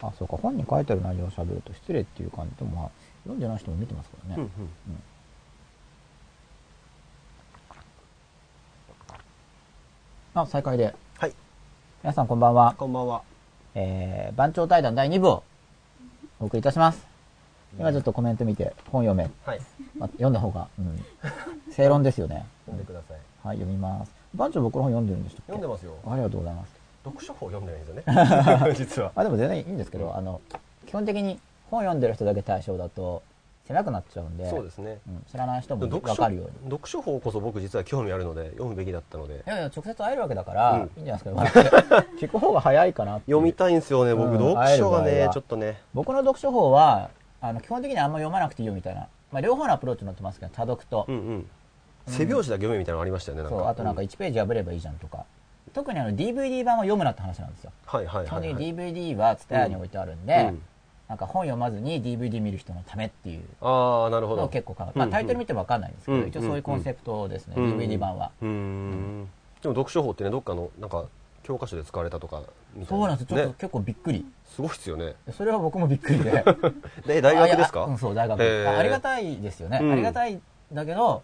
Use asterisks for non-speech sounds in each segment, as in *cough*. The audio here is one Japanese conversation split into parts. あそうか本に書いてある内容を喋ると失礼っていう感じでもまあ読んでない人も見てますからうんうね、んあ再開ではい皆さんこんばんは、こんばんはえー、番長対談第2部をお送りいたします今ちょっとコメント見て本読め、はいまあ、読んだ方が、うん、正論ですよね読んでくださいはい読みます番長僕の本読んでるんでしたっけ読んでますよありがとうございます読書法読んでないんです *laughs* よね実はあでも全然いいんですけど、うんあの基本的に本読んでる人だけ対象だと狭くなっちゃうんでそうですねうん、知らない人も分読書かるように読書法こそ僕実は興味あるので読むべきだったのでいやいや直接会えるわけだから、うんいいんじゃないですか笑 *laughs* って聞く方が早いかなっていう読みたいんですよねう僕ん読書が会える場合ねはちょっとね僕の読書法はあの基本的にあんま読まなくていいよみたいな、まあ、両方のアプローチになってますけど多読と、うんうん背表紙だけ読めみたいなのありましたよねなんそうかあとなんかう1ページ破ればいいじゃんとか、特にあの DVD 版を読むなって話なんですよはいはい基は本的いはいに DVD は TSUTAYA に置いてあるんで、うんなんか本読まずに DVD 見る人のためっていうああなるほのをど結構考えうんまあ、タイトル見ても分かんないんですけど、うん一応そういうコンセプトですね、うん DVD 版は、うーんでも読書法ってねどっかのなんか教科書で使われたとかみたいそうなんですよちょっとね結構びっくりすごいっすよねそれは僕もびっくりでで大学ですあいやうんかそう大学、へーあありがたいですよね、うんありがたいんだけど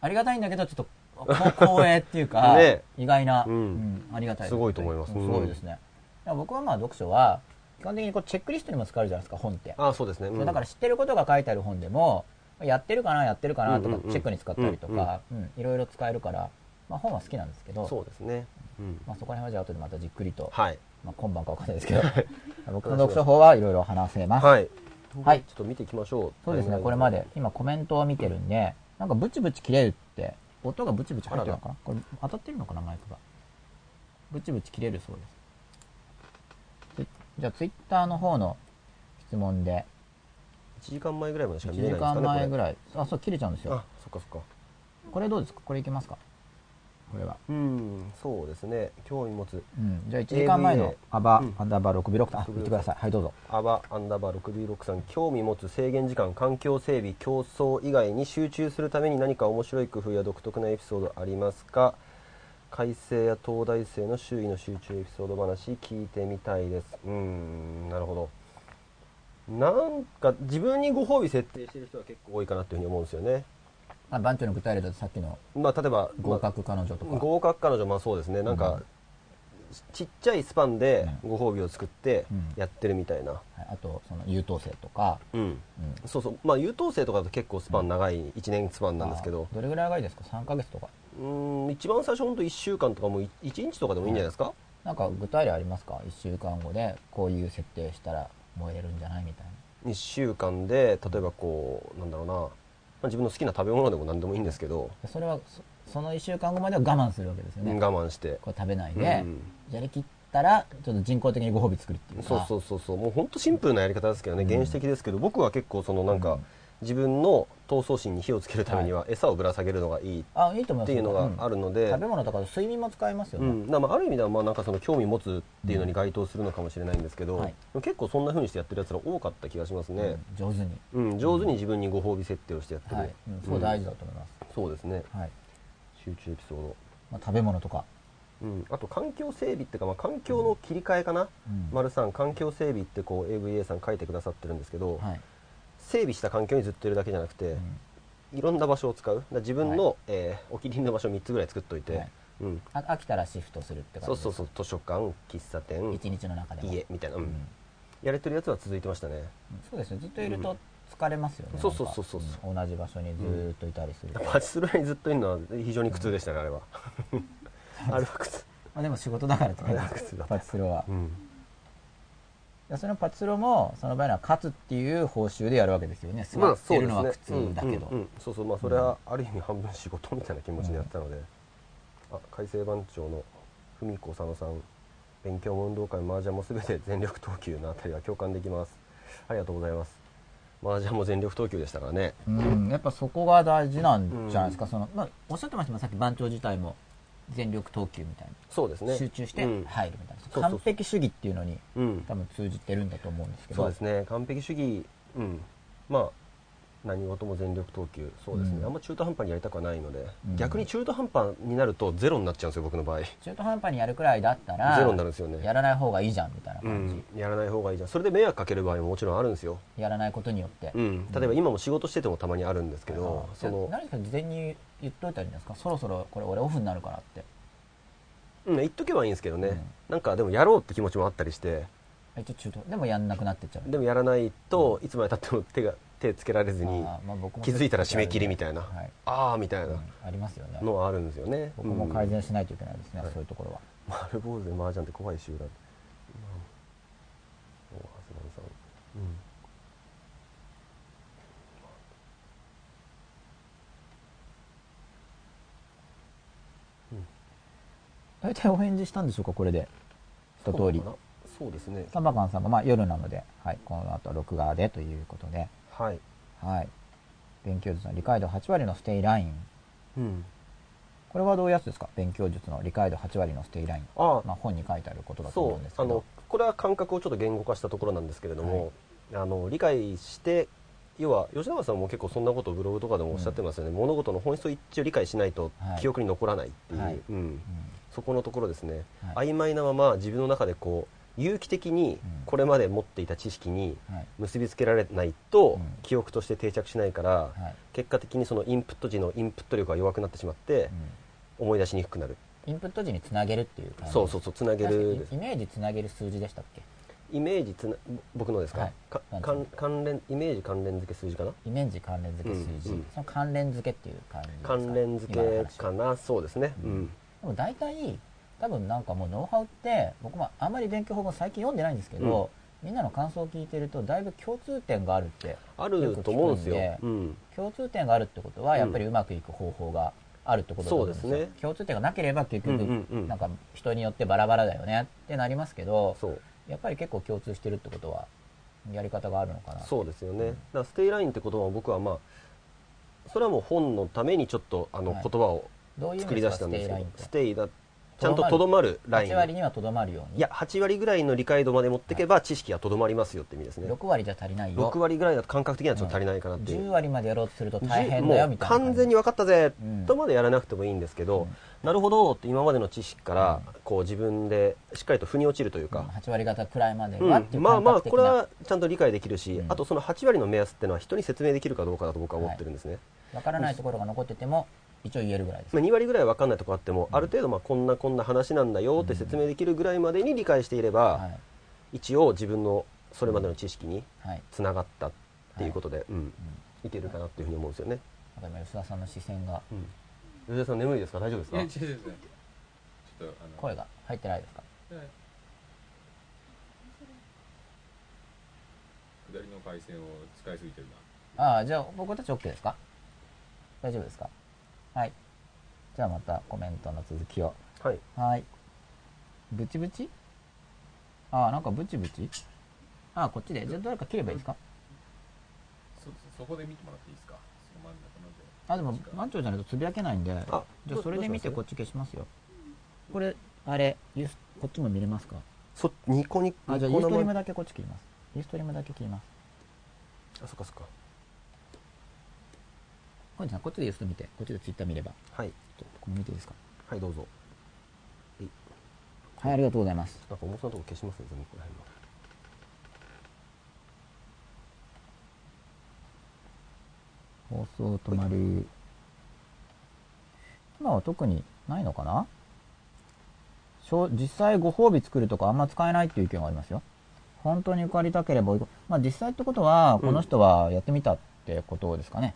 ありがたいんだけどちょっ *laughs* とこ光栄っていうか、ね意外な、うんうんありがたいですごいと思いますうんうんすごいですね、でも僕はまあ読書は基本的にこうチェックリストにも使えるじゃないですか本って、ああそうですねうんだから知ってることが書いてある本でもやってるかなやってるかなとうんかうんうんチェックに使ったりとかうんいろいろ使えるから、まあ、本は好きなんですけどそうですねうんまあ、そこら辺はじゃあ後でまたじっくりと、はいまあ、今晩かわかんないですけど僕の読書法はいろいろ話せます、はいはいちょっと見ていきましょうそうですねこれまで今コメントを見てるんでなんかブチブチ切れるって音がブチブチ入ってるのかなこれ当たってるのかなマイクがブチブチ切れるそうですつじゃあツイッターの方の質問で1時間前ぐらいまでしか1見れないん時ですか間ね前ぐいらいあそう切れちゃうんですよあそっかそっかこれどうですかこれいけますかこれは。うんそうですね興味持つうん。じゃあ1時間前の ABA アバ、うんアンダーバー6 b 6あ、言ってください。はい、どうぞ。アバアンダーバー 6B6 さん興味持つ制限時間環境整備競争以外に集中するために何か面白い工夫や独特なエピソードありますか改正や東大生の周囲の集中エピソード話聞いてみたいですうーんなるほどなんか自分にご褒美設定してる人は結構多いかなっていうふうに思うんですよねまあ、番長の具体例だとさっきのまあ例えば合格彼女とか。合格彼女まあそうですねなんか、うんちっちゃいスパンでご褒美を作ってうんやってるみたいな、はいあと、その優等生とか。うん、うん。そうそうまあ優等生とかだと結構スパン長い、1年スパンなんですけどあどれぐらいがいいですか ?3 ヶ月とか。うーん一番最初ほんと1週間とかも1日とかでもいいんじゃないですか、なんか具体例ありますか ?1 週間後でこういう設定したら燃えれるんじゃないみたいな。 1週間で例えばこうなんだろうな、まあ、自分の好きな食べ物でも何でもいいんですけど、でそれはそ、その1週間後までは我慢するわけですよね。我慢して、これ食べないで、うんやりきったら、ちょっと人工的にご褒美作るっていうか。そうそうそうそうもうほんとシンプルなやり方ですけどね、うん原始的ですけど僕は結構そのなんか、うん自分の闘争心に火をつけるためには餌をぶら下げるのがいいっあ、いいと思いまてすいうのがあるので、食べ物とか睡眠も使えますようね。ん、だからまあある意味ではまあなんかその興味持つっていうのに該当するのかもしれないんですけど、はい結構そんな風にしてやってるやつら多かった気がしますね、うん上手に。うん上手に自分にご褒美設定をしてやってる、はい、うん、そう大事だと思います、そうですねはい集中エピソード、まあ、食べ物とか、うん、あと環境整備っていうか、まあ、環境の切り替えかな、うん丸さん環境整備ってこう AVA さん書いてくださってるんですけど、はい整備した環境にずっといるだけじゃなくて、うんいろんな場所を使うだから自分の、えーお気に入りの場所3つぐらい作っといて、はいうん、あ飽きたらシフトするってそ感うじそうそう図書館喫茶店一日の中でも家みたいな、うんうんやれてるやつは続いてましたねそうですねずっといると疲れますよね、そうそうなんかそうそうん同じ場所にずーっといたりすると、パチスロにずっといるのは非常に苦痛でしたねあ *laughs* れはあれは苦痛まあ、でも仕事だからとかあれ *laughs* は苦痛だったパチスロは、ういんやそのパチスロもその場合には勝つっていう報酬でやるわけですよね座ってるのは苦痛だけど、うんうんうんそうそうまあそれはある意味半分仕事みたいな気持ちでやってたので、あ改正番長の文子佐野さん勉強も運動会も麻雀も全て全力投球のあたりは共感できますありがとうございます麻雀も全力投球でしたからねうん、やっぱそこが大事なんじゃないですか、そのまあ、おっしゃってましたもんさっき番長自体も全力投球みたいそうですな、ね集中してう入るんみたいな、そうそう完璧主義っていうのにうん多分通じてるんだと思うんですけどそうですね完璧主義、うん、まあ何事も全力投球そうですね、うんあんま中途半端にやりたくはないので、うん逆に中途半端になるとゼロになっちゃうんですよ僕の場合中途半端にやるくらいだったらゼロになるんですよねやらない方がいいじゃんみたいなう感じ、ん、やらない方がいいじゃんそれで迷惑かける場合ももちろんあるんですよ、やらないことによって、うん、例えば今も仕事しててもたまにあるんですけど、その、何か事前に言っといたらいいんですかそろそろこれ俺オフになるからってうん、言っとけばいいんですけどね、うんなんかでもやろうって気持ちもあったりしてえちょ中途でもやんなくなってっちゃうでもやらないといつまでたっても手が手つけられずにあーまあ僕も気づいたら締め切りみたいな、はいああみたいうんなありますよねのはあるんですよね、僕も改善しないといけないですね、うんそういうところは丸坊主で麻雀って怖い集団うんお長谷川さんうん大体お返事したんでしょうかこれで一通りそうかなそうですねサンバカンさんが、まあ、夜なので、はい、この後録画でということで、はい、はい、勉強術の理解度8割のステイラインうん、これはどういうやつですか勉強術の理解度8割のステイラインあまあ、本に書いてあることだと思そうんですうけあどのこれは感覚をちょっと言語化したところなんですけれども、あの理解して要は吉永さんも結構そんなことをブログとかでもおっしゃってますよね、物事の本質を一応理解しないとはい記憶に残らないっていう、はいうんうんそこのところですね、はい曖昧なまま自分の中でこう有機的にうんこれまで持っていた知識にはい結びつけられないとうん記憶として定着しないから、はい結果的にそのインプット時のインプット力が弱くなってしまって思い出しにくくなる、うんインプット時につなげるっていう感じそうそうそうつなげるですイメージつなげる数字でしたっけイメージつな僕のですか,、はいかなんです関関連イメージ関連付け数字かなイメージ関連付け数字、うんうんその関連付けっていう感じですか関連付今のけ話かなそうですねううんん、でも大体多分なんかもうノウハウって僕もあんまり勉強法も最近読んでないんですけど、みんなの感想を聞いてるとだいぶ共通点があるってあると思うんですよよく聞くうん共通点があるってことはうんやっぱりうまくいく方法があるってことだと思うんですよ、そうですね共通点がなければ結局、うんうんうんなんか人によってバラバラだよねってなりますけどそうやっぱり結構共通してるってことはやり方があるのかなそうですよね、うんだからステイラインって言葉は僕はまあそれはもう本のためにちょっとあのはい言葉をどういう意作味りで出すしたかんステイですけどラインっスてテイだちゃんととどまるライン8割にはとどまるようにいや8割ぐらいの理解度まで持っていけば知識がとどまりますよって意味ですね6割じゃ足りないよ6割ぐらいだと感覚的にはちょっと足りないかなっていう、 10割までやろうとするとじゅ大変だよもうみたいな完全にに分かったぜ、うんとまでやらなくてもいいんですけど、うんなるほどって今までの知識からこう自分でしっかりと腑に落ちるというか、 8割方くらいまでうんはっていうまあ感まあ覚的こな、れはちゃんと理解できるし、うんあとその8割の目安っていうのは人に説明できるかどうかだと僕は思ってるんですね、分からないところが残ってても一応言えるぐらいですまあ、2割ぐらい分かんないとこあっても、ある程度まあこんなこんな話なんだよって説明できるぐらいまでに理解していれば、はい一応自分のそれまでの知識にはいつながったっていうことで、うんうんいけるかなっていうふうに思うんですよね、なんか今吉田さんの視線がうん吉田さん眠いですか大丈夫ですいかや違う違う違うちょっとあの声が入ってないですかはい下りの回線を使いすぎてるああじゃあ僕たち OK ですか大丈夫ですかはいじゃあまたコメントの続きをはいはいブチブチああなんかブチブチああこっちでじゃあ誰か切ればいいですかなそそこで見てもらっていいですかその真ん中のあでも番長じゃないとつぶやけないんであじゃあそれで見てこっちち消しますよこれあれユースこっちも見れますかそニコニコあじゃあユースニコトリーム生だけこっち切りますユーストリームだけ切りますあそっかそっかコンジさんこっちでユースト見てこっちでツイッター見ればはいちょっとこれ見ていいですかはいどうぞはいありがとうございますなんか重そうなとこ消しますね全部この辺の放送止まり今は特にないのかなしょ実際ご褒美作るとかあんま使えないっていう意見がありますよ本当に受かりたければ追い込まあ実際ってことはこの人はやってみたってことですかね、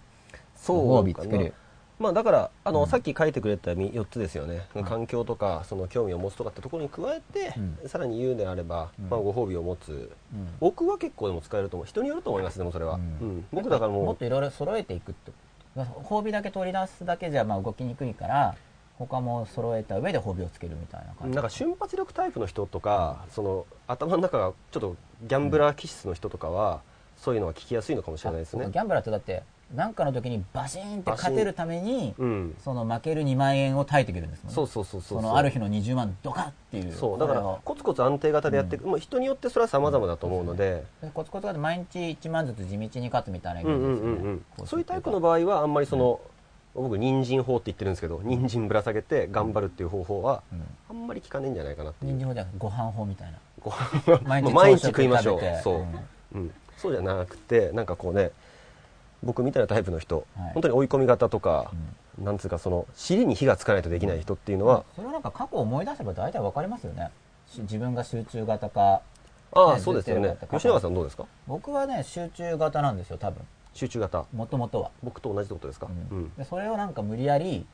ご褒美か作なるまあだからあうの、んさっき書いてくれた4つですよね、うん環境とかその興味を持つとかってところに加えて、うさらに言うのであれば、うんまあ、ご褒美を持つうん僕は結構でも使えると思う人によると思いますでもそれは、ううんん僕だからももっといろいろ揃えていくって褒美だけ取り出すだけじゃまあ動きにくいから他も揃えた上で褒美をつけるみたいなう感じなんか瞬発力タイプの人とか、その頭の中がちょっとギャンブラー気質の人とかは、そういうのは聞きやすいのかもしれないですあねギャンブラーってだってなんかの時にバシーンって勝てるために、うんその負ける2万円を耐えてくるんですもんね。そうそうそうそそうのある日の20万ドカッっていう。そうだかこれらをコツコツ安定型でやっていく、もう人によってそれは様々だと思うので、でコツコツが毎日1万ずつ地道に勝つみたいなイうメんうージんですうよんねうんこそういうタイプのっ場合はあんまりその、僕人参法って言ってるんですけど人参ぶら下げて頑張るっていう方法はていうかあんまり効かねえんじゃないかなってうんい人参法うじゃなくてご飯法みたいな。ご飯は毎日もう毎日朝食食い *laughs* ましょう食べてそう、うんそうじゃなくてなんかこうね僕みたいなタイプの人、はい本当に追い込み型とかう、んなんつうかその尻に火がつかないとできない人っていうのは、それはなんか過去を思い出せば大体わかりますよね。し自分が集中型か。ああねそうですよずっとねやってる方吉永さんどうですか僕はね、集中型なんですよ、多分。集中型もともとは。僕と同じってことですかううんんでそれをなんか無理やり、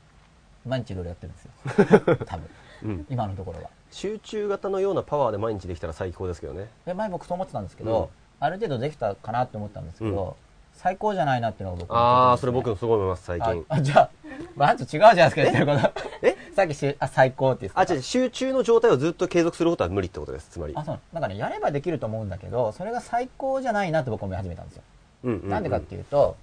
毎日いろいろやってるんですよ。 *laughs* 多分。うん今のところは。集中型のようなパワーで毎日できたら最高ですけどねで前僕そう思ってたんですけど、ある程度できたかなって思ったんですけど、う最高じゃないなっていうのが僕のああそれ見僕てもすごい思います最たんですねああ近じゃあまああんた違うじゃないですか言ってることえさっきしあ最高って言ってたあ違う集中の状態をずっと継続することは無理ってことですつまりあそうなんかねやればできると思うんだけどそれが最高じゃないなって僕も思い始めたんですよ、ななんでかっていうと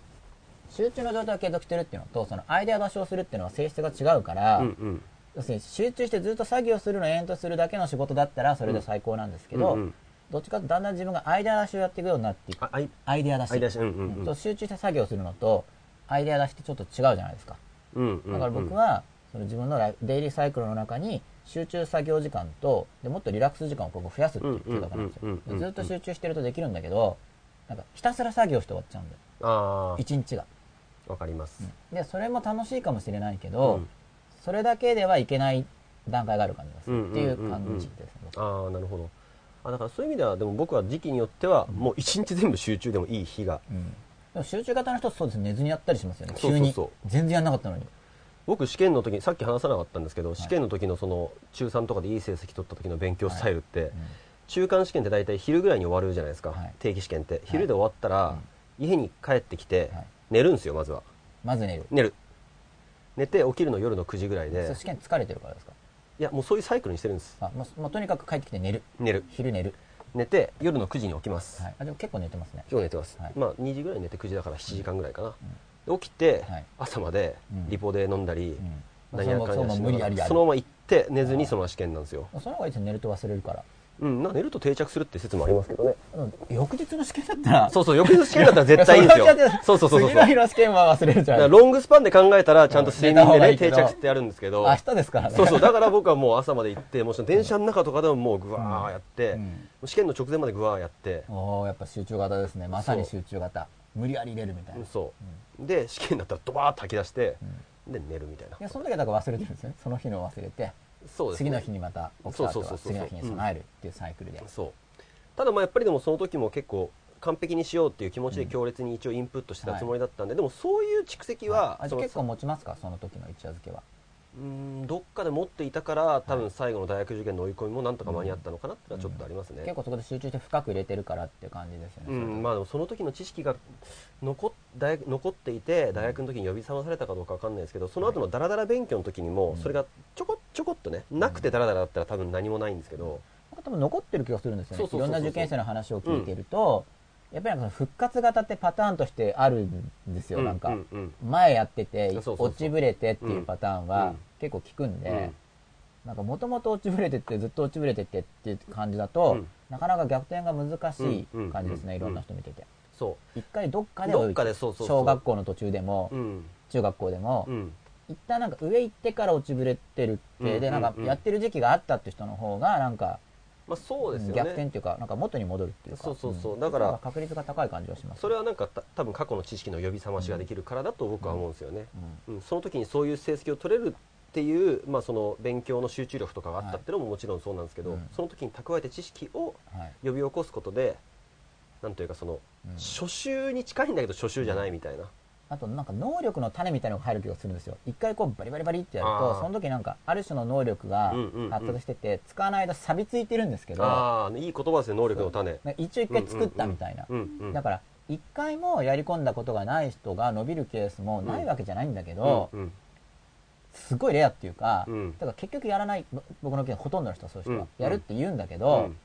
集中の状態を継続してるっていうのとそのアイデア出しをするっていうのは性質が違うから、うんうん要するに集中してずっと作業するのを延々とするだけの仕事だったらそれで最高なんですけど、うんうんどっちかっていうとだんだん自分がアイデア出しをやっていくようになっていくああいアイデア出しアイデア出しうんうんうんと集中して作業するのとアイデア出しってちょっと違うじゃないですかうんうんうんだから僕はその自分のライデイリーサイクルの中に集中作業時間とでもっとリラックス時間をここ増やすっていう計画なんですうんうんようんうんうんでずっと集中してるとできるんだけどなんかひたすら作業して終わっちゃうんだよあ一日があわかりますでそれも楽しいかもしれないけうどんそれだけではいけない段階がある感じがするっていううんうんうんう感んじですねああなるほどあだからそういう意味ではでも僕は時期によってはもう一日全部集中でもいい日がうんでも集中型の人ってそうですね寝ずにやったりしますよねそうそ急うそうに全然やんなかったのに僕試験の時にさっき話さなかったんですけど試験の時のその中3とかでいい成績取った時の勉強スタイルって中間試験って大体昼ぐらいに終わるじゃないですか、はい定期試験って昼で終わったら家に帰ってきてはい寝るんですよまずはまず寝る寝る寝て起きるの夜の9時ぐらいそでれ試験疲れてるからですかいやもうそういうサイクルにしてるんですあ、まあ、まあとにかく帰ってきて寝る寝る昼寝る、寝て夜の9時に起きます、はい、あでも結構寝てますね今日寝てます、はいまあ2時ぐらいに寝て9時だから7時間ぐらいかな、で起きてはい朝までうんリポで飲んだり、うんなんやかんやしながらそうもう無理やりやるそのまま行って寝ずにそのまま試験なんですよ、その方がいいですね寝ると忘れるからうん、な寝ると定着するって説もありますけどねでも翌日の試験だったらそうそう翌日試験だったら絶対いいんですよやれは違そうそうそうそう次の日の試験は忘れるじだゃからんロングスパンで考えたらちゃんと睡眠でねうん定着ってあるんですけど明日ですからねそうそうだから僕はもう朝まで行ってもうその電車の中とかでももうぐわーやって、うんもう試験の直前までぐわーやって、おおやっぱ集中型ですねまさに集中型無理やり入れるみたいな、うんいそう、で試験だったらドバーッと吐き出して、で寝るみたいなやその時はだから忘れてるんですねその日のを忘れてそうですね次の日にまた起きた後そうそうそはうそう次の日に備えるっていうサイクルで、そうただまあやっぱりでもその時も結構完璧にしようっていう気持ちで強烈に一応インプットしてたつもりだったんで、でもそういう蓄積は、あじそゃあの結構持ちますかその時の一夜漬けはうんどっかで持っていたから多分最後の大学受験の追い込みもなんとか間に合ったのかなってのはちょっとありますね、結構そこで集中して深く入れてるからっていう感じですよね、うんまあ、でもその時の知識が残っ大学残っていて大学の時に呼び覚まされたかどうかわかんないですけどその後のダラダラ勉強の時にもそれがちょこちょこっとねなくてダラダラだったら多分何もないんですけど、なんか多分残ってる気がするんですよそねう。そいうそうろそんうそなう受験生の話を聞いてると、やっぱりなんかその復活型ってパターンとしてあるんですよ、うなんか。うんうん前やっててそうそうそう落ちぶれてっていうパターンうはん結構聞くんで、うんなんかもともと落ちぶれてってずっと落ちぶれてってっていう感じだと、うんなかなか逆転が難しい感じですね、うんいろんな人見ててそ一回どっかでどっかでそうそうそう小学校の途中でも、う、うん中学校でも、うん、一旦なんか上行ってから落ちぶれてるって、うんでなんかうんうんやってる時期があったって人の方がなんかまあそうですよね逆転っていうかなんか元に戻るっていうかそうそうそうんだからそっちの方が確率が高い感じがしますそれはなんかた多分過去の知識の呼び覚ましができるからだと僕は思うんですよね、うんその時にそういう成績を取れるっていう、まあ、その勉強の集中力とかがあったっていうのももちろんそうなんですけど、うんその時に蓄えて知識をはい呼び起こすことでなんというかその、うん初習に近いんだけど初習じゃないみたいな、あとなんか能力の種みたいなのが入る気がするんですよ一回こうバリバリバリってやるとあーその時なんかある種の能力がうんうんうん発達してて使わない間錆びついてるんですけどああいい言葉ですね能力の種なんか一応一回作ったみたいなうんうんうんだから一回もやり込んだことがない人が伸びるケースもないわけじゃないんだけどうんうんすごいレアっていうかうんだから結局やらない僕の件ほとんどの人はそういう人うはんやるって言うんだけうどん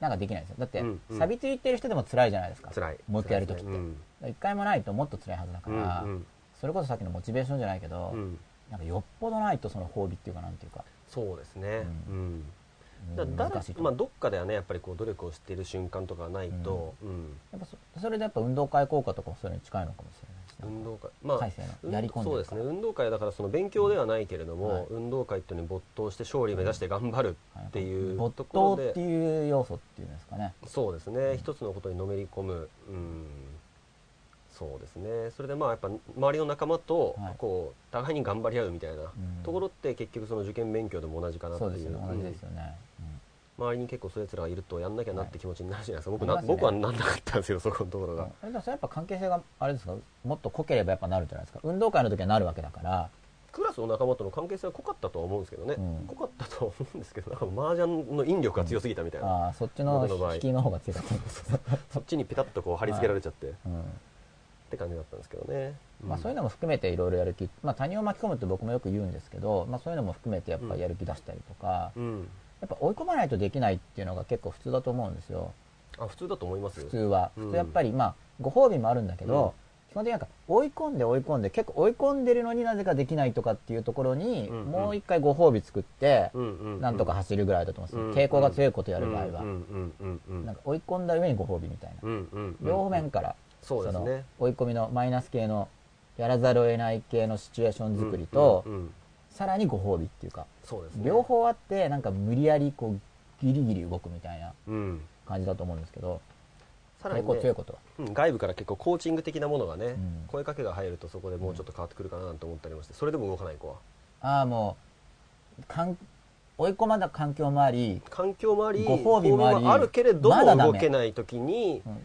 なんかできないんですよだって、うんうん錆びついてる人でも辛いじゃないですか辛いもう一回やるときって、辛いですね一回もないともっと辛いはずだうかんら、うんそれこそさっきのモチベーションじゃないけど、うんうんなんかよっぽどないとその褒美っていうかなんていうかそうですねううんだうん誰難しいと思まあう、どっかではねやっぱりこう努力をしている瞬間とかがないと、うんやっぱそそれでやっぱ運動会効果とかもそういうのに近いのかもしれないし運動会まあ改正のやり込んでるからそうですね運動会だからその勉強ではないけれども、はい運動会っていうのに没頭して勝利目指して頑張るはいっていう没と頭ころで、っていう要素っていうんですかねそうですね、一つのことにのめり込む、うん、そうですねそれでまあやっぱ周りの仲間とはいこう互いに頑張り合うみたいなうんところって結局その受験勉強でも同じかなってそいううですよね同じですうんよね、うん周りに結構そういうやつらがいるとやんなきゃなって気持ちになるじゃないですか、僕ななりますね僕はなんなかったんですよそこのところが、えでもそれやっぱ関係性があれですかもっと濃ければやっぱなるじゃないですか運動会の時はなるわけだからクラスの仲間との関係性は濃かったとは思うんですけどね、うん濃かったとは思うんですけどなんか麻雀の引力が強すぎたみたいな、あーそっちの僕の場合引きの方が強かったんですよ、そっちにペタッとこう貼り付けられちゃって、っうんて感じだったんですけどね、まあ、そういうののも含めていろいろやる気、まあ、他人を巻き込むって僕もよく言うんですけど、まあ、そういうのも含めてやっぱやる気出したりとか、うんやっぱ追い込まないとできないっていうのが結構普通だと思うんですよあ普通だと思います普通はうん普通やっぱりまあご褒美もあるんだけど、基本的になんか追い込んで追い込んで結構追い込んでるのになぜかできないとかっていうところに、うんうんもう一回ご褒美作って、うんうんうんなんとか走るぐらいだと思うんですよ、うん傾向が強いことやる場合は、うんうんうんうんなんか追い込んだ上にご褒美みたいな、うんうんうん両面から、そうですね追い込みのマイナス系のやらざるを得ない系のシチュエーション作りと、うんうんうんさらにご褒美っていうかそうですね両方あってなんか無理やりこうギリギリ動くみたいなうん感じだと思うんですけどさら結に、構ね強いことはうん外部から結構コーチング的なものがね、ん声かけが入るとそこでもうちょっと変わってくるかななんて思ったりもしてそれでも動かない子はああもうかん追い込まれた環境もあり、環境もありご褒美もありごるけれどまだもダメ動けない時にうん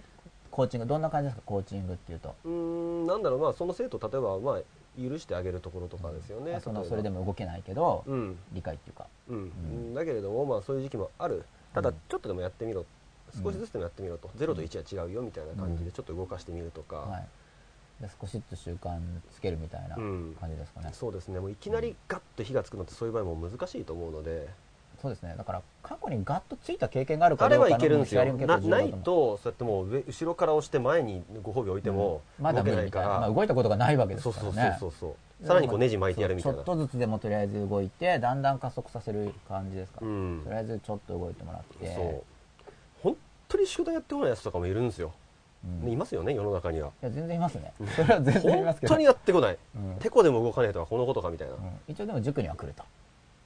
コーチングどんな感じですかコーチングっていうと、うーんなんだろうまあその生徒例えばまあ許してあげるところとかですよね、あその例えばそれでも動けないけど、うん理解っていうかうんうんだけれどもまあそういう時期もあるただうんちょっとでもやってみろ少しずつでもやってみろと、0と1は違うよみたいな感じでちょっと動かしてみるとか、はい、で少しずつ習慣つけるみたいなうん感じですかね、そうですねもういきなりガッと火がつくのってそういう場合も難しいと思うのでそうですねだから過去にガッとついた経験があるかあどれうかはいけるんですのよヒアリングな結構重要なだいとそうやってもう上後ろから押して前にご褒美置いてもまだ動無け理ないみたかいな、まら、あ、動いたことがないわけですそうからそうねそうそうそうさらにこうネジ巻いてやるみたいなちょっとずつでもとりあえず動いてだんだん加速させる感じですか、うんとりあえずちょっと動いてもらってそう本当に宿題やってこないやつとかもいるんですよ、うんねいますよね世の中にはいや全然いますねそれは全 *laughs* 然いま本すけど当にやってこない、うんてこでも動かないとはこのことかみたいな、うん一応でも塾には来ると、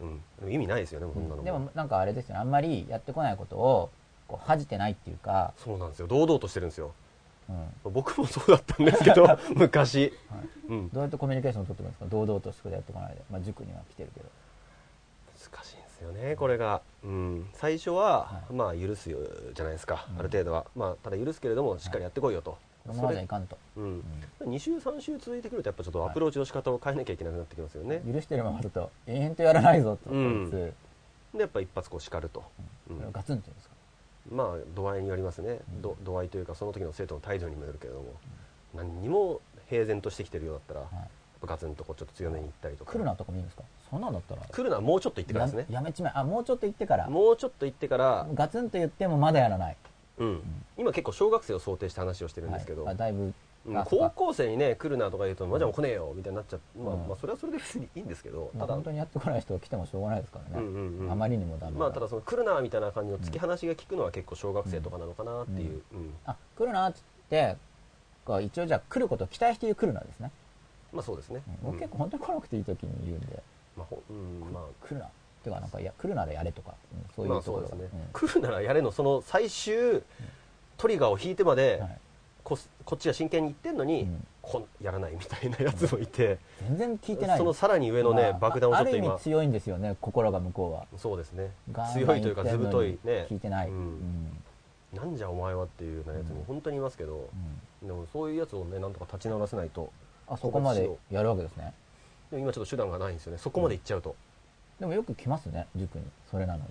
うんでも意味ないですよねもうそんなのでもなんかあれですよねあんまりやってこないことをこう恥じてないっていうか、そうなんですよ堂々としてるんですようん僕もそうだったんですけど *laughs* 昔、うん、どうやってコミュニケーションを取ってくるんですか堂々と宿題やってこないで、まあ、塾には来てるけど難しいんですよねこれが、うん、最初は、はまあ許すよじゃないですか、うんある程度は、まあ、ただ許すけれどもしっかりやってこいよと、このままじゃいそかんと、れ、うん、2週3週続いてくるとやっぱちょっとアプローチの仕方を変えなきゃいけなくなってきますよね、許してるままだと永遠とやらないぞと、うんこいつでやっぱ一発こう叱ると、うんガツンって言うんですかまあ度合いによりますね、ど度合いというかその時の生徒の態度にもよるけれども、何にも平然としてきてるようだったら、はいガツンとこうちょっと強めに行ったりとか来るなとかもいいんですかそんなんだったら来るなもうちょっと行ってからですねややめちまえあもうちょっと行ってからもうちょっと行ってから、ガツンと言ってもまだやらないうん今結構小学生を想定して話をしてるんですけど、はいあだいぶ、うんあそう高か校生にね来るなとか言うと、まあ、じゃあもう来ねえよみたいになっちゃって、まあうんまあそれはそれで別にいいんですけど、またあだ本当にやってこない人が来てもしょうがないですからね、うんうんうんあまりにもダメだまあただその来るなみたいな感じの突き放しが聞くのは結構小学生とかなのかなっていう、うんあ来るなって言ってこう一応じゃあ来ることを期待して言う来るなですね、まあそうですね、うん僕結構本当に来なくていい時に言うんでまあほうんまあ来るなっていうかなんかいや来るならやれとか、うんそういまあうとそこうろですが、ね、うん来るならやれのその最終トリガーを引いてまで、はいこすこっちが真剣に言ってんのに、うんこやらないみたいなやつもいて、全然聞いてないそのさらに上のまね、あ爆弾をちょっとある意今味強いんですよね心が向こうはそうですねガンガ強ンいというかずぶといね聞いてない、うんなんじゃお前はっていうようなやつも本当にいますけどう、んでもそういうやつをねなんとか立ち直らせないとあそこまでやるわけですねでも今ちょっと手段がないんですよねそこまで行っちゃうと、でもよく来ますね塾にそれなのに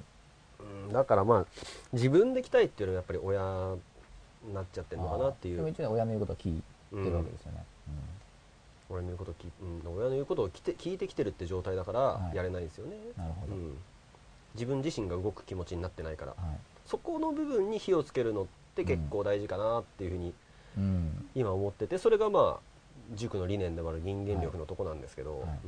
うんだからまあ自分で来たいっていうのはやっぱり親になっちゃってるのかなっていあーでもう一応親の言うことを聞いてるわけですよね、俺の言うことを聞,、うん、親の言うことを聞いて聞いてきてるって状態だからはいやれないんですよね、なるほどうん自分自身が動く気持ちになってないから、はいそこの部分に火をつけるのって結構大事かなっていうふうにうん。今思っててそれがまあ塾の理念でもある人間力のとこなんですけど、はいはい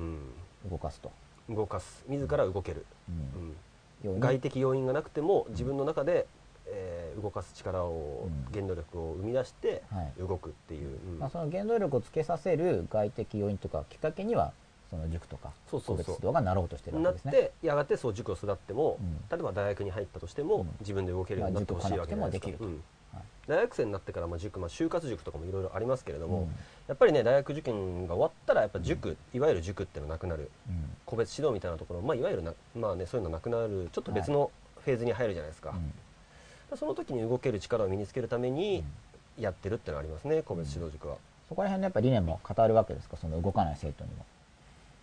動かすと。うん、動かす自ら動ける、うん。う、ようんに外的要因がなくても自分の中で、えー動かす力を、うん原動力を生み出してはい。動くっていう、うんまあ、その原動力をつけさせる外的要因とかきっかけにはその塾とかそうそ個う別そう指導がなろうとしてるなわっけですね。てやがてそう塾を育っても、うん例えば大学に入ったとしても、うん自分で動けるようになってほしいわけじゃないですか、まあ塾行かなくてもできるとうんはい大学生になってから、まあ、塾、まあ、就活塾とかもいろいろありますけれども、うんやっぱりね大学受験が終わったらやっぱ塾、いわゆる塾ってのなくなるうん個別指導みたいなところ、まあ、いわゆるな、まあね、そういうのなくなるちょっと別のフェーズに入るじゃないですか、うんその時に動ける力を身につけるためにやってるってのありますね個別指導塾は、そこら辺のやっぱ理念も語るわけですかその動かない生徒にも。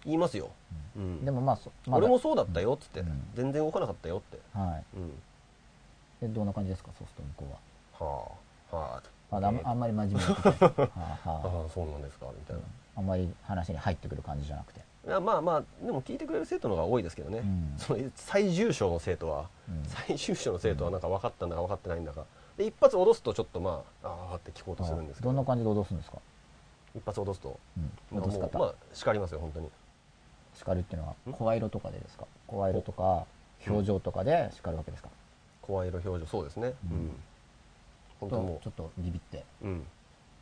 言いますよ、うんでもまあそ、まだ俺もそうだったよっつって、うん全然動かなかったよって、はうん、い。でどんな感じですかそうすると向こうは。はあはあまだあんえーあんまり真面目に *laughs* 答えないはあはあああそうなんですかみたいな、あんまり話に入ってくる感じじゃなくて。いやまあまあでも聞いてくれる生徒の方が多いですけどね、うんその最重症の生徒は、うん最重症の生徒はなんか分かったんだか分かってないんだかで一発脅すとちょっとまあああって聞こうとするんですけどどんな感じで脅すんですか、一発脅すと、うん、脅しもう方、まあ叱りますよ本当に叱るっていうのはん声色とかでですか声色とか表情とかで叱るわけですか、声色表情そうですねううんん、本当もとちょっとビビってう、うん、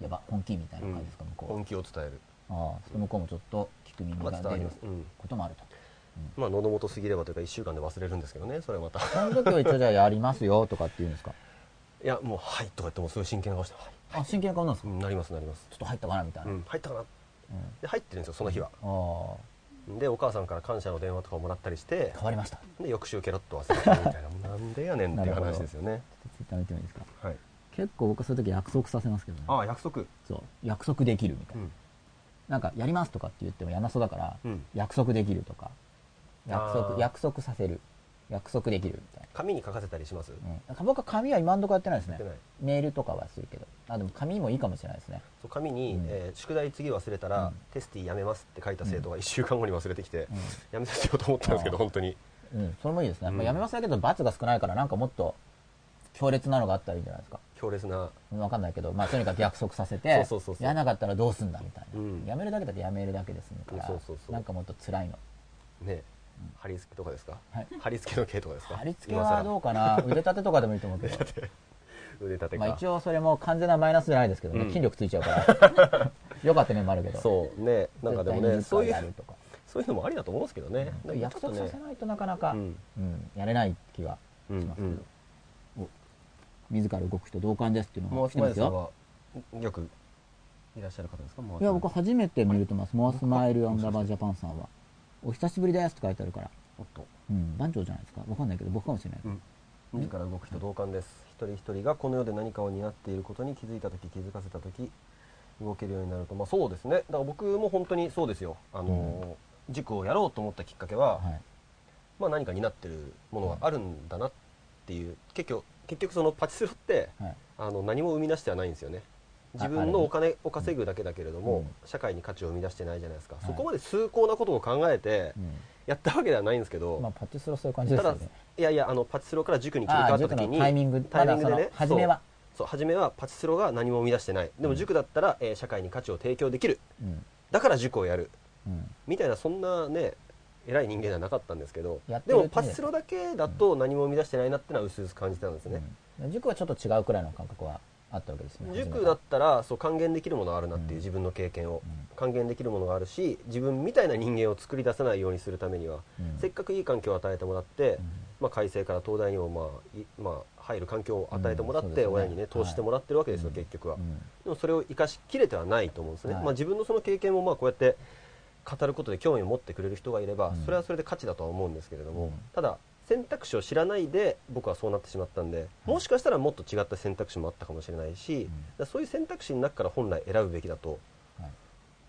やば本気みたいな感じですか、向こ本気を伝えるうはああそして向こうもちょっと聞く耳まがあ伝出わりるます、うんこともあると、まあ喉元すぎればというか1週間で忘れるんですけどねそれはまたいその時は一応じゃあやりますよとかって言うんですかやもう「はい」とか言ってもうすごい真剣な顔して「はいあ真剣な顔なんですうか、ん」なりますなります、ちょっと入ったかなみたいな、ううんん、入ったかなで入ってるんですよその日は、あでお母さんから感謝の電話とかをもらったりしてあ変わりましたちょで翌週ケロッと忘れてるみたいなもうなんでやねん *laughs* っていう話ですよねっとツイッター見てもいいですかはい結構僕そういう時約束させますけどねああ約束そう約束できるみたいうな、んなんかやりますとかって言ってもやなそうだから、うん約束できるとか約あ束ー約束させる約束できるみたいな紙に書かせたりします、うん、なんか僕は紙は今んとこやってないですやねってないメールとかはするけどあでも紙もいいかもしれないですねそう紙に、うんえー宿題次忘れたら、うんテスティやめます」って書いた生徒が1週間後に忘れてきて、うんやめさせようと思ったんですけどあー本当にうんそれもいいですね、うんまあ、やめますだけど罰が少ないからなんかもっと強烈なのがあったらいいんじゃないですか強烈な分かんないけど、まあ、とにかく約束させてそうそうそうそうやらなかったらどうすんだみたいな、うんやめるだけだってやめるだけですからそうそうそうなんかもっと辛いのね貼り付けとかですか、はい貼り付けの系とかですか貼り付けはどうかな腕立てとかでもいいと思うけ *laughs* ど今更腕立てか、まあ一応それも完全なマイナスじゃないですけどね、うん筋力ついちゃうからよかった面もあるけどそうねなんかでもね絶対そうにい10回やるうとかそういうのもありだと思うんですけどね、なんか約ちょ束っとさねせないとなかなか、うんうんやれない気がうしんますけうど、んお自ら動く人同感ですっていうのモがア来スてマまイルすさんよはよくいらっしゃる方ですかモアスいや僕マイル初めて見れてますモアスマイルアンダーバージャパンさんはお久しぶりですって書いてあるから、おっとうん、番長じゃないですかわかんないけど僕かもしれない、うん自ら動く人同感です一人一人がこの世で何かを担っていることに気づいた時気づかせた時動けるようになるとまあそうですねだから僕も本当にそうですよあのー、塾をやろうと思ったきっかけは、はいまあ何かになってるものがあるんだなっていう結局結局そのパチスロってはいあの何も生み出してはないんですよねあ自分のお金を稼ぐだけだけれどうも、ん社会に価値を生み出してないじゃないですか、はいそこまで崇高なことを考えてうやったわけではないんですけど、ん、まあパチスロそういう感じでたすよだねいやいやあのパチスロから塾に切り替あわあった塾時のにタイミングタイミングまでだねその初めはそうそう初めはパチスロが何も生み出してないでも塾だったら、えー社会に価値を提供できるうんだから塾をやるうんみたいなそんなね偉い人間ではなかったんですけどやってでるうちもにパチスロだけだと何も生み出してないなってのは薄々感じたんですね、うん塾はちょっと違うくらいの感覚はあったわけですね塾だっったらそう還元できるものがあるなっていううん自分の経験をうん還元できるものがあるし自分みたいな人間を作り出さないようにするためにはうんせっかくいい環境を与えてもらってうんまあ改正から東大にもまあいまあ入る環境を与えてもらっうんそうでてすね親にね投資してもらってるわけですようん結局はうんでもそれを生かしきれてはないと思うんですねはいまあ自分のその経験もまあこうやって語ることで興味を持ってくれる人がいればうんそれはそれで価値だとは思うんですけれどうもんただ選択肢を知らないで僕はそうなってしまったんでもしかしたらもっと違った選択肢もあったかもしれないしんだからそういう選択肢の中から本来選ぶべきだとはい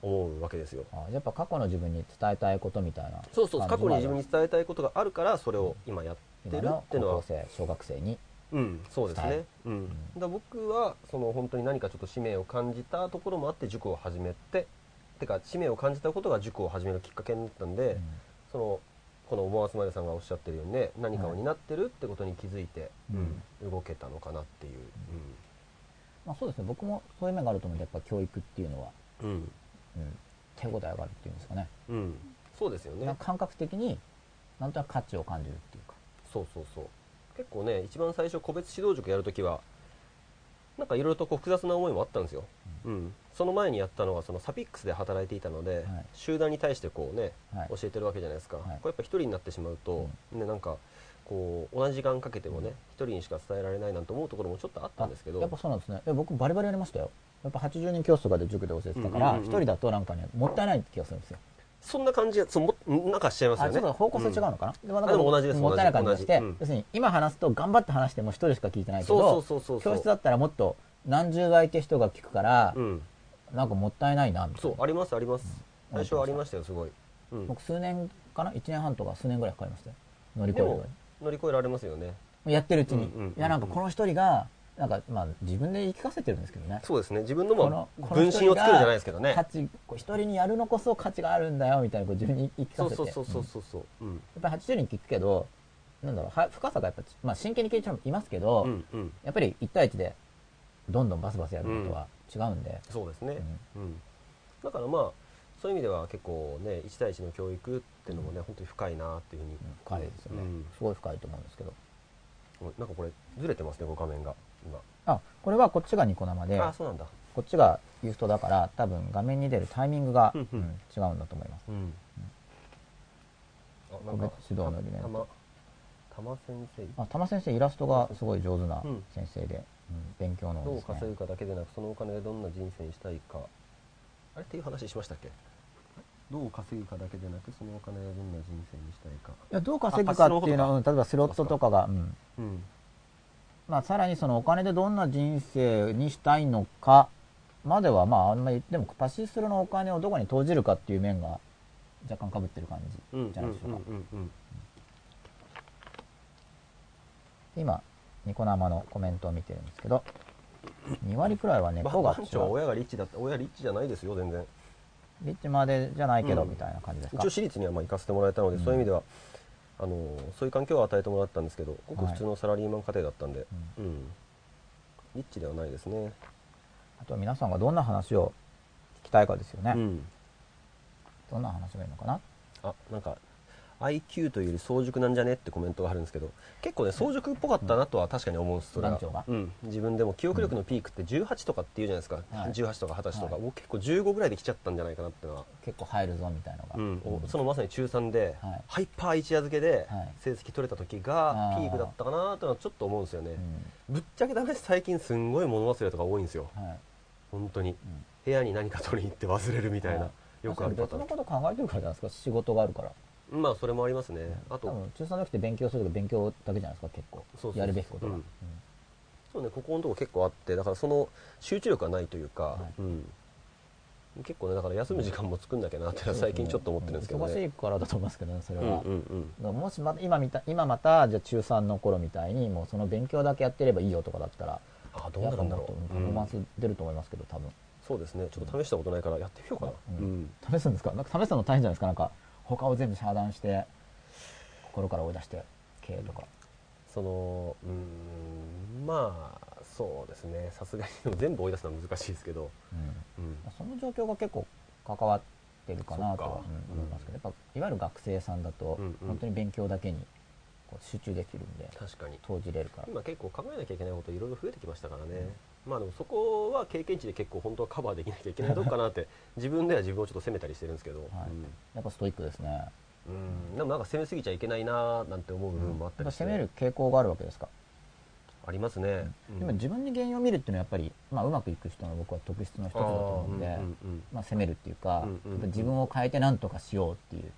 思うわけですよあやっぱ過去の自分に伝えたいことみたいなそうそう過去に自分にて伝えたいことがあるからそれを今やって今るのっていうの高は校生小学生にうん、そうです伝えねる、うん、だから僕はその本当に何かちょっと使命を感じたところもあって塾を始めててか使命を感じたことが塾を始めるきっかけになったんで、うんそのこの思わずまでさんがおっしゃってるようにね何かを担ってるってことに気づいて、うん動けたのかなっていう、まあそうですね、僕もそういう面があると思うんで、やっぱ教育っていうのは、うんうんうん、手応えがあるっていうんですかね。うん、そうですよねなんか感覚的に、なんとなく価値を感じるっていうか。そうそうそう結構ね一番最初個別指導塾やるときはなんかいろいろとこう複雑な思いもあったんですよ、うんその前にやったのがそのサピックスで働いていたので、はい集団に対してこうね、はい教えてるわけじゃないですか、はいこれやっぱ一人になってしまうと、ね、なんかこう同じ時間かけてもね一人にしか伝えられないなんて思うところもちょっとあったんですけどやっぱそうなんですね。え僕バリバリやりましたよ。やっぱ80人教室とかで塾で教えてたから、うん一、うんうんうん人だとなんかね、もったいない気がするんですよ。そんな感じやそうもなんかしちゃいますよあ、ねちょっと方向性違うのかな、でもなんかあでも同じですもったいない感じがして、同じ同じうん要するに今話すと頑張って話しても一人しか聞いてないけど、そうそうそうそうそう教室だったらもっと何十倍って人が聞くから、うんうんなんかもったいないな、みたそいうな。ありますあります、最初はありましたよすごい、うん、僕数年かな ?1 年半とか数年ぐらいかかりましたよ。乗り越でえるのも乗り越えられますよねに。やってるうちに。うんうんうんうんいや、なんかこの一人が、なんかまあ自分で言い聞かせてるんですけどね。そうですね自分のもこの分身を作るじゃないですけどね価値、こう一人にやるのこそ価値があるんだよ、みたいな、こう自分に言い聞そかうせて。そうそうそううんそうそううんやっぱり80人聞くけど、なんだろう、は深さがやっぱ、まあ真剣に聞いてもいますけど、うんうんやっぱり1対1で、どんどんバスバスやるのとは違うんで、そうですねうんだからまあそういう意味では結構ね1対1の教育っていうのもね本当に深いなっていうふうにうん深いですよね、うんすごい深いと思うんですけど。なんかこれずれてますねこう画面が今あ、これはこっちがニコ生で、ああそうなんだこっちがユーストだから、多分画面に出るタイミングが、うんうんうん違うんだと思います。うんあ個別指導の理念たまたま先生あ、玉先生イラストがすごい上手なうん先生で、うん勉強のどでうすね稼ぐかだけでなくそのお金でどんな人生にしたいかあれっていう話しましたっけどう稼ぐかだけでなくそのお金でどんな人生にしたいかいやどう稼ぐかっていうのは、うん例えばスロットとかが、うんうんまあ、さらにそのお金でどんな人生にしたいのかまでは、まあ、あんまり、でもパシスロのお金をどこに投じるかっていう面が若干被ってる感じうんうんじゃないでしょうか。うんうん今、ニコ生のコメントを見てるんですけど、2割くらいはうね、ん子ばが番違長はう。親がリッチだった親リッチじゃないですよ全然リッチまでじゃないけど、うんみたいな感じですか一応。私立にはまあ行かせてもらえたので、うんそういう意味ではあのーそういう環境を与えてもらったんですけどごく普通のサラリーマン家庭だったんで、うんリッチではないですねあとは皆さんがどんな話を聞きたいかですよね。うんどんな話がいいのかなあなんか IQ というより早熟なんじゃねってコメントがあるんですけど結構ね早熟っぽかったなとは確かに思うんですそれは番長がうん、自分でも記憶力のピークって18とかっていうじゃないですか、はい18とか20歳とか、はい僕結構15ぐらいで来ちゃったんじゃないかなってのは、結構入るぞ、みたいなのが。うんおそのまさに中3で、はいハイパー一夜漬けではい成績取れた時があーピークだったかなってのはちょっと思うんですよね、うぶっちゃけダメです最近すんごい物忘れとか多いんですよんはい。本当に、ん部屋に何か取りに行って忘れるみたいな、はいよくあるパ別ターンのこと考えてるからじゃないですか仕事があるからまあそれもありますね、あ多と分中3の時って勉強するとか勉強だけじゃないですか結構そうそうそうやるべきことが、ううんんそうね、ここのとこ結構あって、だからその集中力がないというか、はいうん、結構ね、だから休む時間も作んなきゃなってのは最近ちょっと思ってるんですけどう忙しね。いからだと思いますけどねそれうんは、うんうん。だからもしまた今みた今またじゃあ中3の頃みたいにもうその勉強だけやってればいいよとかだったらあ、どうなるんだろやっぱもっとう。パフォーマンうんス出ると思いますけど多分、そうですね、ちょっと試したことないからやってみようかな。ううんん。試すんですかなんか試すの大変じゃないですかなんか他を全部遮断して心から追い出して経営とかその、うん、まあ、そうですね、さすがにでも全部追い出すのは難しいですけど、うんうん。その状況が結構関わってるかなとそはうんっか思いますけど、やっぱいわゆる学生さんだとうんうん本当に勉強だけにこう集中できるんで確かに。投じれるから、今結構考えなきゃいけないこといろいろ増えてきましたからね、まあでもそこは経験値で結構本当はカバーできなきゃいけないとこかなって自分では自分をちょっと責めたりしてるんですけど、はいうんやっぱストイックですね。うんでもなんか攻めすぎちゃいけないなーなんて思う部分もあっやたっりぱして、攻める傾向があるわけですか、ありますね、うんでも自分に原因を見るっていうのはやっぱり、まあ、うまくいく人の僕は特質の一つだと思うんで、あーうんうんうんまあ、攻めるっていうか、うんうんうんやっぱ自分を変えて何とかしようっていう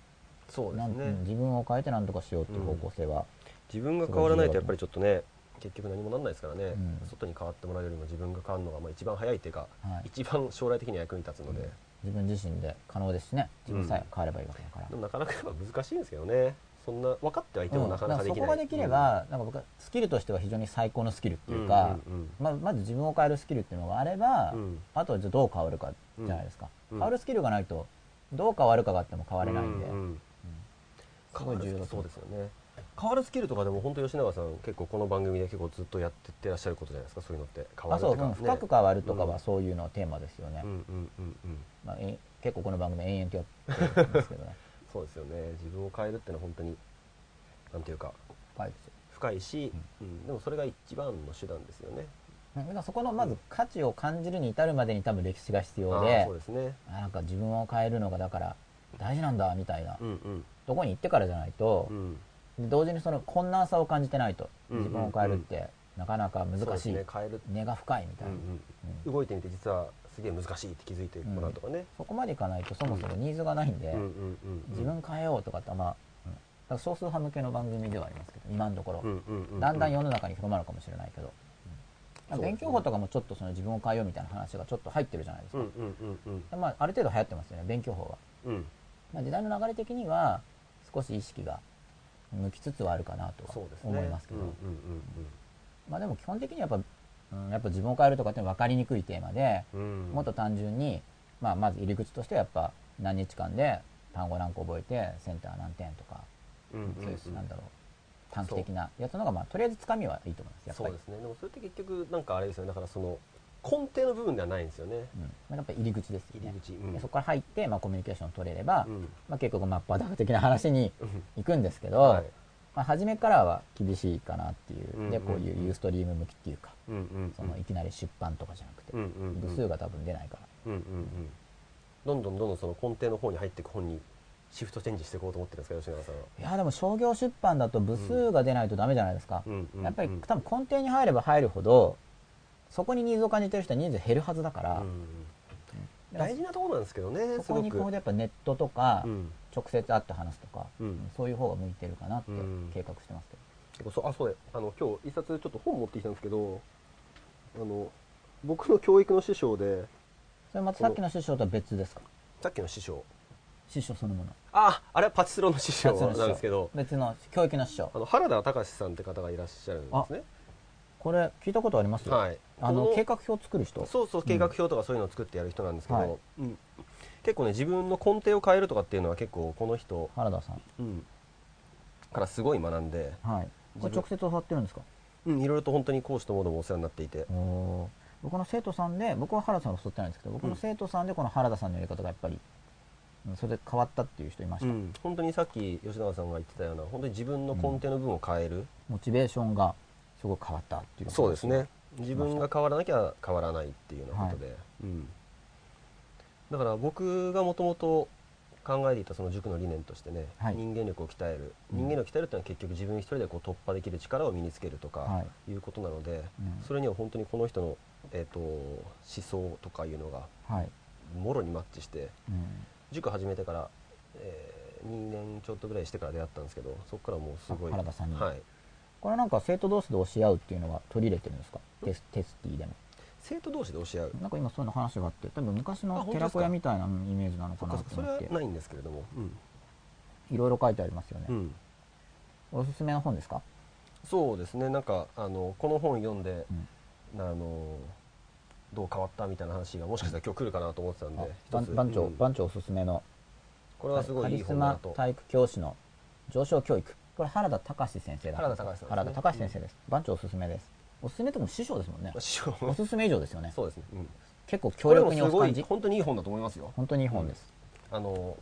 そうでなすんうんね自分を変えて何とかしようっていう方向性は、自分が変わらないとやっぱりちょっとね結局何もなんないですからね、うん外に変わってもらうよりも自分が変わるのがまあ一番早いっていうか、はい一番将来的には役に立つので、自分自身で可能ですしね自分さえ変わればいいわけだからで、もなかなかやっぱ難しいんですけどねそんな分かってはいてもなかなかできない、うんだらそこができれば、なんか僕はスキルとしては非常に最高のスキルっていうか、うんうんうんままず自分を変えるスキルっていうのがあれば、うんあとはじゃあどう変わるかじゃないですか、うん変わるスキルがないとどう変わるかがあっても変われないんで、うんうんすごい重要だとそう思うですよね変わるスキルとかでも本当吉永さん結構この番組で結構ずっとやってってらっしゃることじゃないですかそういうのって変わあるとそう、か、うねん、深く変わるとかうんはそういうのテーマですよね、うんうんうんうんまあ、え結構この番組延々とやってるんですけど *laughs* ねそうですよね自分を変えるってのは本当になんていうか深いですよ深いし、うんでもそれが一番の手段ですよねうんだからそこのまず価値を感じるに至るまでに多分歴史が必要あーでそうですねあなんか自分を変えるのがだから大事なんだみたいな、うんうんとこに行ってからじゃないとう、んで同時にその困難さを感じてないとうん自分を変えるってなかなか難そうでしすい、ね変える、根が深いみたういんな、うん、動いてみて実はすげえ難しいって気づいてもらうとかね、そこまでいかないとそもそもニーズがないんで、うんうんうん、自分変えようとかってあんまあ、うんだから少数派向けの番組ではありますけど今のところ、うんうんうん、だんだん世の中に広まるかもしれないけど、うんそうですね勉強法とかもちょっとその自分を変えようみたいな話がちょっと入ってるじゃないですうか、んうんうんうんでまあ、ある程度流行ってますよね勉強法は、うんまあ、時代の流れ的には少し意識が向きつつはあるかなとはそうですね思いますけどうんうんまあ、でも基本的にはやっぱ、うん、やっぱ自分を変えるとかって分かりにくいテーマで、うんうんうんもっと単純に、まあ、まず入り口としてはやっぱ何日間で単語何個覚えてセンター何点とか、うんうんそういううんなんだろう短期的なやつの方が、まあ、とりあえずつかみはいいと思いますやっぱそうりですねでもそれって結局なんかあれですよねだからその根底の部分ではないんですよねうんまあ、やっぱ入り口ですよ入ねり口うんでそこから入って、まあ、コミュニケーションを取れれば、うんまあ、結構マッパーダフ的な話に行くんですけど、はいまあ、初めからは厳しいかなっていう、うんうんうでんこういうユーストリーム向きっていうかうんうんそのいきなり出版とかじゃなくて、うんうんうん部数が多分出ないからうんうんうんどんどんどんどんその根底の方に入っていく本にシフトチェンジしていこうと思ってるんですか吉永さんはいやでも商業出版だと部数が出ないとダメじゃないですか、うんうんやっぱり多分根底に入れば入るほどそこにニーズを感じてる人はニーズ減るはずだから、うんうん大事なところなんですけどねそすこごにくこうやっぱネットとか、うん直接会って話すとか、うんうんそういう方が向いてるかなってうん計画してますけど、結構そうあそうやあの今日一冊ちょっと本持ってきたんですけどあの僕の教育の師匠でそれまたさっきの師匠とは別ですかさっきの師匠師匠そのものああれはパチスロの師匠別の師匠なんですけど別の教育の師匠あの原田隆さんって方がいらっしゃるんですねこれ聞いたことありますよ、はいあこのの計画表を作る人そうそう計画表とかそういうのを作ってやる人なんですけど、はいうん結構ね自分の根底を変えるとかっていうのは結構この人、原田さんうんからすごい学んで、はいこれ直接教わってるんですかうん、いろいろと本当に講師ともどもお世話になっていて、おー僕の生徒さんで僕は原田さんを教わってないんですけど僕の生徒さんでこの原田さんのやり方がやっぱり、うん、それで変わったっていう人いました、うん本当にさっき吉永さんが言ってたような本当に自分の根底の部分を変える、モチベーションがすごい変わったっていうそうですね自分が変わらなきゃ変わらないっていうようなことで、うん、だから僕がもともと考えていたその塾の理念としてね、はい人間力を鍛えるうん人間力を鍛えるっていうのは結局自分一人でこう突破できる力を身につけるとかはいうことなので、うんそれには本当にこの人の、えー、と思想とかいうのがはい、もろにマッチしてうん塾始めてから、え2年ちょっとぐらいしてから出会ったんですけどそこからもうすごあい原田さんにはい、これなんか生徒同士で教え合うっていうのは取り入れてるんですかテステスティでも生徒同士で教え合うなんか今そういうの話があって多分昔あの本当ですか寺子屋みたいなイメージなのそかっなかそとっか思それっはてないんですけれども、うんいろいろ書いてありますよね、うん、おすすめの本ですか、そうですねなんかあのこの本読んでう、んあのどう変わったみたいな話がもしかしたら今日来るかなと思ってたんあで番一つ番長、うん番長おすすめのこれはすごカいいいリス本だなマと体育教師の上昇教育これ原田隆先生だ原田隆さんですね原田隆先生です、番長おすすめですおすすめとかも師匠ですもんねまあ師匠おすすめ以上ですよね *laughs* そうですね、うん、結構こ強れ力もにす押すご感いじ本当にいい本だと思いますよ本当にいい本です、あの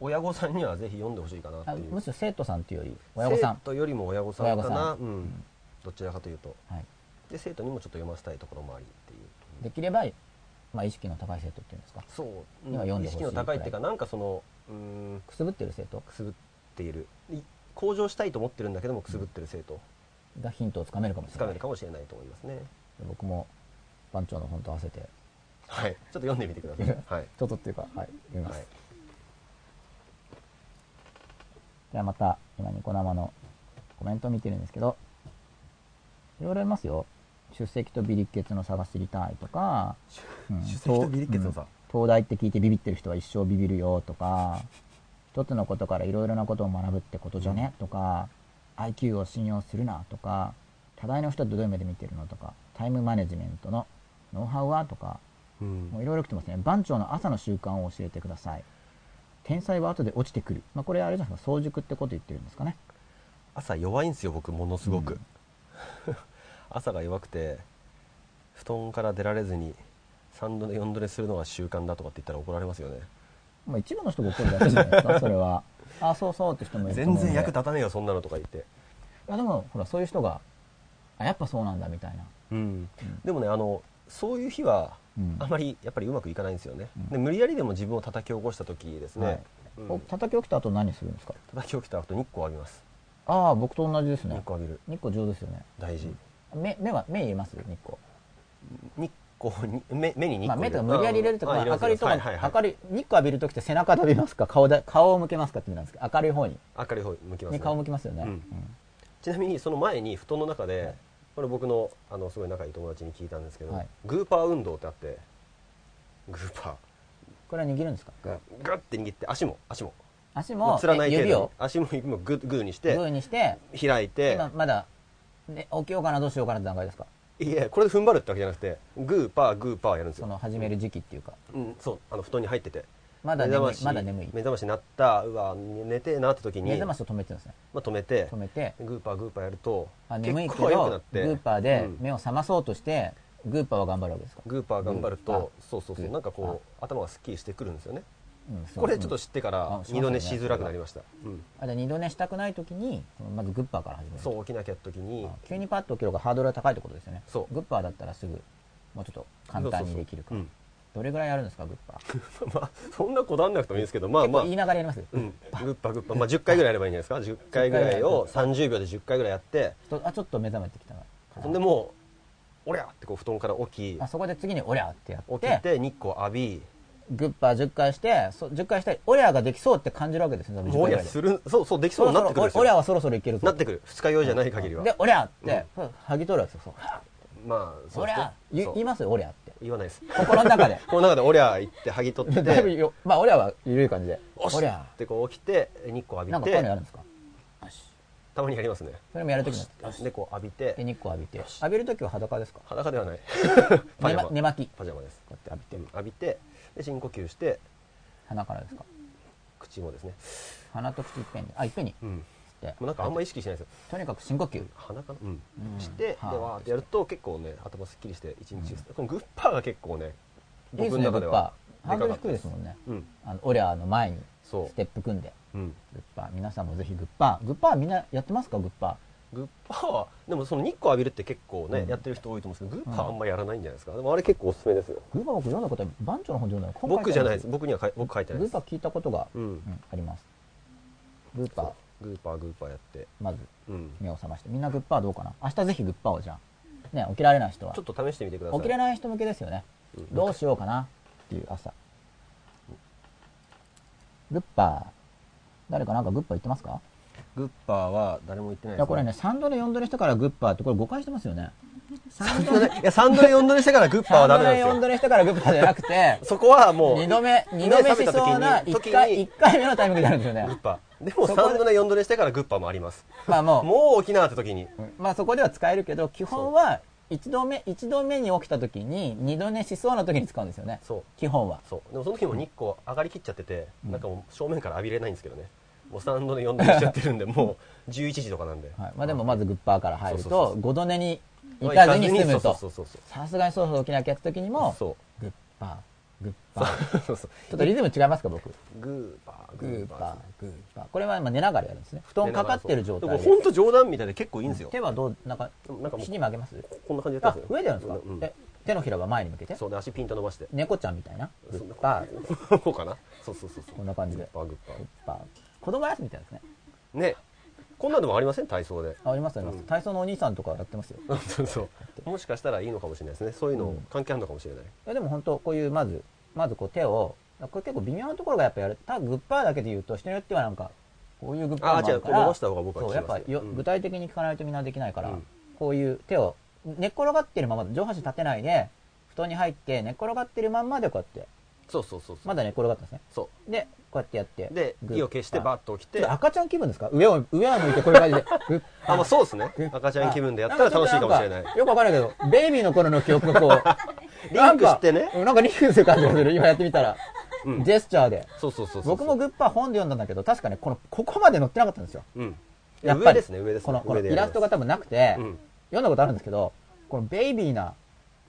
親御さんにはぜひ読んでほしいかなってあいうむしろ生徒さんっていうより親御さん生、徒よりも親御さんか親御なさうんんどちらかというとはい、で生徒にもちょっと読ませたいところもありっていうできれば、まあ、意識の高い生徒っていうんですかそう、には読ん意でほしい識の高いっていうかなんかそのうんくすぶってる生徒くすぶっているい向上したいと思ってるんだけどもくすぶってる生徒がヒントをつかめるかもしつれかなめいるかもしれないと思いますね僕も番長の本と合わせてちはいちょっと読んでみてくだ *laughs* さいはい、ょっとっていうか、はい、読みまはす、い、ではまた今ニコ生のコメントを見てるんですけどいろいろありますよ出席とビリケツの差が知りたいとか、うん出席とビリケツの差うん東大って聞いてビビってる人は一生ビビるよとか一つのことからいろいろなことを学ぶってことじゃね、とか IQ を信用するなとか多大の人はどういう目で見てるのとかタイムマネジメントのノウハウはとかうんもういろいろ来てますね番長の朝の習慣を教えてください天才は後で落ちてくる。まあ、これあれじゃないですか、早熟ってこと言ってるんですかね。朝弱いんですよ僕ものすごく、うん *laughs* 朝が弱くて布団から出られずに3度寝4度寝するのが習慣だとかって言ったら怒られますよねまあ、一部の人が怒るだけじゃないです *laughs* か、それは。あ、そうそうって人もいると思う全んで然役立たねえよそんなのとか言っていや、でも、ほら、そういう人が、あ、やっぱそうなんだ、みたいな。うんでもねあのそういう日はうんあまりやっぱりうまくいかないんですよね、うんで無理やりでも自分を叩き起こした時ですね、はいうんお叩き起きた後何するんですか叩き起きた後日光浴びますああ、僕と同じです日ね。光浴びる日光上手ですよね。大事、目、目は、目入れます日光。日光に目目に日光まあ、目入れとかる無理やり入れるとあか、入れ明ますかりとか、はいはいはい明かり、日光浴びるときって背中で浴びますか顔だ、顔を向けますかって意味なんですけど、明るい方に。明るい方向きます、ね、に顔向きますよね。うんうんちなみにその前に布団の中で、はいこれ僕のあのすごい仲いい友達に聞いたんですけど、はいグーパー運動ってあってグーパこれは握るんですかーグッて握って足も足も足も、つらないえ程指度をに、足も指もグーグーにしグてーにして、開いて今まだ、ね、起きようかな、どうしようかなって段階ですかいやこれで踏ん張るってわけじゃなくてグーパーグーパーやるんですよその始める時期っていうか。うん、そうあの布団に入っててまだ目眠覚まいし、まだ眠い。目覚ましになったうわ寝てえなって時目に覚ましを止めてるんですね。まあ、止めて止めて、グーパーグーパーやるとあ結眠いけ構良くなっど、グてーパーでうん目を覚まそうとして、グーパーは頑張るわけですか。グーパー頑張るグーパーとそうそうそうなんかこう頭がすっきりしてくるんですよねうんそうこれちょっと知ってかうんらあしますよね二度寝しづらくなりました、うんあじゃあ二度寝したくないときに、まずグッパーから始める。そう起きなきゃ時にあ急にパッと起きるがハードルが高いってことですよね。そうグッパーだったらすぐ、もうちょっと簡単にできるから。どれぐらいやるんですか、グッパー。そうそうそううん *laughs* まあそんなこだわんなくてもいいんですけどまあ結ま構あ言いながらやります。うん、グッパーグッパー、まあ、10回ぐらいやればいいんじゃないですか10回ぐらいを30秒で10回ぐらいやってとあ、ちょっと目覚めてきたな。ほんでもう「おりゃ!」ってこう布団から起きあそこで次にオリャーってやっ起きて、て日光浴びグッパー10回して、そ10回して、オリャーができそうって感じるわけですね、多分10もう回ぐいやらいで。するそうそうできそそろうにそなろってくるんですオリャーよはそろそろいけるぞなってくる二日酔いじゃない限りはで、オリャーって、剥ぎ取るやつですよ。まあそオうリでャすー言ねそう言いますよ、オリャーって。言わないです心の *laughs* 中で。この中で「おりゃ!」言って剥ぎ取ってだいぶよ、まあ、オリャーは緩い感じで。 「おオし!」リっャてこう起きて日光ー。な浴んかこういうびのやてるんですかよしたまにやりますねそれもやるときなんですでこう浴びで、て日光浴びて。浴びるときは裸ですか裸 *laughs* ではないパ寝ジまャ寝マ巻き。パジャマですこうやって浴びてうん浴びてで深呼吸して鼻からですか口もですね鼻と口いっぺんに。あ、いっぺんに。うんも吸ってうなんかあんま意識しないですよとにかく深呼吸。鼻かなうんうんしてではあわーってやると結構ね頭すっきりして一日このグッパーが結構ねいいです僕ね、のグ中でッパはー。ハードルでかか低いっでたすもんね。うんあの、オリャーの前に、そうステップ組んで。うんグッパー。皆さんもぜひグッパー。グッパーみんなやってますか、グッパグッパーはでもその日光浴びるって結構ね、うんやってる人多いと思うんですけどグッパーはあんまやらないんじゃないですか、でもあれ結構おすすめですよー。グッパー僕読んだことは番長の本で読んだの今僕回じかゃらないです僕にはかい僕書いてないグでーすパー聞いたことが、ううんんありますグーパーグッパーグッパーやってまずうん目を覚ましてみんなグッパーどうかな明日ぜひグッパーをじゃあ、ね、起きられない人はちょっと試してみてください起きれない人向けですよねうんどうしようかなっていう朝グッパー誰かなんかグッパー言ってますかグッパーは誰も言ってないいでやすこれね3度で4度でしたからグッパーってこれ誤解してますよね3度いやいや3度目4度目してからグッパーはダメでな4ん度ですよでしたからグッパーじゃなくてそこはもう2度目二度目しそうな目覚めた時1回に一回目のタイミングになるんですよグッねパーでもそこで3度目4度目してからグッパーもありますまあもうもう起きなって時にまあそこでは使えるけど、基本は一度目、一度目に起きた時に、二度寝しそうな時に使うんですよね。そう基本は。そうでもその時も日光上がりきっちゃってて、うんなんかもう正面から浴びれないんですけどねもう3度目4度目しちゃってるんでもう11時とかなんで、はい。まあでもまずグッパーから入るそうそうそうと、そう五度寝に行かずに済むそうそとう。そうそうさすがにそろそろ起きなきゃって時にも、そうグッパー、グッパー。そうそうそうちょっとリズム違いますか、僕。グーパーググーーパパーー、グーパー。これはまあ寝ながらやるんですね。布団かかってる状態でもで。本当冗談みたいで結構いいんですよ、手はどう、なんか、なんかもう肘に曲げますこんな感じでやっあてます、上でやるんですか、うんえ手のひらは前に向けて。そうで足ピンと伸ばして猫ちゃんみたいな。グそんッなパー、こうかなそうそうそうそうこんな感じでグッパーグッグッパー。子供休みみたいですね。パーねこんなのもありません体操であありますあります、うん体操のお兄さんとかやってますよそうそうもしかしたらいいのかもしれないですねそういうのうん関係あるのかもしれない、いやでも本当こういうまずまずこう手をこれ結構微妙なところがやっぱやるただグッパーだけで言うと人によってはなんかこういうグッパーもあるかあ違うこうら伸ばした方が僕はそう聞やきっますぱよよ、うん具体的に聞かないとみんなできないから、うんこういう手を寝っ転がってるまま上半身立てないで布団に入って寝っ転がってるまんまでこうやってそうそうそうそうまだ寝っ転がってますねそでこうやってやってうでグッパー意を決してバッと起きちょってと赤ちゃん気分ですか上を上を向いてこういう感じ *laughs* でグッパあ、まあ、ーそうですねグッ。パー赤ちゃん気分でやったら楽しいかもしれなんいか。よくわかんないけどベイビーの頃の記憶がこう *laughs* リンクしてね。なんかリンクする感じがする、今やってみたら。うんジェスチャーで。そうそうそうそう僕もグッパー本で読んだんだけど、確かね、この、ここまで載ってなかったんですよ。うんいややっぱ上りですね上ですねこの、この上でイやラりスますトが多分なくて、うん読んだことあるんですけど、このベイビーな、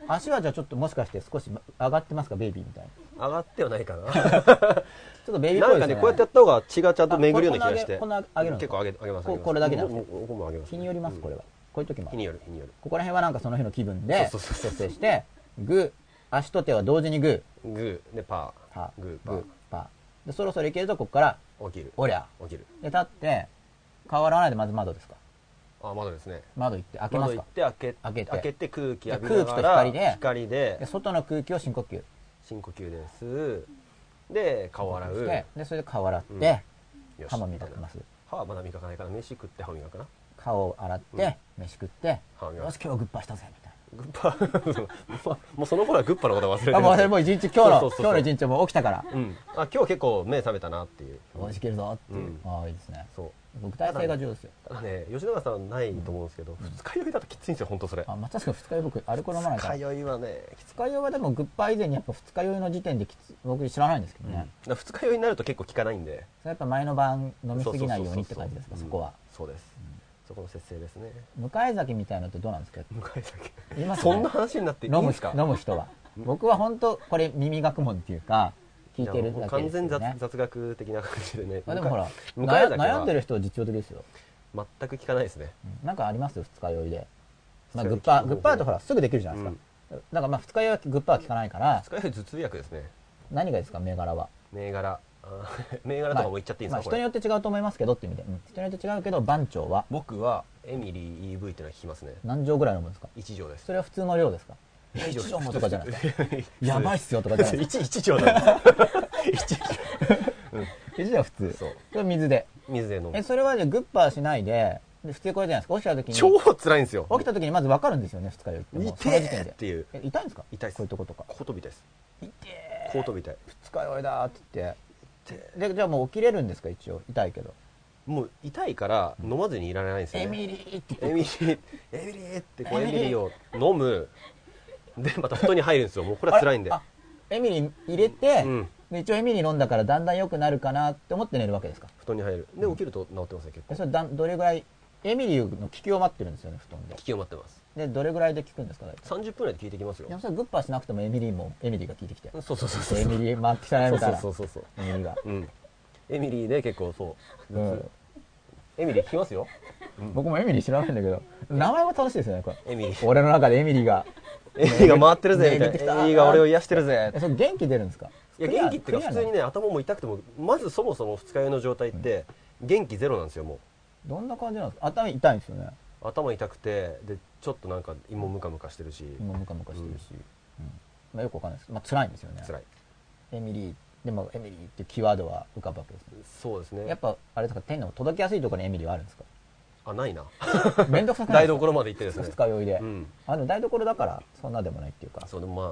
足はじゃあちょっともしかして少し上がってますか、ベイビーみたいな。ち上がってはないかなょっとベイビーっぽ *laughs* ないですんかね。ねこうやってやった方が血がちゃんと巡るような気がしてあこんな上げるの結構上げ上げますこ上げますこれだけなんです僕も僕も上げます日によります、これは。こういう時も日。による日によるここら辺はなんかその日の気分で、そうそうそう設定して、グー、足と手は同時にググーでパー、パーグー、ーパグー、パー。で、そろそろいけるぞ、ここから、ー起きるおりゃ。起きるで、立って、変わらないでまず窓ですか。あ窓ですね窓行って開けま窓す行かっ。て開け開けて開けて空気浴び空な気とがら光で光でで外の空気を深呼吸深呼吸ですで顔洗しうて、で、それで顔洗って、うんよよし歯も磨きます。歯はまだ磨かないから飯食って歯磨くな顔を洗って、飯食って、歯磨よくし、今日はグッパーしたぜ、みたいな。グッパー *laughs* もうその頃はグッパーのことは忘れてるあ、もうそれもう一日、今日の、そうそうそうそう今日の一日はもう起きたから、うん、あ今日結構目覚めたなっていうおいしけるぞっていう。うんああ、いいですね。そう具体性が重要ですよ。ただね吉永さんないと思うんですけど、二日酔いだときついんですよ本当それあ、まあ、確か二日酔い僕、アルコール飲まないから二日。酔いはねきつ二日酔いはでもグッパー以前にやっぱ二日酔いの時点できつ僕知らないんですけどい、ね、だから二日酔いになると結構効かないんでそれやっぱ前の晩飲みすぎないようにってそそ感じそですかそそうんこは、そうです、そこの節制ですね向かい酒みたいのってどうなんですか向 *laughs* 井酒言いますよそねんな話になっていい飲んむですか人飲む人は僕は本当これ耳学問っていうか聞いてるやもうだけ完ですよ全雑,、ね雑学的な感じでねあでもほら向井悩酒は悩んでる人は実用的ですよ、全く効かないですねうんなんかありますよ二日酔いで、まあ、二グ日酔いッパ聞ーくグッパーってほらすぐできるじゃないですか、だからまあ二日酔いはグッパーは効かないから二日酔い頭痛薬ですね何がいいですか銘柄は銘柄あー *laughs* 銘柄とかも言っちゃっていいんまであすか、人によこれって違うと思いますけどって意味で、うん人によって違うけど番長は僕はエミリー EV っていうのは聞きますね何錠ぐらい飲むんですか一錠ですそれは普通の量ですかいや一一錠錠もと *laughs* かじゃないですかややばばいっいっすよとかじゃないで *laughs* 一一錠だ一錠すか普通そうそれは水で水で飲むえそれはじゃあグッパーしないでで普通これじゃないですか起きた時に起超辛いんですよきた時にまず分かるんですよね二日酔いってもうそ痛の時点えっでていうえ痛いんですか痛いっすこういうとことか小飛びたいです痛小飛びたい二日酔いだーって言ってでじゃあもう起きれるんですか一応痛いけどもう痛いから飲まずにいられないんですよ、ね、エミリーってエミリーエミリーってこうエミリーを飲むでまた布団に入るんですよもうこれは辛いんであれあエミリー入れて、うんで一応エミリー飲んだからだんだん良くなるかなって思って寝るわけですか布団に入るで起きると治ってますねで結そ構れだんどれぐらいエミリーの効きを待ってるんですよね布団で危機を待ってますでどれぐらいで効くんですか大体30分ぐらいで効いてきますよでもそれグッパーしなくてもエミリーもエミリーが聞いてきてそうそうそうそうエミリー回ってきたねみたいなそうそうそうエミリーが、そう、うん、エミリーで結構そう、うん、エミリー聞きますよ僕もエミリー知らないんだけど名前は楽しいですよねこれエミリー俺の中でエミリーがエミリーが回ってるぜみたいねえ出てきなたエミリーが俺を癒してるぜえそれ元気出るんですかいや元気っていうかクリ普ア通にクリアなのね頭も痛くてもまずそもそも二日酔いの状態って元気ゼロなんですよもどんな感じなんですか頭痛いんですよねう頭痛くてでちょっとなんか胃もムカムカしてるし今ムカムカしてるし、うんまあ、よくわかんないですけど、まあ、辛いんですよね辛いエミリーでもエミリーっていうキーワードは浮かぶわけですねそうですねやっぱあれですか天の届きやすいところにエミリーはあるん *laughs* ですあないなかめんどくさくないで台すか所まで行ってですね二日酔いで、うんあの台所だからそんなでもないっていうかそうでもまあ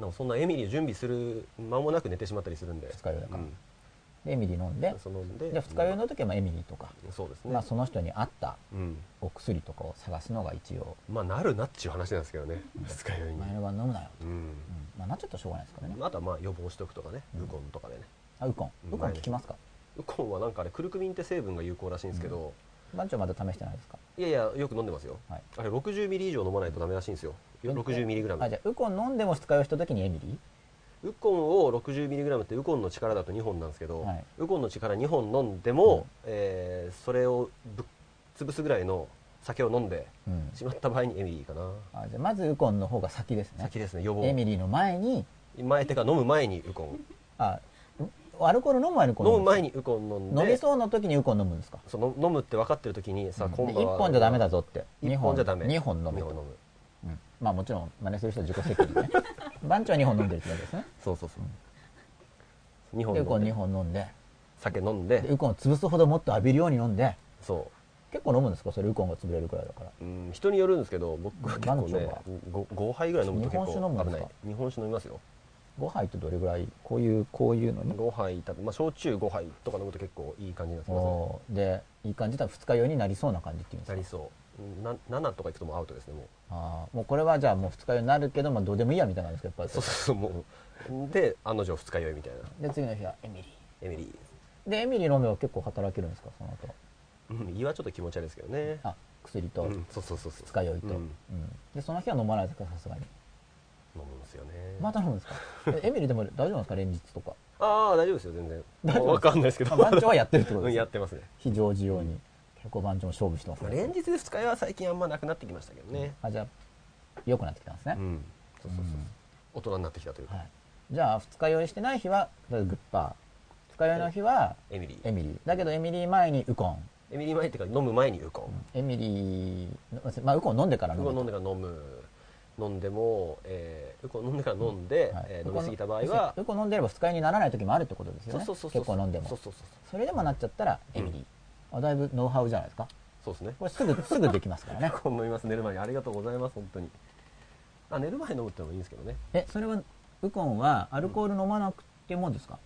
なんかそんなエミリー準備する間もなく寝てしまったりするんで二日酔いだからうんでエミリー飲んでそのでで二日酔いの時はまあエミリーとか、そうですねまあ、その人に合ったうんお薬とかを探すのが一応まあなるなっちゅう話なんですけどね二日酔いに前の晩飲むなよ、うんうんまあ、なっちゃったらしょうがないですからねあとはまあ予防しておくとかねウコンとかでねあウコンウコン効きますかウコンはなんかあれクルクミンって成分が有効らしいんですけど番長まだ試してないですかいやいやよく飲んでますよはいあれ60ミリ以上飲まないとダメらしいんですよ60ミリグラあじムゃあウコン飲んでも二日酔いした時にエミリウコンを60ミリグラムってウコンの力だと2本なんですけど、はいウコンの力2本飲んでも、うんえーそれをぶっ潰すぐらいの酒を飲んでー、うん、しまった場合にエミリーかなあじゃあまずウコンの方が先ですね先ですね予エ防ミリーの前に前てか飲む前にウコンあんアルコール飲む前にウコン飲む前ににウコン飲んで飲みそうな時にウコン飲むんですかそうの飲むって分かってる時にさ、うん今で度は1本じゃダメだぞって1本じゃダメ2本飲二め本と飲むうんまあもちろん真似する人は自己責 *laughs* 任ね番長は2本飲んでるってだけですねそうそうそう2でウコ本ン2飲んで本飲んで酒飲んででウコンを潰すほどもっと浴びるように飲んでそう結構飲むんですかそれウコンが潰れるくらいだからうん人によるんですけど僕は結構何ね丁か 5, 杯ぐらい飲むと結日本酒飲む構ん危でなすいか日本酒飲みますよ5杯ってどれぐらいこういうこういうのに5杯た、まあ、焼酎5杯とか飲むと結構いい感じになってますねおーでいい感じだ2日酔いになりそうな感じっていうんですなかりそうな7とかいくともうアウトですねもうあーもうこれはじゃあもう二日酔いになるけど、まあ、どうでもいいやみたいなんですけどやっぱそうそうそうもうで案の定二日酔いみたいなりで次の日はエミリエミリーでエミリー飲めば結構働けるんですかその後ー、うん、胃はちょっと気持ち悪いですけどねあ薬とうん、そうそうそうそう二日酔いと、うんうんでその日は飲まないですかさすがに飲むんですよねまた飲むんです *laughs* かえエミリーでも大丈夫なんですか連日とかああ大丈夫ですよ全然大丈夫わかんないですけあど番長はやってるってこと *laughs* うでんすやねってますね非常時用に、結構番長も勝負してますまあね連日で二日酔いは最近あんまなくなってきましたけどねあじゃあ良くなってきたんですねう、んそうそうそうそう大人になってきたというか、はい、じゃあ二日酔いしてない日はとりあえずグッパー二日酔いの日はエミリーエミリーだけどエミリー前にウコンエミリー前っていうか飲む前にウコン、エミリーまあウコン飲んでからウ飲コむン飲んでから飲む飲んでも、えーウコン飲んでから飲んで、はいえーウ飲コみン過ぎた場合は、ウコン飲んでれば二日酔いにならない時もあるってことですよねそうそうそうそう結構飲んでもそうそうそうそれでもなっちゃったらエミリー、あだいぶノウハウじゃないですかそうですねこれすぐすぐできますからねウコン飲みます寝る前にありがとうございます本当にあ寝る前に飲むってのもいいんですけどねえそれはウコンはアルコール飲まなくてもですか、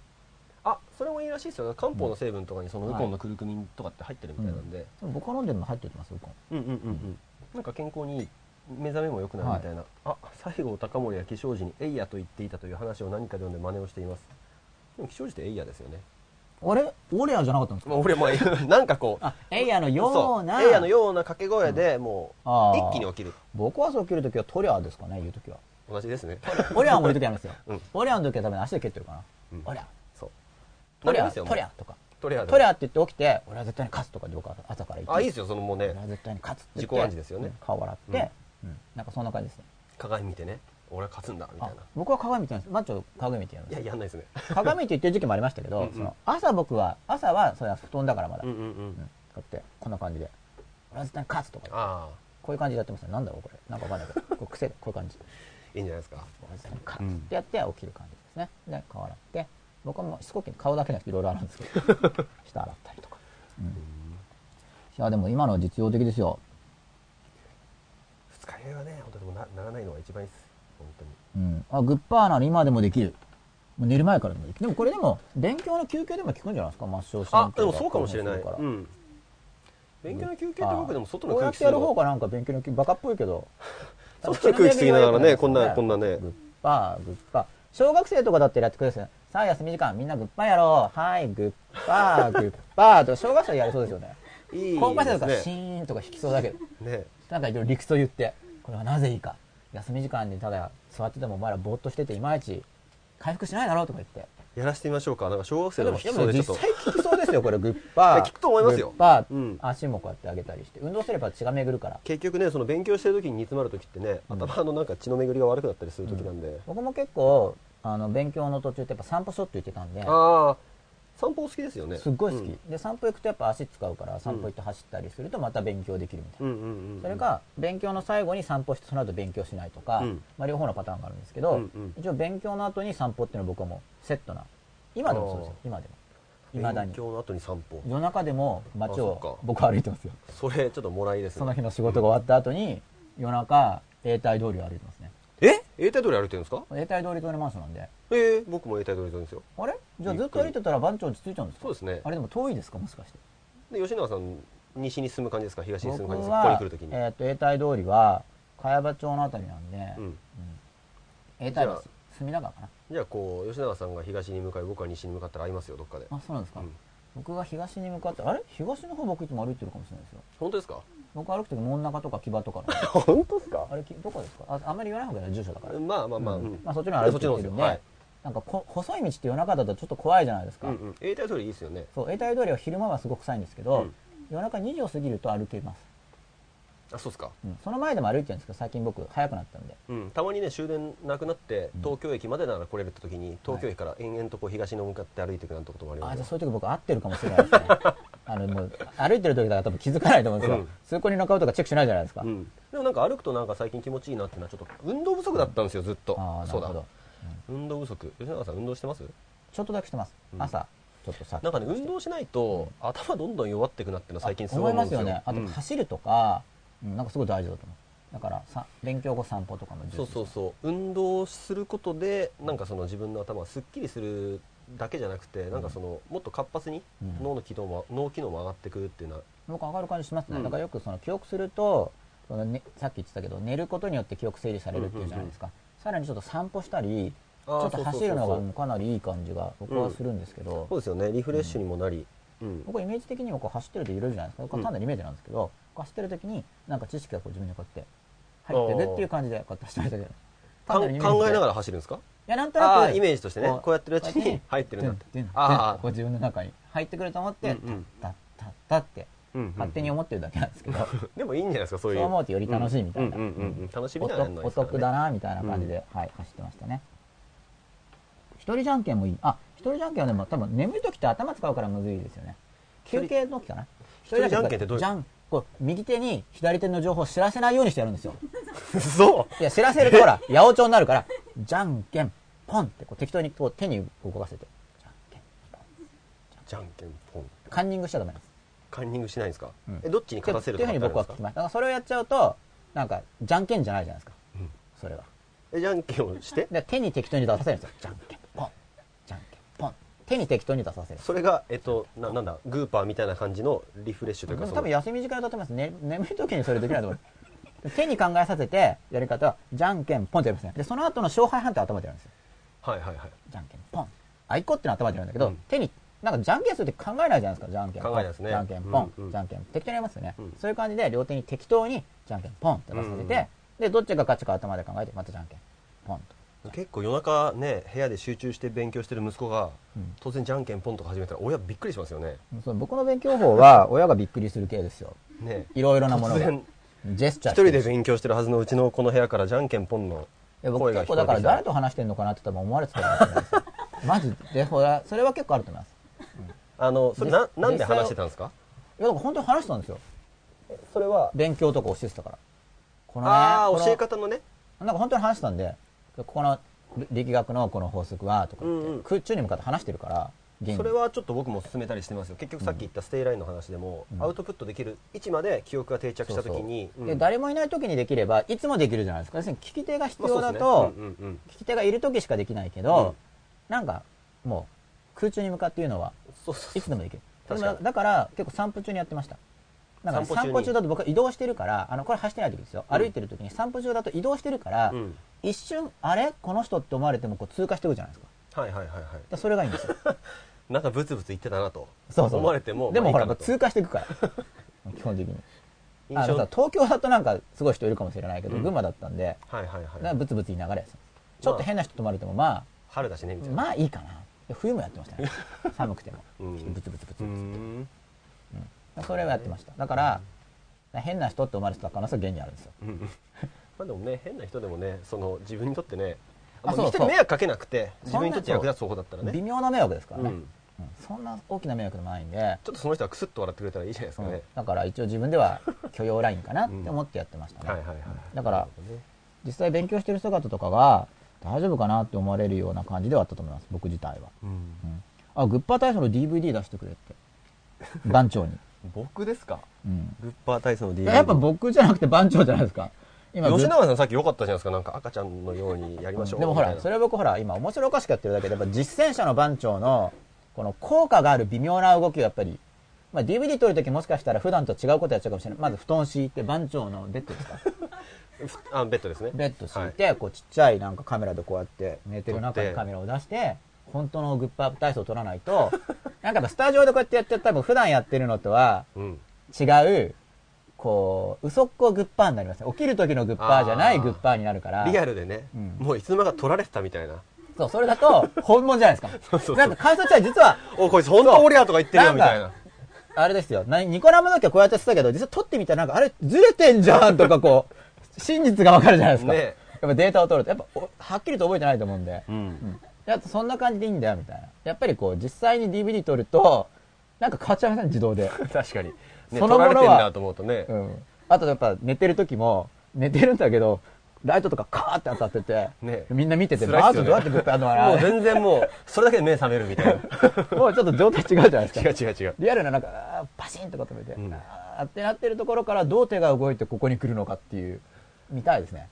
あそれもいいらしいですよね漢方の成分とかにそのウコンのクルクミンとかって入ってるみたいなんで、でも僕は飲んでるの入ってきますウコンうんうんうんうんなんか健康にいい目覚めも良くなるみたいな、あ西郷隆盛は起床時に「えいや」と言っていたという話を何かで読んで真似をしていますでも起床時って「えいや」ですよねあれオレアじゃなかったんですかまあ *laughs* 俺もなんかこうあエイヤのようなそエイヤのような掛け声でもうあー一気に起きる僕はそう切るときはトリアーですかね言うときは同じですねオレアンも言うときありますよ、うんオレアンのときは多分足で蹴ってるかな、うんオレアンそうトリアですよトリアとかトレアトリアって言って起きて俺は絶対に勝つとかで僕は朝から言ってあいいですよそのもうね俺は絶対に勝つって言って自己暗示ですよねうん顔笑って、うんなんかそんな感じですね鏡見てね俺は勝つんだみたあいな僕は鏡見てないですマッチョ鏡見てやるんいでやすやんないですね鏡って言ってる時期もありましたけどうんうんその朝僕は朝はそれは布団だからまだ、うんうんううんんこうやってこんな感じで俺は絶対に勝つとかああこういう感じでやってますねなんだろうこれなんかわかんない *laughs* けどこれ癖でこういう感じいいんじゃないですかおじさんにカッてやって起きる感じですね。で、顔洗って、僕はもうしつこく顔だけじゃなくていろいろ洗うんですけ *laughs* ど、舌洗ったりとか。うんいや、でも今のは実用的ですよ。二日酔いはね本当でもなならないのが一番いいです本当にうん。あ、グッパーなら今でもできる。もう寝る前からでもできる。でもこれでも、勉強の休憩でも効くんじゃないですか、抹消神経あがでもそうかもしれな興奮い、するからうん、勉強の休憩って僕でも外のこうや空っ気てや吸るう方のがなんか勉強の休バカっぽいけど。 *laughs* 外の空気吸いながらねこんなこんな。なねグッパー、グッパー。小学生とかだってやってくれですよね。さあ休み時間、みんなグッパーやろう。はい、グッパー、グッパーと小学生やりそうですよね。いい高校生とかですシーンとか弾きそうだけど、ねねなんかいろいろ理屈を言って、これはなぜいいか。休み時間にただ座っててもお前らぼーっとしてていまいち回復しないだろうとか言って。やらせてみましょうかなんか小学生でもでもでそうもでち実ょっと際効きそうですよ、これグッパー。*laughs* いや効くと思いますよグッパー、うん足もこうやって上げたりして。運動すれば血が巡るから。結局ねその勉強してる時に煮詰まる時ってね、うん頭のなんか血の巡りが悪くなったりする時なんで、僕も結構、あの、勉強の途中ってやっぱ散歩しょって言ってたんで、ああ散歩お好きですよねすっごい好き、うんで、散歩行くとやっぱ足使うから、散歩行って走ったりするとまた勉強できるみたいな。うんうんうんそれか勉強の最後に散歩してその後勉強しないとか、うんまあ、両方のパターンがあるんですけど、うんうん一応勉強の後に散歩っていうのは僕はもうセットな今でもそうですよあ今でも未だ勉に強の後に散歩夜中でも街あそっをか僕は歩いてますよそれちょっともらいですねその日の仕事が終わった後に夜中永代通りを歩いてますねえ永代通り歩いてるんですか永代通り通りマンションなんでえー、僕も永代通り通りですよあれじゃあずっと歩いてたら番長落ち着いちゃうんですかそうですねあれでも遠いですかもしかしてで吉永さん西に住む感じですか東に住む僕感じですかここには来る時に、えーと永代通りは茅場町のあたりなんで、ううんん、永代はじゃ隅田川かなじゃあこう吉永さんが東に向かい僕は西に向かったら会いますよどっかであそうなんですか、うん僕が東に向かってあれ東の方僕いつも歩いてるかもしれないですよ本当で *laughs* すか僕歩く時真ん中とか木場とかの *laughs* 本当ですかあれきどこですかああんまり言わない方がいいな住所だから、まあまあまあ、ううんんまあ、そっちの方歩いてるんそっちでの方ですよはいなんかこ細い道って夜中だとちょっと怖いじゃないですか、うんうん、永代通りいいですよねそう永代通りは昼間はすごく臭いんですけど、うん夜中2時を過ぎると歩けます、あそうですかうん、その前でも歩いてるんですけど最近僕早くなったんでうん、たまにね終電なくなってうん東京駅までなら来れるって時に東京駅から延々とこう東に向かって歩いていくなんてこともありあまじゃあすそよういう時僕合ってるかもしれないです *laughs* ねあのもう歩いてる時だから多分気づかないと思うんですよ、うん通行人の顔とかチェックしないじゃないですか、うん、でもなんか歩くとなんか最近気持ちいいなっていうのはちょっと運動不足だったんですよずっとああなそるうほだど運動不足吉永さん運動してますちょっとだけしてます、うん朝ちょっとさっきなんかね運動しないと、頭どんどん弱っていくなっていうのは最近すごい思いま思うんすですよよねあとうん走るとか、うんなんかすごい大事だと思うだからさ勉強後散歩とかも重視そうそうそう運動することでなんかその自分の頭はすっきりするだけじゃなくてなんかそのもっと活発にうん脳の機能も脳機能も上がってくるっていうのはなんか上がる感じしますね、うんだからよくその記憶するとその、ね、さっき言ってたけど寝ることによって記憶整理されるっていうじゃないですか、さらにちょっと散歩したりちあーょっと走るのがそうそうそうそうもうかなりいい感じが僕はするんですけど、そうですよねリフレッシュにもなり、うん僕イメージ的にもこう走ってると揺れるじゃないですかこれ単なるイメージなんですけど、こう走ってる時になんか知識がこう自分にこうやって入ってるっていう感じでこうやって走ってるだけかん考らえながいら走るんですかやなんとあなあくイメージとしてねこうこうやってるうちに入ってるんだっててんああこう自分の中に入ってくると思って、うんうんたったったってうんうん勝手に思ってるだけなんですけど、でもいいんじゃないですかそういうそう思うとより楽しいみたいなうんうんうんうん楽しみおながらやる得のがいおいですからね得だなみたいな感じで、はい、走ってましたね一人じゃんけんもいいあ一人じゃんけんはでも多分眠い時って頭使うからむずいですよね人休憩の時かな一人じゃんけんってどういうじゃんこう右手に左手の情報を知らせないようにしてやるんですよ *laughs* そういや知らせるとほ *laughs* ら八百長になるからじゃんけんポンってこう適当にこう手に動かせてじゃんけんじゃんけんポンカンニングしちゃダメなんですカンニングしないんですか、うんえどっちに勝たせるってというふかうに僕はってあるんですか聞きましただからそれをやっちゃうとなんかじゃんけんじゃないじゃないですか、んそれはえじゃんけんをしてで手に適当に出させるんですよじゃんけんポンじゃんけんポン手に適当に出させるそれがえっとななんだグーパーみたいな感じのリフレッシュでというかもそ多の分休み時間だと思います、ね、眠い時にそれできないと思う手に考えさせてやり方はじゃんけんポンってやりますねでその後の勝敗判定を頭でやるんですよはいはいはいじゃんけんポンあいこってのは頭でやるんだけど、うん手になんかじゃんけんするって考えないじゃないですかじゃんけんポン考えないですねじゃんけんポン、うんうんじゃんけん適当にやりますよね、うんそういう感じで両手に適当にじゃんけんポンって出させて、うんうんでどっちが勝ちか頭で考えてまたじゃんけんポンと結構夜中ね部屋で集中して勉強してる息子が、うん当然じゃんけんポンとか始めたら親びっくりしますよねその僕の勉強法は親がびっくりする系ですよねいろいろなもの突が然ジェスチャーして一人るで勉強してるはずのうちのこの部屋からじゃんけんポンのいや僕声が結聞こ構えだてきから誰たと話してんのかなって多分思われてたかもしれないですよマジでほらそれは結構あると思いますあのそれななんで話してたんですかいやだから本当に話してたんですよそれは勉強とか教えてたからこのねあこあの教え方のねなんか本当に話してたんでここの力学のこの法則はとか言って、うんうん空中に向かって話してるから現にそれはちょっと僕も進めたりしてますよ結局さっき言ったステイラインの話でも、うんアウトプットできる位置まで記憶が定着した時にそうそううんで誰もいない時にできればいつもできるじゃないですか要するに聞き手が必まあそ要うですだねと、うんうんうん聞き手がいる時しかできないけど、なんかもう空中に向かっていうのはそうそうそういつでもできる確でかにもだから結構散歩中にやってましただから散歩中に散歩中だと僕は移動してるからあのこれ走ってない時ですようん歩いてる時に散歩中だと移動してるから、うん一瞬あれこの人って思われてもこう通過していくじゃないですかはいはいはいはいでそれがいいん *laughs* ですよなんかブツブツ言ってたなとそうそう思われてもでもほまあらいいかなと通過していくから基本的に印あ象のさ東京だとなんかすごい人いるかもしれないけど、うん群馬だったんではいはいはいなんかブツブツ言いながらですよちょっと変な人と思われてもま春だしねみあたいな、まあいいかなで冬もやってました *laughs* ね寒くてもうんブツブツブツブツうーん *laughs* それはやってましただから変な人って思われてた可能性は現にあるんですようんまあでもね変な人でもねその自分にとってねああそうの人に迷惑かけなくてそんな自分にとって役立つ方法だったらね微妙な迷惑ですからね、ううんん、そんな大きな迷惑でもないんで、ちょっとその人はクスッと笑ってくれたらいいじゃないですかうねん、だから一応自分では許容ラインかなって思ってやってましたね、はいはいはいだからね実際勉強してる姿とかが大丈夫かなって思われるような感じではあったと思います僕自体は、うんうんあグッパー体操の DVD 出してくれって *laughs* 番長に、僕ですかうん、グッパー体操の DVD やっぱ僕じゃなくて番長じゃないですか今グ吉ッ永さんさっき良かったじゃないですかなんか赤ちゃんのようにやりましょうでもほらそれは僕ほら今面白おかしくやってるだけでやっぱ実践者の番長のこの効果がある微妙な動きをやっぱり、まあ、DVD 撮るときもしかしたら普段と違うことやっちゃうかもしれないまず布団敷いて番長のベッドです *laughs* かあベッドですねベッド敷いて、こうちっちゃいなんかカメラでこうやって寝てる中撮っにてカメラを出して本当のグッパー体操を撮らないと *laughs* なんかやっぱスタジオでこうやってやってると多分普段やってるのとはうん違うこう嘘っこグッパーになりますね起きる時のグッパーじゃないグッパーになるからリアルでね、うんもういつの間にか撮られてたみたいなそう、それだと、本物じゃないですか。 *laughs* そうそうそうなんか観察は実は、おこいつ本当俺やとか言ってるよみたいななんかあれですよ、なニコ生の時はこうやってやってたけど、実は撮ってみたらなんか、あれ、ずれてんじゃんとかこう、 *laughs* 真実がわかるじゃないですか。ねやっぱデータを取ると、やっぱお、はっきりと覚えてないと思うんで。うんやっぱそんな感じでいいんだよ、みたいな。やっぱりこう、実際に DVD 撮ると、なんか変わっちゃいません、自動 *laughs* で。確かに、ね、そのものは撮られてんだと思うとね、うん。あとやっぱ寝てる時も、寝てるんだけど、ライトとかカーって当たってて、ねみんな見てて、辛いまっずすよねどうやってグッパーやるのかもうな全然もうそれだけで目覚めるみたいなもうちょっと *laughs* 状態違うじゃないですか。違う違う違うリアルななんかあーパシンとか止めて、んあーってなってるところからどう手が動いてここに来るのかっていう見たいです *laughs* ね。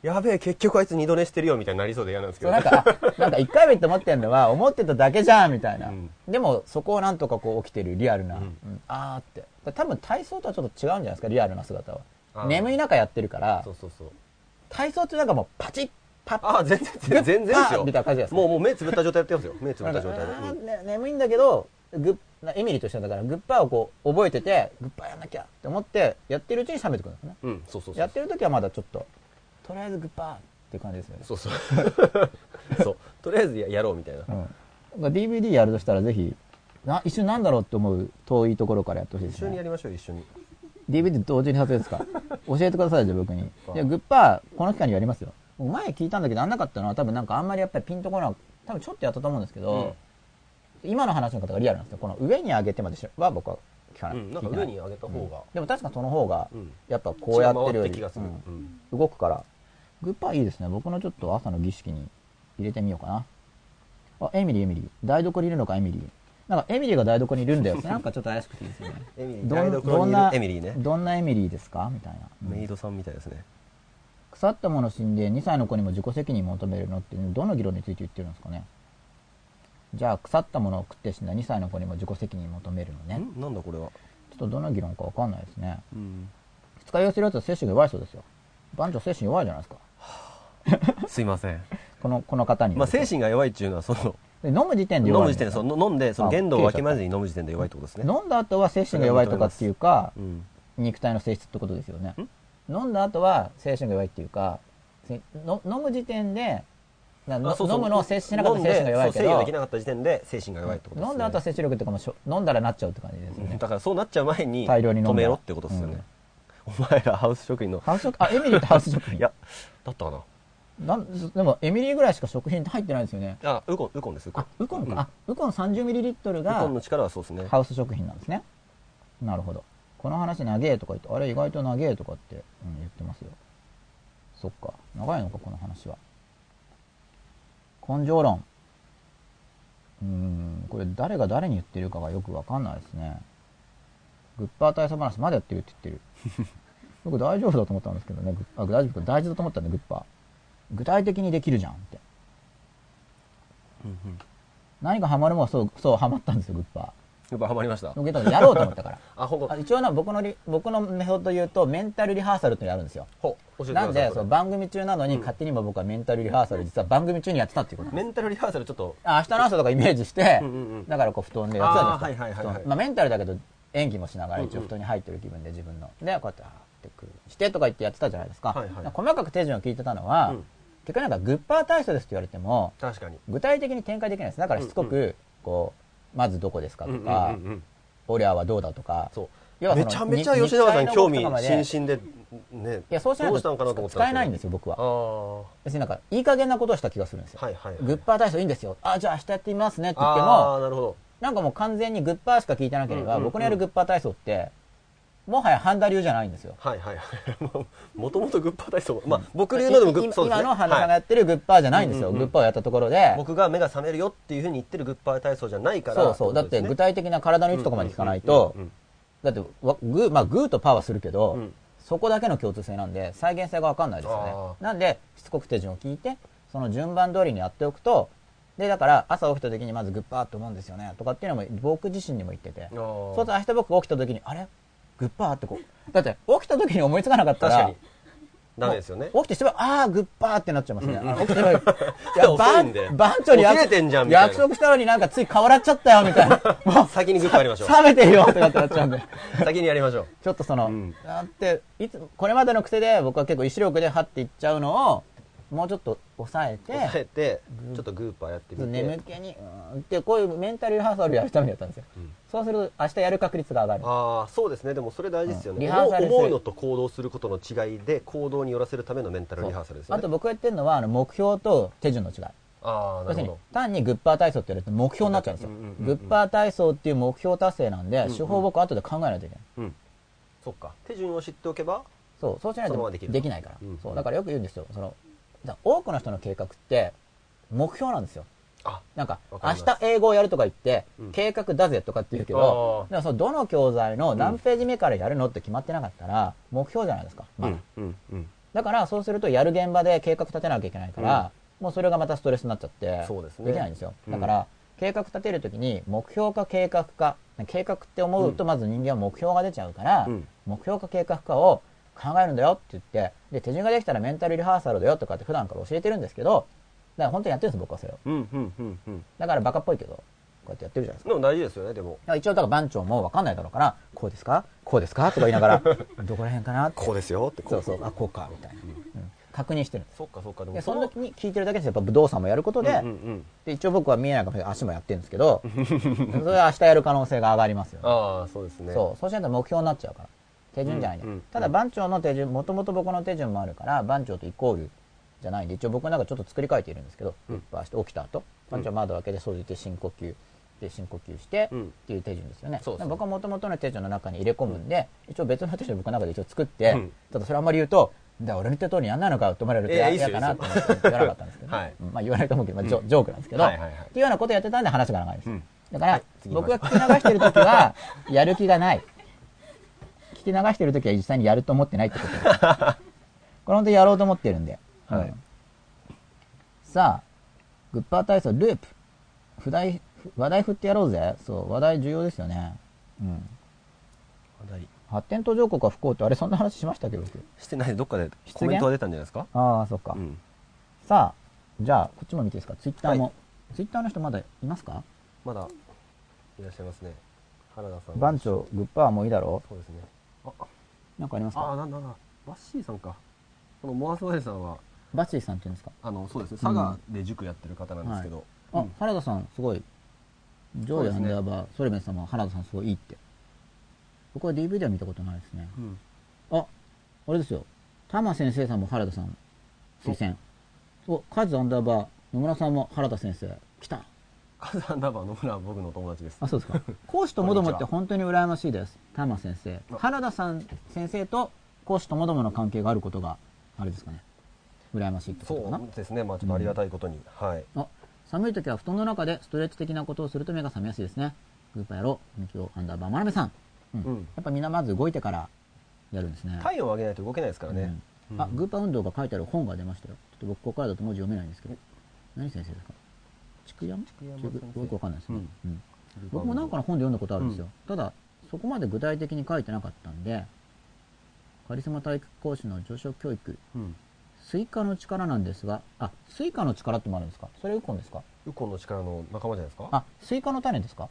やべえ、結局あいつ二度寝してるよみたいになりそうで嫌なんですけそう、ど。なんか、あなんか一回目って思ってんのは、思ってただけじゃんみたいな。うんでも、そこをなんとかこう起きてるリアルな、うんうんあーって。だから多分体操とはちょっと違うんじゃないですか、リアルな姿あは。ー眠い中やってるからそ、うそうそう。体操ってなんかもうパチッ、パッ、ああ、全然、全然全然ですあよ。みたいな感じですもう、もう目つぶった状態やってますよ。目つぶなっんかた状態で。あうーんね眠いんだけど、グッなエミリーとしてはだから、グッパーをこう、覚えてて、グッパーやんなきゃって思って、やってるうちに冷めてくるんですね。うん、そうそうそう。やってる時はまだちょっと、とりあえずグッパーっていう感じですよね。そうそう。 *laughs* そう。とりあえずややろうみたいな。うん、DVD やるとしたらぜひな一緒になんだろうって思う遠いところからやってほしいで一す緒にやねりましょう、一緒に。 DVD 同時に撮影 *laughs* ですか教えてくださいじゃあ僕にあいやグッパーこの期間にやりますよ前聞いたんだけどあんなかったのは多分なんかあんまりやっぱりピンとこない多分ちょっとやったと思うんですけど、今の話の方がリアルなんですよこの上に上げてまでしは僕は聞かなうい,、ん、なんか上に上げた方が。でも確かその方がうんやっぱこうやってるよ血が回って気り、がする。ううんん。動くからグッパーいいですね僕のちょっと朝の儀式に入れてみようかなあエミリーエミリー台所にいるのかエミリーなんかエミリーが台所にいるんだよ *laughs* なんかちょっと怪しくていいですよねエミリー、ど台ん所どんにいるなエミリーね。どんなエミリーですかみたいな、うんメイドさんみたいですね。腐ったもの死んで2歳の子にも自己責任求めるのってどの議論について言ってるんですかねじゃあ腐ったものを食って死んだ2歳の子にも自己責任求めるのねんなんだこれは。ちょっとどの議論かわかんないですねうん。二日酔いするやつは精神が弱いそうですよ番長精神弱いじゃないですかすいません。このこの方によまあ、ると精神が弱いっていうのは、その、で飲む時点で飲弱いむ時点で、その飲んで、そのあ限度をわきまえずに飲む時点で弱いってことですね。飲んだ後は精神が弱いとかっていうかうん。肉体の性質ってことですよね飲んだ後は精神が弱いっていうかせの飲む時点でなのあそうそう飲むのを摂取しなかったら精神が弱いけ飲んでそう制御どできなかった時点で精神が弱いってことですね飲んだ後は摂取力とかもしょ飲んだらなっちゃうって感じですようんねだからそうなっちゃう前に大量に飲んだ止めろってことですよね、お前らハウス職員のハウス食あエミリーってハウス食品いやだったかななんでもエミリーぐらいしか食品って入ってないですよねあウコンウコンですウコンあウコンか、あウコン 30ml ウコンがの力はそうですねハウス食品なんですねなるほどこの話長えとか言ってあれ意外と長えとかって、うん、言ってますよそっか長いのかこの話は根性論うーんこれ誰が誰に言ってるかがよくわかんないですねグッパー大佐話まだやってるって言ってる僕大丈夫だと思ったんですけどねグッあ大丈夫か大事だと思ったんでグッパー具体的にできるじゃんってうんうん何かハマるもんはそうそうハマったんですよグッパやっぱハマりましたー僕多分やろうと思ったからあほんとあ一応な僕のリ僕のメソッドで言うとメンタルリハーサルっていうのやるんですよほ教えてくだなさいんでそそれう番組中なのに勝手に今僕はメンタルリハーサル実は番組中にやってたっていうことなんでメすンタルリハーサルちょっとあ明日の朝とかイメージして、うんうんうんだからこう布団でやってたじゃないですか、あーはいはいはいはい布団まあ、メンタルだけど演技もしながら一応布団に入ってる気分で自分のでこうやってあーってくるしてとか言ってやってたじゃないですか,、はいはい細かく手順を聞いてたのは、うん結局なんかグッパー体操ですって言われても確かに具体的に展開できないですだからしつこく、こうまずどこですかとか、うんうんうんうんオリアはどうだとかそう要はそめのちゃめちゃ吉永さんに興味肉体の動きとかまで津々でねいや、そうしないどうしたんかなとと思った使えないんですすよ、僕けどは。別になんか、いい加減なことをした気がするんですよ。ああはいはいはいグッパー体操いいんですよ。あ、じゃあ明日やってみますねって言ってああも、なるほどなんかもう完全にグッパーしか聞いてなければ、うんうんうん僕のやるグッパー体操って、もはやハンダ流じゃないんですよ。はいはいはい *laughs* もうもともとグッパー体操まあ僕流のでもグッいいそうで今すねのハンダさんがはやいってるグッパーじゃないんですよ。うんうんうんグッパーをやったところで。僕が目が覚めるよっていうふうに言ってるグッパー体操じゃないからそうそう。だって具体的な体の位置とかまで聞かないとうんうん、だってわ、グー、まあグーとパーはするけど、うんそこだけの共通性なんで、再現性がわかんないですよあね。なんで、しつこく手順を聞いて、その順番通りにやっておくと、で、だから朝起きた時にまずグッパーって思うんですよね、とかっていうのも僕自身にも言ってて。そうするとそ明日僕が起きた時に、あれグッパーってこう。だって、起きた時に思いつかなかった確からに、ダメですよね起きてしまう、ああ、グッパーってなっちゃいますね。あの起きてしまう。いやや、 *laughs* 遅い番んで番長に約起きれてんじゃんみたいな約束したのになんかつい変わらっちゃったよ、みたい *laughs* な。もう先にグッパーやりましょう冷めてるよってなってなっちゃうん *laughs* で。先にやりましょうちょっとその、うんだって、いつ、これまでの癖で僕は結構意志力でハっていっちゃうのを、もうちょっと抑えて、抑えてちょっとグーパーやってみて眠気に、うーんって、こういうメンタルリハーサルをやるためにやったんですよ。そうすると明日やる確率が上がる。ああそうですねでもそれ大事ですようんねリハー思サうルする思うのと行動することの違いで行動によらせるためのメンタルリハーサルですあねと僕が言ってるのは、あの、目標と手順の違い。ああな要するるほにど単にグッパー体操ってやると目標になっちゃうんですよ、うんうんうんグッパー体操っていう目標達成なんで、手法を僕後で考えないといけないうんそっか手順を知っておけばそうそうしないそのまとまでできるきないから、うんそうだからよく言うんですよそのだ多くの人の計画って目標なんですよあなんかわ明かります日英語をやるとか言って、うん計画だぜとかって言うけどあーでもそのどの教材の何ページ目からやるのって決まってなかったら目標じゃないですか、まだうんうんうんだからそうするとやる現場で計画立てなきゃいけないから、もうそれがまたストレスになっちゃってそうですねできないんですようんだから、計画立てるときに目標か計画か計画って思うとまず人間は目標が出ちゃうから、うん目標か計画かを考えるんだよって言ってで手順ができたらメンタルリハーサルだよとかって普段から教えてるんですけどだから本当にやってるんです僕はそれをうんうんうんうんだからバカっぽいけどこうやってやってるじゃないですかでも大事ですよねでもだから一応だから番長も分かんないだろうからこうですかこうですかとか言い *laughs* ながらどこら辺かなってこうですよってこそうそうあこうかみたいな、うん確認してるんですそっかそっかででもそのの時に聞いてるだけですよやっぱ武道さんもやることで,、うんうんうんで一応僕は見えないかもしれない足もやってるんですけ *laughs* どそれは明日やる可能性が上がりますよねああそうですねそうそうしないと目標になっちゃうから手順じゃないんだ、うんうんただ番長の手順もともと僕の手順もあるから番長とイコールじゃないんで一応僕なんかちょっと作り変えているんですけど、うん明日起きた後番長窓開けて掃除して深呼吸で深呼吸して、うんっていう手順ですよねそうそう僕はもともとの手順の中に入れ込むんで、一応別の手順を僕の中で一応作って、うんただそれあんまり言うとだから俺の言った通りやんないのかよって思われるとい嫌やいいっすよかなと思って言わなかったんですけど、 *laughs* はいうんまあ言わないと思うけど、まあジョジョークなんですけど、はいはいはいっていうようなことやってたんで話が長いです、うんだから、はい次行き僕ましょがう聞き流してるとき *laughs* は、やる気がない。聞き流してるときは実際にやると思ってないってことです。これ本当にやろうと思ってるんで。はいうんさあ、グッパー体操、ループ。不題話題振ってやろうぜ。そう、話題重要ですよね。うん。話題発展途上国は不幸って、あれそんな話しましたっけ、僕。してないどっかで言コメントは出たんじゃないですかああ、そっか。うんさあ、じゃあ、こっちも見ていいですか。ツイッターも。はツイッターの人まだいますかまだいらっしゃいますね原田さん番長、グッパーはもういいだろそうですねあうなんかありますあかあなんだなんだバッシーさんかこのモアスワイさんはバッチーさんって言うんですかあのそうですね佐賀で塾やってる方なんですけど、あ、うん原田さん、すごい。ジョージアンダーバー、ソルベン様、原田さん、すごいいいって。僕は DVD は見たことないですね。うんあ、あれですよ。タマ先生さんも原田さん、推薦。お、カズアンダーバー、野村さんも原田先生、来た。カズアンダーバー野村は僕の友達ですあ、そう *laughs* ですか。講師ともどもっこんにちては本当に羨ましいです。タマ先生。あ原田さん先生と講師ともどもの関係があることが、あれですかね。羨ましいってこそとかな。うですねまあちょっとありがたいことに、はいあ寒い時は布団の中でストレッチ的なことをすると目が覚めやすいですねグーパーやろうみきおアンダーバーまなべさん、うんうんやっぱみんなまず動いてからやるんですね体温を上げないと動けないですからね、うんうんあグーパー運動が書いてある本が出ましたよちょっと僕ここからだと文字読めないんですけど何先生ですか竹山竹山竹先生よくわかんないですね、うんうん僕もなんかの本で読んだことあるんですよ、ただそこまで具体的に書いてなかったんでカリスマ体育講師の上昇教育うんスイカの力なんですがあスイカの力ってもあるんですかそれウコンですかウコンの力の仲間じゃないですかあ、スイカの種ですか。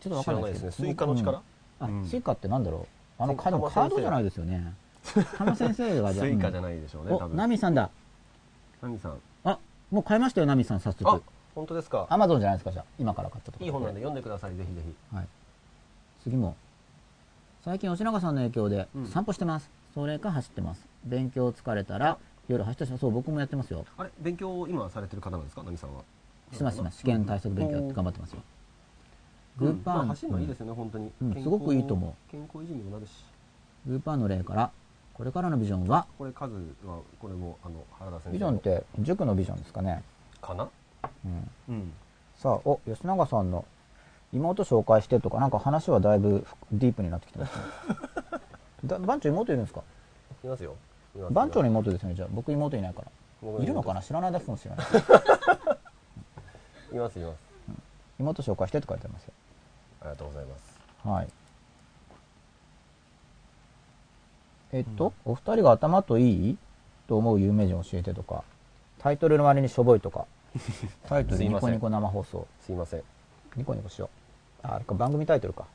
ちょっとわ知からんなないいでですすけど。ねスイカのうん力、あう、んスイカってなんだろう。あのカード玉カード先生じゃないですよ *laughs* ね。玉先生がスイカじゃない。ないでしょうね、多お、分ナミさんだ。ナミさんあ、もう買いましたよナミさん早あ速。本当ですかアマゾンじゃないですかじゃあ。今から買ったとこいい本なんで。読んでくださいぜひぜひはい。次も。最近吉永さんの影響でうん散歩してます。それか走ってます。勉強疲れたら夜走ったし、そう僕もやってますよ。あれ勉強を今されてる方なんですかナミさんはしてますしてます。試験対策勉強やって頑張ってますよ。グーパうーんまあン。走るのいいですよね本当に、うん健康すごくいいと思健康維持にもなるしグーパーンの例から、これからのビジョンは、これ数はこれもあの原田先ビ生ジョンのって塾のビジョンですかね。かなうん、うんさあ、お、吉永さんの妹紹介してとか、なんか話はだいぶディープになってきて *laughs* ますね。だ番長妹いるんですかいますよいます番長の妹ですよね、じゃあ。僕妹いないか僕ら。妹いるのかな知らないだけかもしれな *laughs* い。いますいます妹紹介してって書いてありますよ。ありがとうございますはい。えっと、お二人が頭といいと思う有名人教えてとか、タイトルの割にしょぼいと *laughs* か、タイトルすいニませコんニコ生放送、すいませんニコニコしよう。あ、あれか番組タイトルか。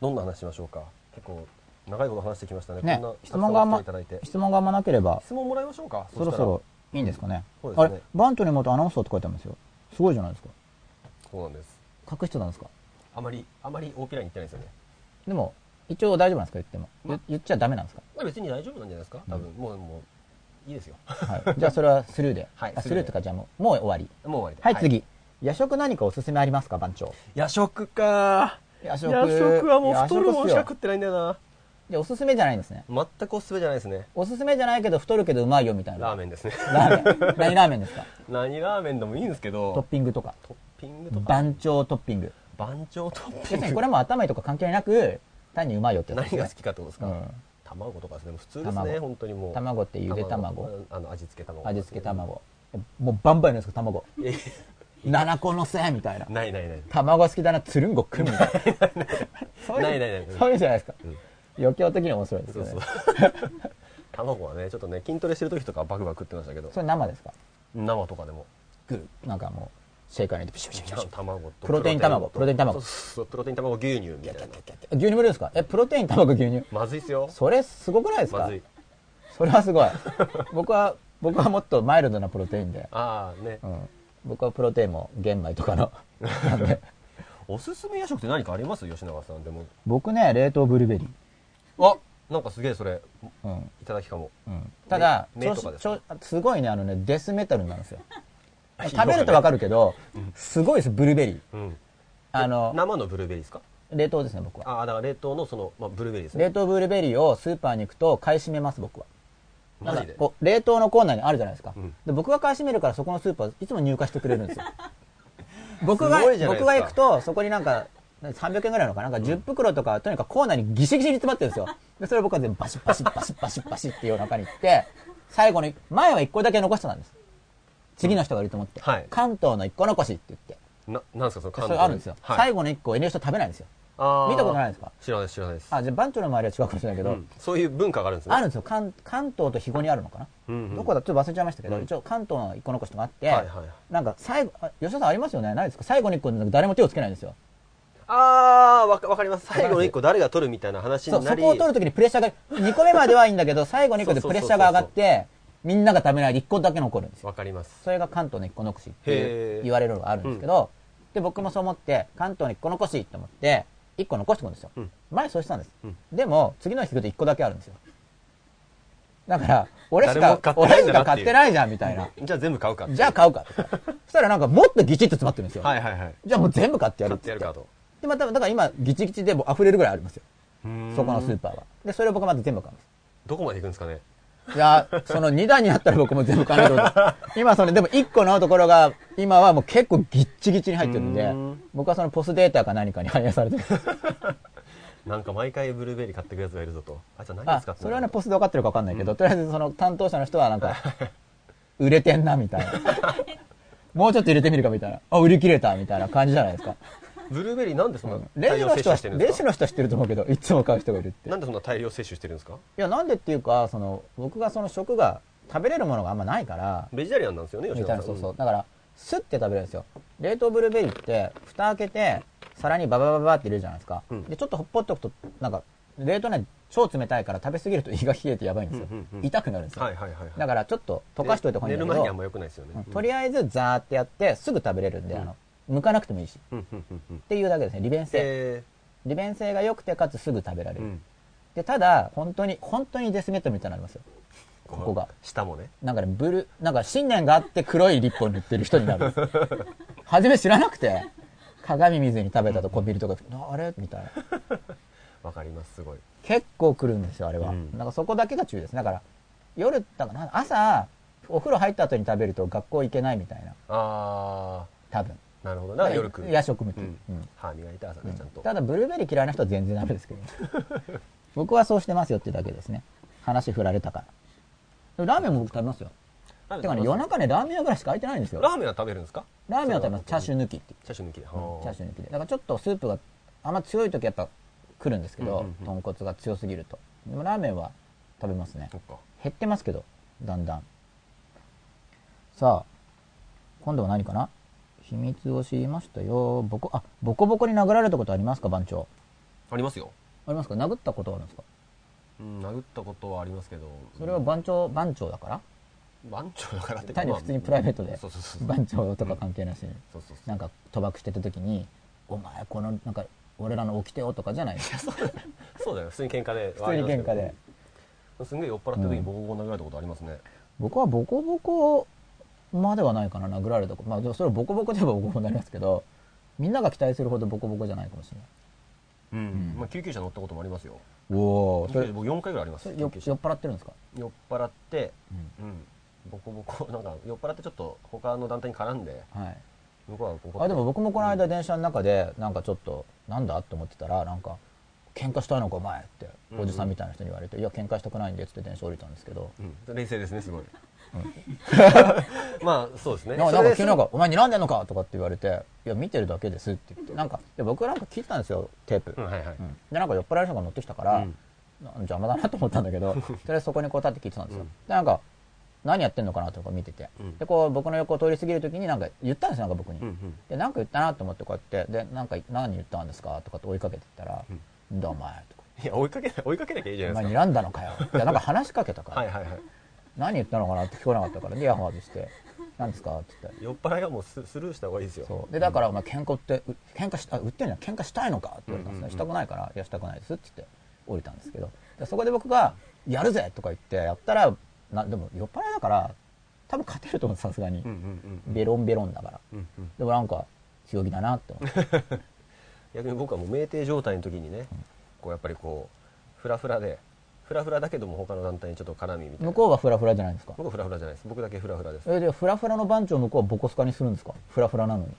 どんな話しましょうか結構長いこと話してきましたねねこんな、質問があんたまくさん来ていただいて質問があんまなければ、質問もらいましょうかそろそろいいんですかね。そうですあねれ、番長に元アナウンサーって書いてありますよ。すごいじゃないですか。したらそうなんです隠してたんですか。あまりあまり大ピラに言ってないですよねでも、一応大丈夫なんですか言っても。まゆ言っちゃダメ *laughs* なんですかまあ別に大丈夫なんじゃないですか多分、もうもういいですよ *laughs* はい。じゃあそれはスルーで。はいあススルルーーでってか、じゃあもう、もう終わり。もう終わりではい、次。夜食何かおすすめありますか、番長。夜食か夜食夜食はもう夜太るもっんすしかよ食ってないんだよじゃあおすすめじゃないんですね。な全くおすすめじゃないですねおすすめじゃないけど太るけどうまいよみたいな。ラーメンですね *laughs* ラーメン。何ラーメンですか何ラーメンでもいいんですけトッどピングとか。トッピングとか番長トッ *laughs* ピング。番長トッピ別ンにグこれはもう頭いいとか関係なく、単にうまいよってやつで *laughs* 何すねが好きかってことですか、うん食卵とかですね普通ですね卵本当にもう卵ってゆで卵あの味付け卵味付け卵えもうバンバンなんですか卵 *laughs* いやい7個のせみたいなやないないない卵好きだなつるんごくんみたいな *laughs* そうないういないないそういうじゃないですか、うん余興的に面白いですそようねそそう *laughs* 卵はねちょっとね筋トレしてる時とかはバクバク食ってましたけどれ生ですか生とかでもグーなんかもうシェイカーに入れてピシュピシュピシュピシュ卵とプロテイン卵プロテイン卵そうそうそうプロテイン卵牛乳みたいな牛乳無料ですかえプロテイン卵牛乳まずいっすよそれすごくないですか、まずいそれはすごい僕は僕はもっとマイルドなプロテインで、ああねうん、僕はプロテインも玄米とかのなん *laughs* でおすすめ夜食って何かあります吉永さんでも僕ね冷凍ブルーベリあなんかすげえそれー、うんいただきかもうん、ただ目ちょ目とかですちょすごいねあのねデスメタルなんですよ *laughs* ひどい食べるとわかるけどすごいですブルーベリーうんあの生のブルーベリーですか冷凍ですね僕はああだから冷凍のその、まあ、ブルーベリーですね冷凍ブルーベリーをスーパーに行くと買い占めます僕はマジでこう冷凍のコーナーにあるじゃないですか、うんで僕が買い占めるからそこのスーパーいつも入荷してくれるんです *laughs* よ僕がすごいじゃない僕ですかが行くとそこになんか300円ぐらいのかななんか10袋とか、とにかくコーナーにギシギシに詰まってるんですよでそれを僕は全部バシッバシッバシッバシッバシッっていう中に行って最後に前は1個だけ残してたんです次の人がいると思って、はい関東の1個残しって言ってななんですかそので缶そのれがあるんですよ、はい最後の1個を遠慮して食べないんですよあー見たことないですか知らないです知らないですあじゃあ番長の周りは違うかもしれないけど、うんそういう文化があるんですねあるんですよ関関東と肥後にあるのかな、うんうんどこだちょっと忘れちゃいましたけど、うん一応関東の一個残しとかあって、はいはいなんか最後あ吉田さんありますよねないですか最後に一個誰も手をつけないんですよああわかわかります最後の一個誰が取るみたいな話そうになそりこを取るときにプレッシャーが2個目まではいいんだけど最後の一個でプレッシャーが上がってみんなが食べないで1個だけ残るんですよわかりますそれが関東の一個残しっていへうー言われるのがあるんですけど、で僕もそう思って関東に一個残しって思って1個残してくんですよ、うん前そうしたんです、うんでも次の日来ると1個だけあるんですよだから俺し誰かも買ってな俺いんしだなかって買いうってないじゃんみたいなじゃあ全部買うかじゃあ買う *laughs* かとか。そしたらなんかもっとギチッと詰まってるんですよ。はいはいはいじゃあもう全部買ってやる買っってて言やって。るかとで、また、だから今、ギチギチでもう溢れるぐらいありますよ。うーんそこのスーパーは。で、それを僕また全部買うんです。どこまで行くんですかねいや、その2段にあったら僕も全部買 *laughs* わないと思って。今その、でも1個のところが、今はもう結構ギッチギチに入ってるんうでーん、僕はそのポスデータか何かに反映され *laughs* てる。なんか毎回ブルーベリー買ってくるやつがいるぞとあいつは何あ使ってんだろうそれはね、ポスで分かってるか分かんないけど、とりあえずその担当者の人はなんか、売れてんな、み *laughs* たいな。もうちょっと入れてみるか、みたいな。あ、売り切れた、みたいな感じじゃないですか。ブルーベリーなんでそんなレ大ジ量の摂人は取してるんレでジすのか人は知ってると思うけどいつも買う人がいるっていなんでそんな大量摂取してるんですかやなんでっていうかその僕がその食が食べれるものがあんまないからベジタリアンなんですよね吉みたい永なさんそうそうだからスッて食べれるんですよ冷凍ブルーベリーって蓋開けて皿にバババババって入れるじゃないですか、うんでちょっとほっぽっとくとなんか冷凍ね超冷たいから食べ過ぎると胃が冷えてやばいんですよ、うんうんうん痛くなるんですよ、はいはいはいはいだからちょっと溶かしておいた方がいいんだ寝ける前にあんどま良くないですようんねとりあえずザーってやってすぐ食べれるんで、あの剥かなくてもいいしっうんうんうんうんていうだけですね利便性、え利便性が良くてかつすぐ食べられーる、うんでただ本当に本当にデスメットみたいになりますよここが下もねなんかねブルなんか信念があって黒いリップを塗ってる人に *laughs* なるんです初め知らなくて鏡見ずに食べたとコンビニとかなあれみたいなわかりますすごい結構来るんですよあれは、うんなんかそこだけが注意ですだから夜だからな朝お風呂入った後に食べると学校行けないみたいなあ多分あなるほどだから夜食う夜食向き、うんうん歯磨いて朝ねちゃんとただブルーベリー嫌いな人は全然ダメですけど僕はそうしてますよってだけですね話振られたからでもラーメンも僕食べますよラーメンてかね食べ夜ます中ねラーメン屋ぐらいしか空いてないんですよラーメンは食べるんですかラーメンを食べますチャーシュー抜きっていうチャーシュー抜きでうんチャーシュュー抜きでだからちょっとスープがあんま強い時やっぱ来るんですけうんどうんうん豚骨が強すぎるとでもラーメンは食べますねそっか減ってますけどだんだんさあ今度は何かな秘密を知りましたよボコあボコボコに殴られたことありますか番長ありますよありますか殴ったことはあるんですかうん殴ったことはありますけどそれは番長番長だから番長だからって単に普通にプライベートでそうそうそうそう番長とか関係なしにそうそうそうなんか賭博してた時に「お前このなんか俺らの掟よ」とかじゃないですかそうだよ普通に喧嘩で普通に喧嘩でですんげえ酔っ払ってる時にボコボコ殴られたことありますね、僕はボコボコまではないかな殴られたことまあでもそれボコボコといえばボコボコになりますけどみんなが期待するほどボコボコじゃないかもしれないうんまあ、救急車乗ったこともありますよおおそ救急れ車僕4回ぐらいありまそすれ救よ急酔車っ払ってるんですか酔っ払って、ううんボコボコなんか酔っ払ってちょっと他の団体に絡んではい向こうはボコボコあでも僕もこの間電車の中でなんかちょっとなんだと思ってたらなんか喧嘩したいのかお前ってうんおじさんみたいな人に言われて、いや喧嘩したくないんでっつって電車降りたんですけど、うん、冷静ですねすごい *laughs* まあそうですねなんかなそれんか急になんか「お前睨んでんのか!」とかって言われて「いや見てるだけです」って言ってなんかで僕なんか聞いてたんですよテープ、うんはいはい、うんでなんか酔っ払いの人が乗ってきたから、うんな邪魔だなと思ったんだけ *laughs* どとりあえずそこにこう立って聞いてたんですよ、うんでなんか何やってんのかなとか見てて、うんでこう僕の横を通り過ぎる時になんか言ったんですよなんか僕に、うんうんでなんか言ったなと思ってこうやってでなんか何言ったんですかとかって追いかけてったら「うんなんだお前」とかいや追いかけ追いかけなきゃいい「じゃおない前です睨んだのかよ」いやなんか話しかけたからかはいはいはい何言ったのかなって聞こえなかったからでイヤホン外して「何ですか?」って言って。酔っ払いはもうススルーした方がいいですよそうでだからお前喧嘩ってう喧嘩した売ってんじゃん喧嘩したいのかって言われたんですね、うんうんうんしたくないからいやしたくないですって言って降りたんですけどでそこで僕が「やるぜ!」とか言ってやったらなでも酔っ払いだから多分勝てると思うさすがに、うんうんうんベロンベロンだからうんうんでもなんか強気だなって思って *laughs* 逆に僕はもう酩酊状態の時にねこうやっぱりこうフラフラでフラフラだけども他の団体にちょっと絡みみたいな向こうがフラフラじゃないんですか僕はフラフラじゃないです僕だけフラフラです、えでフラフラの番長向こうはボコスカにするんですかフラフラなのに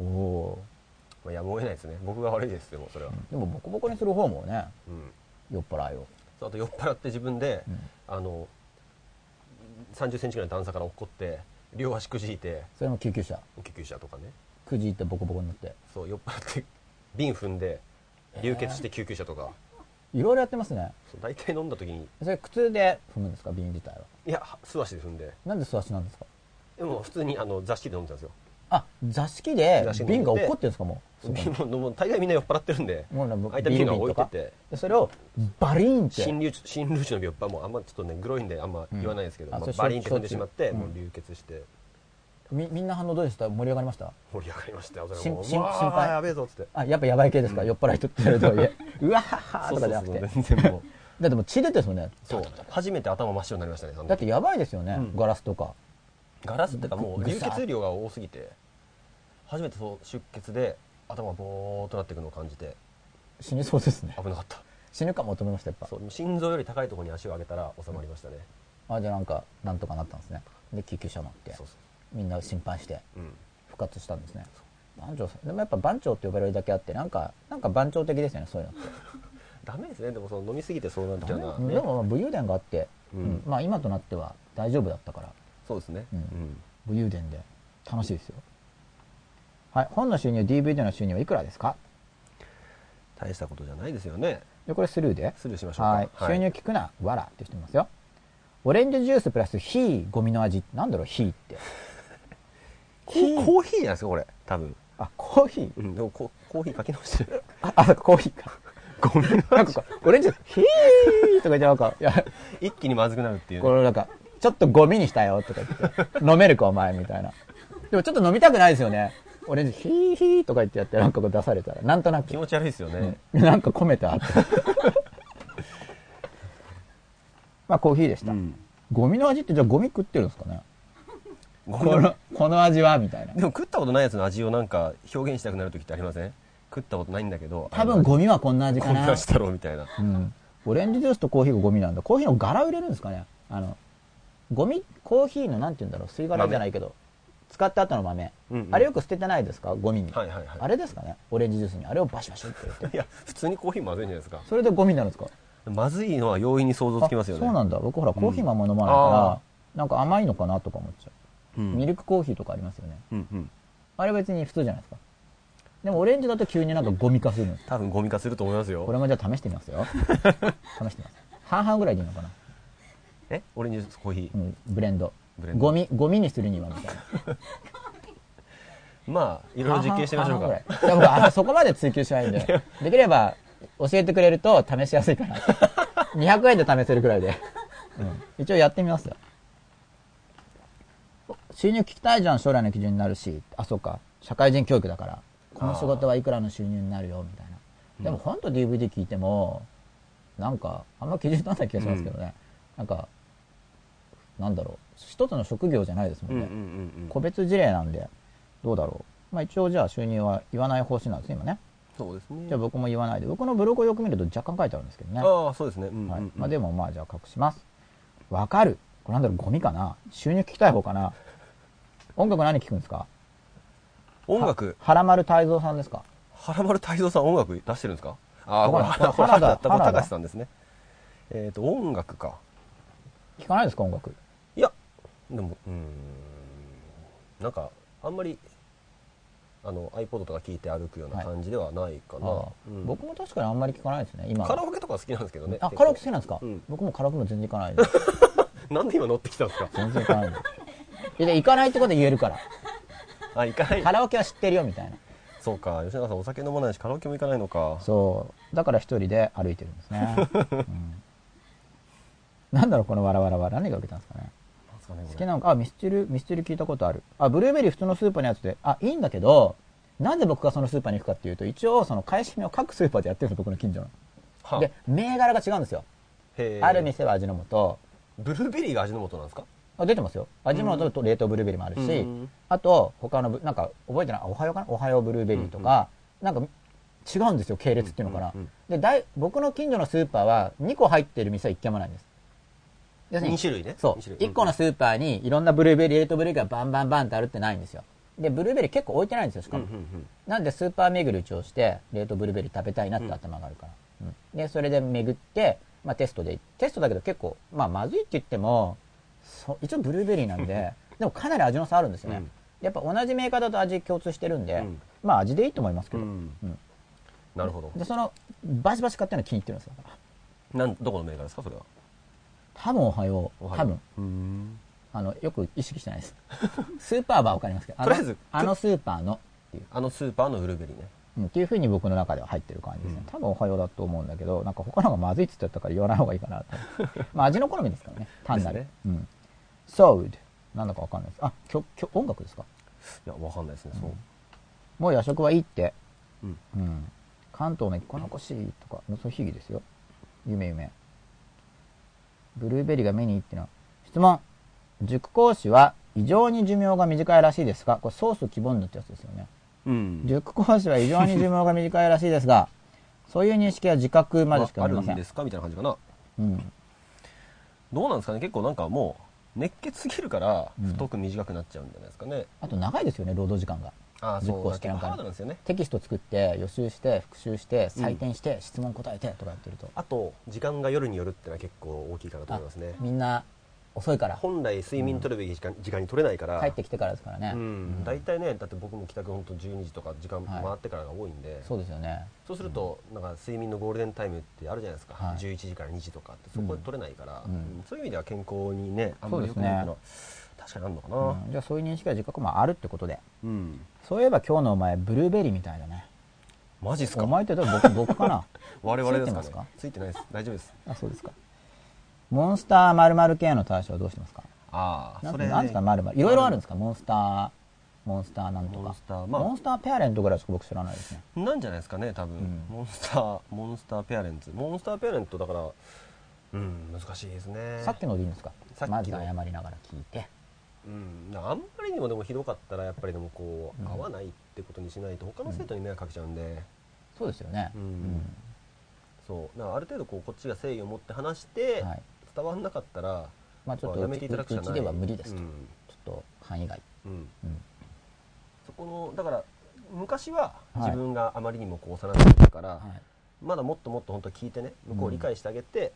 うんおおまあ、やむを得ないですね僕が悪いですよもうそれは、ーでもボコボコにする方もねうん酔っ払いを、そうあと酔っ払って自分で、うんあの3 0ンチぐらいの段差から落っこって両足くじいてそれも救急車救急車とかねくじいてボコボコになってそう酔っ払って瓶踏んで流血して救急車とか、いろいろやってますねそう大体飲んだ時にそれ靴で踏むんですか瓶自体はいや素足で踏んでなんで素足なんですかでも普通にあの座敷で飲んでたんですよあ座敷で座敷で瓶が落っこってるんですかもうそこに瓶ももう大概みんな酔っ払ってるんでもうね空いた瓶がビー置ル瓶といてかてでそれをバリーンって新流新流地の病はもうあんまちょっとねグロいんであんま言わないですけど、うんあまそあれバリンって承知踏んでしまって、うんもう流血してみみんな反応どうでした盛り上がりました盛り上がりましたよそしれんもうしんうわー心配やべえぞっつってあやっぱやばい系ですか、酔っ払いとってやるとはい *laughs* えうわははとかじゃなくて全然もうだってもう血出てるんですもんねそう初めて頭真っ白になりましたねあの時だってやばいですよね、うんガラスとかガラスっていうかもうぐ流さ血量が多すぎて初めてそう出血で頭がボーっとなっていくのを感じて死にそうですね危なかった死ぬかもと思いましたやっぱそう心臓より高いところに足を上げたら収まりましたね、あじゃあなんかなんとかなったんですねで救急車乗ってそうそみんな心配してううん復活したんですね番長さんでもやっぱ番長って呼ばれるだけあってなんかなんか番長的ですよねそういうのってダメですねでもその飲みすぎてそうなっちゃうな、でね、もまあ武勇伝があって、うんうんまあ、今となっては大丈夫だったからそうですねううんん、武勇伝で楽しいですよはい本の収入 DVD の収入はいくらですか大したことじゃないですよねでこれスルーでスルーしましょうかはいは収い入聞くな、わらって人いますよオレンジジュースプラス非ゴミの味なんだろう非ってコーコーヒーじゃないですかこれ多分あコーヒーうんでもココーヒーかけ直してるああコーヒーかごめんなんかこうオレンジジュース「ヒー」とか言ってなんかいや一気にまずくなるっていうね、これなんかちょっとゴミにしたよとか言って飲めるかお前みたい *laughs* なでもちょっと飲みたくないですよねオレンジヒーヒーとか言ってやってなんかこう出されたらなんとなく気持ち悪いですよね、なんか込め *laughs* たってまあコーヒーでした、ゴミの味ってじゃあゴミ食ってるんですかねごめこんのこの味はみたい *laughs* なでも食ったことないやつの味をなんか表現したくなる時ってありません食ったことないんだけど多分ゴミはこんな味こかんなな味だろうみたいなうん、オレンジジュースとコーヒーがゴミなんだコーヒーの柄売れるんですかねあのゴミコーヒーのなんて言うんだろう吸い殻じゃないけど使った後の豆、うんうんあれよく捨ててないですかゴミに、はいはいはいあれですかねオレンジジュースにあれをバシバシって言って *laughs* いや普通にコーヒーまずいんじゃないですかそれでゴミになるんですかまずいのは容易に想像つきますよねあそうなんだ僕ほらコーヒーもあんま飲まないかうんらあ、なんか甘いのかなとか思っちゃうう、んミルクコーヒーとかありますよねうんうんあれ別に普通じゃないですかでもオレンジだと急になんかゴミ化するんです多分ゴミ化すると思いますよこれもじゃあ試してみます *laughs* よ試してみます半々ぐらいでいいのかな、えオレンジジュースコーヒうー、ん、ブレンドブレンドゴミゴミにするにはみたいなま *laughs* あいろいろ実験してみましょう半々かぐらいいや僕あのそこまで追求しないん *laughs* でできれば教えてくれると試しやすいかな *laughs* 200円で試せるぐらいで、うん、一応やってみますよ収入聞きたいじゃん将来の基準になるしあそうか社会人教育だからこの仕事はいくらの収入になるよみたいなでも本と DVD 聞いてもなんかあんま基準にならない気がしますけどね、なんかなんだろう一つの職業じゃないですもうんんね、うんうんうん個別事例なんでどうだろうまあ一応じゃあ収入は言わない方針なんですね今ねそうですねじゃあ僕も言わないで僕のブログをよく見ると若干書いてあるんですけどね、はああそうですねうんうん、うんいまあ、でもまあじゃあ隠しますわかるこれなんだろうゴミかな収入聞きたい方かな音楽何聞くんですか音楽は原丸泰造さんですか原丸泰造さん音楽出してるんですかあーこれわかんない原田原田原田原田隆さんですねえっ、と音楽か聞かないですか、音楽。いやでもうーんなんかあんまりあの iPod とか聞いて歩くような感じではないかな、ああうん僕も確かにあんまり聞かないですね、今。カラオケとか好きなんですけどねあ、結構カラオケ好きなんですか、うん僕もカラオケも全然行かないです。なんで今乗ってきたんですか全然行かないです。いやで行かないってことは言えるから。 *laughs* あ行かないカラオ *laughs* ケは知ってるよ、みたいな。そうか吉永さんお酒飲まないしカラオケも行かないのかそう。だから一人で歩いてるんですね。うんなんだろう、このわらわらわら。何が受けたんですかね。なんですかねこ好れきなのか、あ、ミスチル、ミスチル聞いたことある。あ、ブルーベリー普通のスーパーのやつで、あ、いいんだけど、なんで僕がそのスーパーに行くかっていうと、一応、その買い占めを各スーパーでやってるんですよ、僕の近所の。はあで、銘柄が違うんですよ。へえある店は味の素、ブルーベリーが味の素なんですかあ出てますよ味の素と冷凍ブルーベリーもあるし、うんあと他のぶなんか覚えてないおはようかなおはようブルーベリーとか、なんか違うんですよ系列っていうのかな、うんうでん大僕の近所のスーパーは2個入ってる店は1軒もないんです要するに二種類ねそ二う種類1個のスーパーにいろんなブルーベリー冷凍ブルーベリーがバンバンバンってあるってないんですよでブルーベリー結構置いてないんですよしかうんうも、んうんなんでスーパー巡りをして冷凍ブルーベリー食べたいなって頭があるから、うんでそれで巡って、まあ、テストでテストだけど結構、まあ、まずいって言ってもそ一応ブルーベリーなん *laughs* ででもかなり味の差あるんですよね、うんやっぱ同じメーカーだと味共通してるんで、うんまあ味でいいと思いますけど、うんうんなるほどでそのバシバシ買ってるの気に入ってるんですよなんどこの銘柄ですかそれは多分おはようおはよ多う分うんあのよく意識してないですスーパーは分かりますけどのとりあえずあのスーパーのあのスーパーのブルーベリーねうんっていうふうに僕の中では入ってる感じですね、多分おはようだと思うんだけどなんか他のがまずいって言ってたから言わない方がいいか *laughs* なとまあ味の好みですからね単なる、ですうん、そうなんだかわかんないですあきょきょ音楽ですかいやわかんないですねそうもう夜食はいいって、うんうん、関東の一個残しとかそれひぎですよ夢夢ブルーベリーが目にいいってのは質問塾講師は異常に寿命が短いらしいですがこれソース希望ぬってやつですよねうん塾講師は異常に寿命が短いらしいです *laughs* が、そういう認識は自覚までしかあありるませんん。ですかみたいな感じかなうん。どうなんですかね結構なんかもう熱血すぎるからうん太く短くなっちゃうんじゃないですかね、あと長いですよね、労働時間が。ああそう実行だ試け験などんかハードなんですよねテキスト作って、予習して、復習して、採点して、質問答えてとかやってると。あと時間が夜によるってのは結構大きいかなと思いますねみんな遅いから、本来睡眠取るべき時間,、時間に取れないから帰ってきてからですからね。ううんん、大体ねだって僕も帰宅本当12時とか時間は回いってからが多いんで、そうですよね。そうすると、なんか睡眠のゴールデンタイムってあるじゃないですか、はい11時から2時とかってそこで取れないから、うんうんそういう意味では健康にねあんまり良そくうですねないってのは確かにあるのかな、うんじゃあそういう認識は自覚もあるってことで。うんそういえば今日のお前、ブルーベリーみたいだね。マジっすかお前ってどう僕、僕か *laughs* な我々ですかねついてますかついてないです大丈夫ですあ、そうですか。モンスター〇〇系の対象はどうしてますかああなんそかれ、ね、なんですか、まるまる。いろいろあるんですか、モンスター、モンスターなんとか。モンスターまあモンスターペアレントぐらいしか僕知らないですね。なんじゃないですかね多分、うんモンスターモンスターペアレンツモンスターペアレントだからうん難しいですねさっきのでいいんですかさっきのまず謝りながら聞いて。うん、あんまりにもでもひどかったらやっぱりでもこう、うん合わないってことにしないと他の生徒に迷惑かけちゃうんで、そうですよね。うんそうだからある程度こうこっちが誠意を持って話して、はい。伝わんなかったらまあちょっとやうめちていうただくしちかうないちでは無理ですうと。ちょんっと範囲外。うんうんそこのだから昔ははい自分があまりにもこう幼なじみだから、はい。まだもっともっと本当聞いてね向こうを理解してあげて、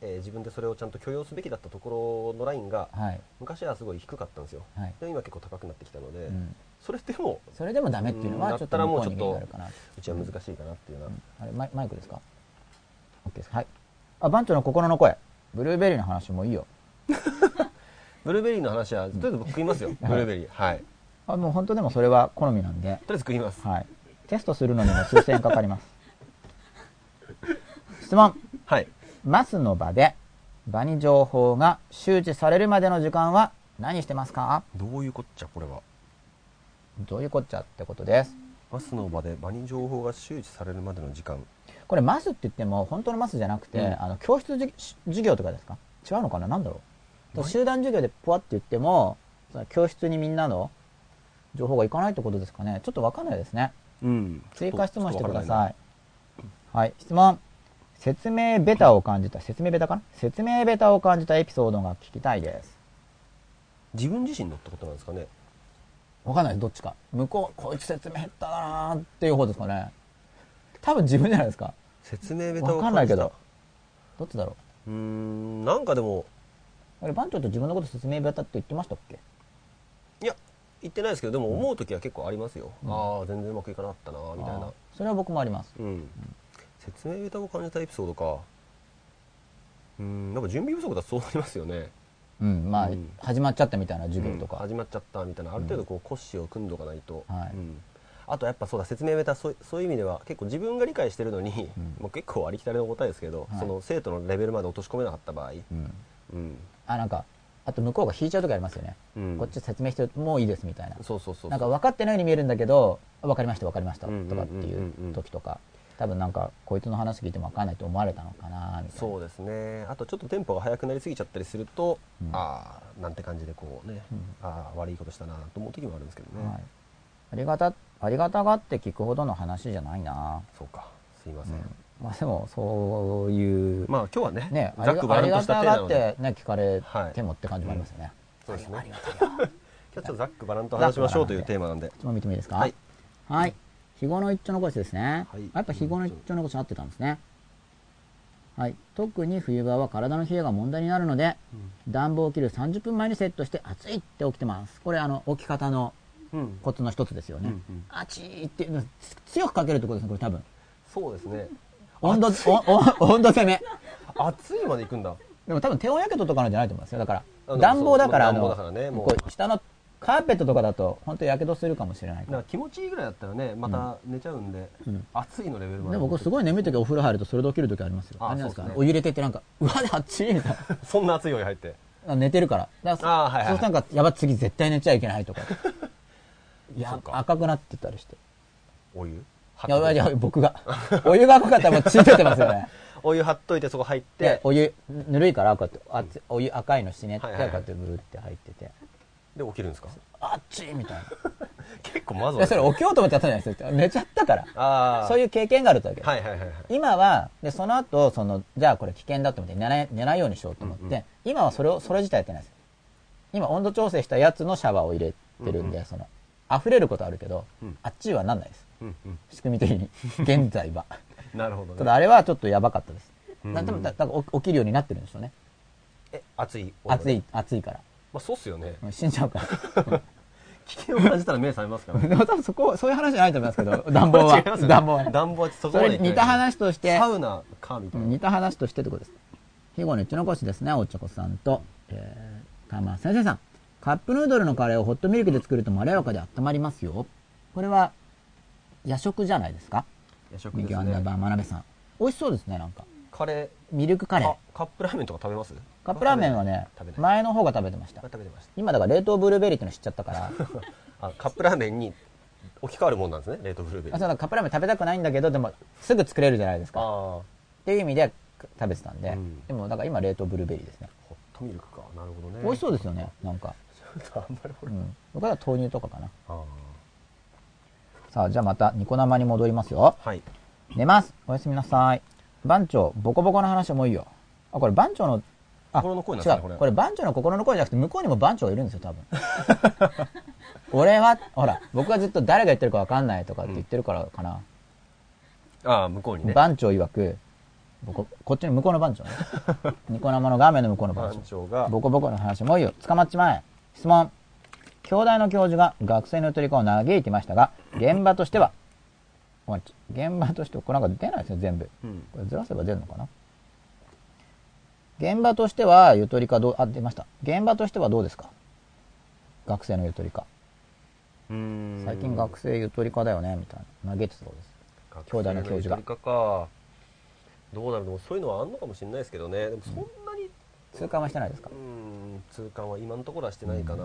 えー自分でそれをちゃんと許容すべきだったところのラインがはい。昔はすごい低かったんですよはい。でも今結構高くなってきたので、うんそれでもそれでもダメっていうのうはちんょだっったとら向もうこうちょに理っ解とがあるかな。うちは難しいかなっていうのは、あれマイマイクですか ?OK です。はい。あ、番長の心の声。ブルーベリーの話もいいよ。ブルーベリーの話はとりあえず僕食い *laughs* ますよ、ブルーベリーはいとりあ、もう本当でもそれは好みなんで。あえず食いますはい。テストするのにも数千円かかります。質問。はいマスの場で、場に情報が周知されるまでの時間は何してますかどういうこっちゃこれはどういうこっちゃってことです。バスの場で場に情報が周知されるまでの時間これマスって言っても、本当のマスじゃなくて、うんあの、教室じ授業とかですか違うのかななんだろう集団授業でポワって言っても、その教室にみんなの情報がいかないってことですかねちょっとわかんないですね。うん追加質問してくだいさい。はい、質問。説明ベタを感じた、説明ベタかな説明ベタを感じたエピソードが聞きたいです。自分自身のってことなんですかねわかんないです、どっちか。向こう、こいつ説明下手だなーっていう方ですかね。多分自分じゃないですか。説明ベタわをか感んないじけたど。どっちだろううーんなんかでもあれ番長って自分のこと説明ベタって言ってましたっけいや言ってないですけどでも思う時は結構ありますよ、ああ全然うまくいかなかったなみたいあーなそれは僕もありますうん説明ベタを感じたエピソードかうんやっぱ準備不足だとそうなりますよねうんまあ、うん始まっちゃったみたいな授業とうんか、始まっちゃったみたいなある程度こう腰を組んどかないと、はいうんあとやっぱそうだ説明ベタそうそういう意味では結構自分が理解してるのに、うんもう結構ありきたりの答えですけど、はいその生徒のレベルまで落とし込めなかった場合、うんうんあなんかあと向こうが引いちゃう時ありますよね、うんこっち説明してもういいですみたいなそうそうそうなんか分かってないように見えるんだけど分かりました分かりましたうんとかっていんううんうんううん時とか多分なんかこいつの話聞いても分かんないと思われたのかなみたいなそうですねあとちょっとテンポが速くなりすぎちゃったりすると、うんああなんて感じでこうね、うんああ悪いことしたなと思う時もあるんですけどね、はい、ありがたありがたがって聞くほどの話じゃないな、そうかすいまうせん、ん、まあでもそういうまあ今日はねね、あざっりがくばあらりんとがしたたテーマがなっのでてね聞かれはいてもって感じもありますよね。そうですねありがたいよ。今日はちょっとざっくばらんと話しましょうというテーマなんで質問見てもいいですか。はい。はい。肥後の一丁の腰ですね。はいやっぱ肥後の一丁の腰合ってたんですね。はい。特に冬場は体の冷えが問題になるので、暖房を切る30分前にセットして暑いって起きてます。これあの置き方のうんコツの一つですよね。うんうんあちーっていうのつ強くかけるってことですね。これ多分そうですね温度お *laughs* お温度攻め。暑いまで行くんだでも多分低温やけどとかなんじゃないと思いますよ。だから、あでもそう暖房だから、あ暖房の、だからねもうこう下のカーペットとかだと、本当やけどするかもしれないかなんら。か気持ちいいぐらいだったらねまた寝ちゃうんで、ん暑いのレベルまででも僕すごい眠い時はお風呂入るとそれで起きる時ありますよ。ああれなんですか、そうですねお湯入れててなんか、 *laughs* うわ、熱いみたい *laughs* そんな暑いお湯入ってな。 *laughs* 寝てるから。だからあーはいはいそうするとなんか、やば、次絶対寝ちゃいけない *laughs* とか。いそやう、か赤くなってたりして。お湯いやばいやばい、僕が。お湯が赤かったらもうついててますよ *laughs* ね。お湯張っといてそこ入っでて、お湯、ぬるいから赤って、熱いお湯赤いのしねって、はこいうはいはいやってブルって入ってて、で起きるんですか熱いみ *laughs* たいな。結構まずいや、それ起きようと思ってやったんじゃないですよ。寝ちゃったから。ああそういいう経験があるとわけです。はいはいはいはい今は、で、その後、その、じゃあこれ危険だと思って寝ない、寝ないようにしようと思って、うんうん今はそれを、それ自体やってないです。今、温度調整したやつのシャワーを入れてるんで、その、溢れることはあるけど、うんあっちはなんないです。うんうん仕組み的に。現在は。なるほどたねだ、あれはちょっとやばかったです。うんなでも、だだから起起きるようになってるんでしょうね。え暑いお湯暑い、暑いから。まあそうっすよねうん死んじゃう *laughs* から。危険を感じたら目覚めますからねでも多分そこ、そういう話じゃないと思いますけど、 *laughs* 暖房は。 *laughs* 違いますよね暖房は。暖房はそこそまでれ行けない似た話として、サウナかみたいな、似た話としてってことです。肥後の一残しですね、おちょこさんと、えー、かま先生さん。カップヌードルのカレーをホットミルクで作るとまろやかで温まりますよ。これは、夜食じゃないですか夜食ミでキすアンダーねバー真鍋さん。美味しそうですね、なんか。カレミルクカーレーあ。カップラーメンとか食べますカップラーメンはね食べ、ない前の方が食べてました食。べてまし今だから冷凍ブルーベリーっての知っちゃった *laughs* から、たあカップラーメンに置き換わるもんなんですね冷凍ブルーベリあーそうだカップラーメン食べたくないんだけど、でもすぐ作れるじゃないですか。ああっていう意味で食べてたんで、うんでもだから今冷凍ブルーベリーですね。ホットミルクかなるほどね美味しそうですすよね、なんか。あんまりこうれ、ん。僕は豆乳とかかな。あさあ、じゃあまたニコ生に戻りますよ。あはい寝ます。おやすみなさい。番長、ボコボコの話はもういいよ。あ、これ番長の、あ、心の声なん違ですうね。ここれれ番長の心の声じゃなくて、向こうにも番長がいるんですよ、多 *laughs* 分。俺は、ほら、僕はずっと誰が言ってるかわかんないとかって言ってるからかな。ああ向こうにね番長曰く、ボコこっちの向こうの番 *laughs* 長ね。ニコ生の画面の向こうの番長番。長がボコボコの話もういいよ。捕まっちまえ。質問。兄弟の教授が学生の取り込を嘆いていましたが、現場としては、お待ち現場としては、これなんか出ないですね、全部。うんこれずらせば出るのかな現場としては、ゆとりかどう、あ、出ました。現場としてはどうですか学生のゆとりか。うーん最近学生ゆとりかだよね、みたいな。嘆いてたそうです。学兄弟の教授が生のゆとりかかどうだろうでもそういうのはあんのかもしれないですけどねでもそんなに痛感はしてないですかうん痛感は今のところはしてないかな、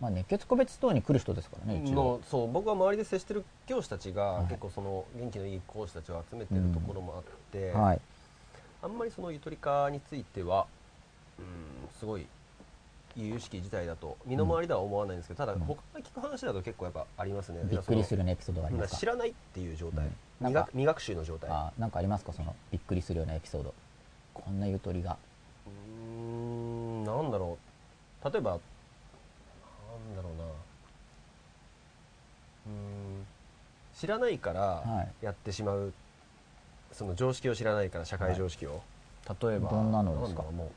まあ、熱血個別等に来る人ですからね、一応。のそう僕は周りで接してる教師たちが、い結構その元気のいい講師たちを集めてるところもあって、はい。あんまりそのゆとり化については、うん、すごい由々しき事態だと身の回りでは思わないんですけど、ただ他が聞く話だと結構やっぱありますねびっくりするるねエピソードがありますか知らないっていう状態、うん未なん学か未学習の状態あーなんかありますかそのびっくりするようなエピソードこんなゆとりがうーんなんだろう例えばなんだろうなうーん知らないからはやってしまう、その常識を知らないから社会常識を、例えばどんなのですかなんだろうもう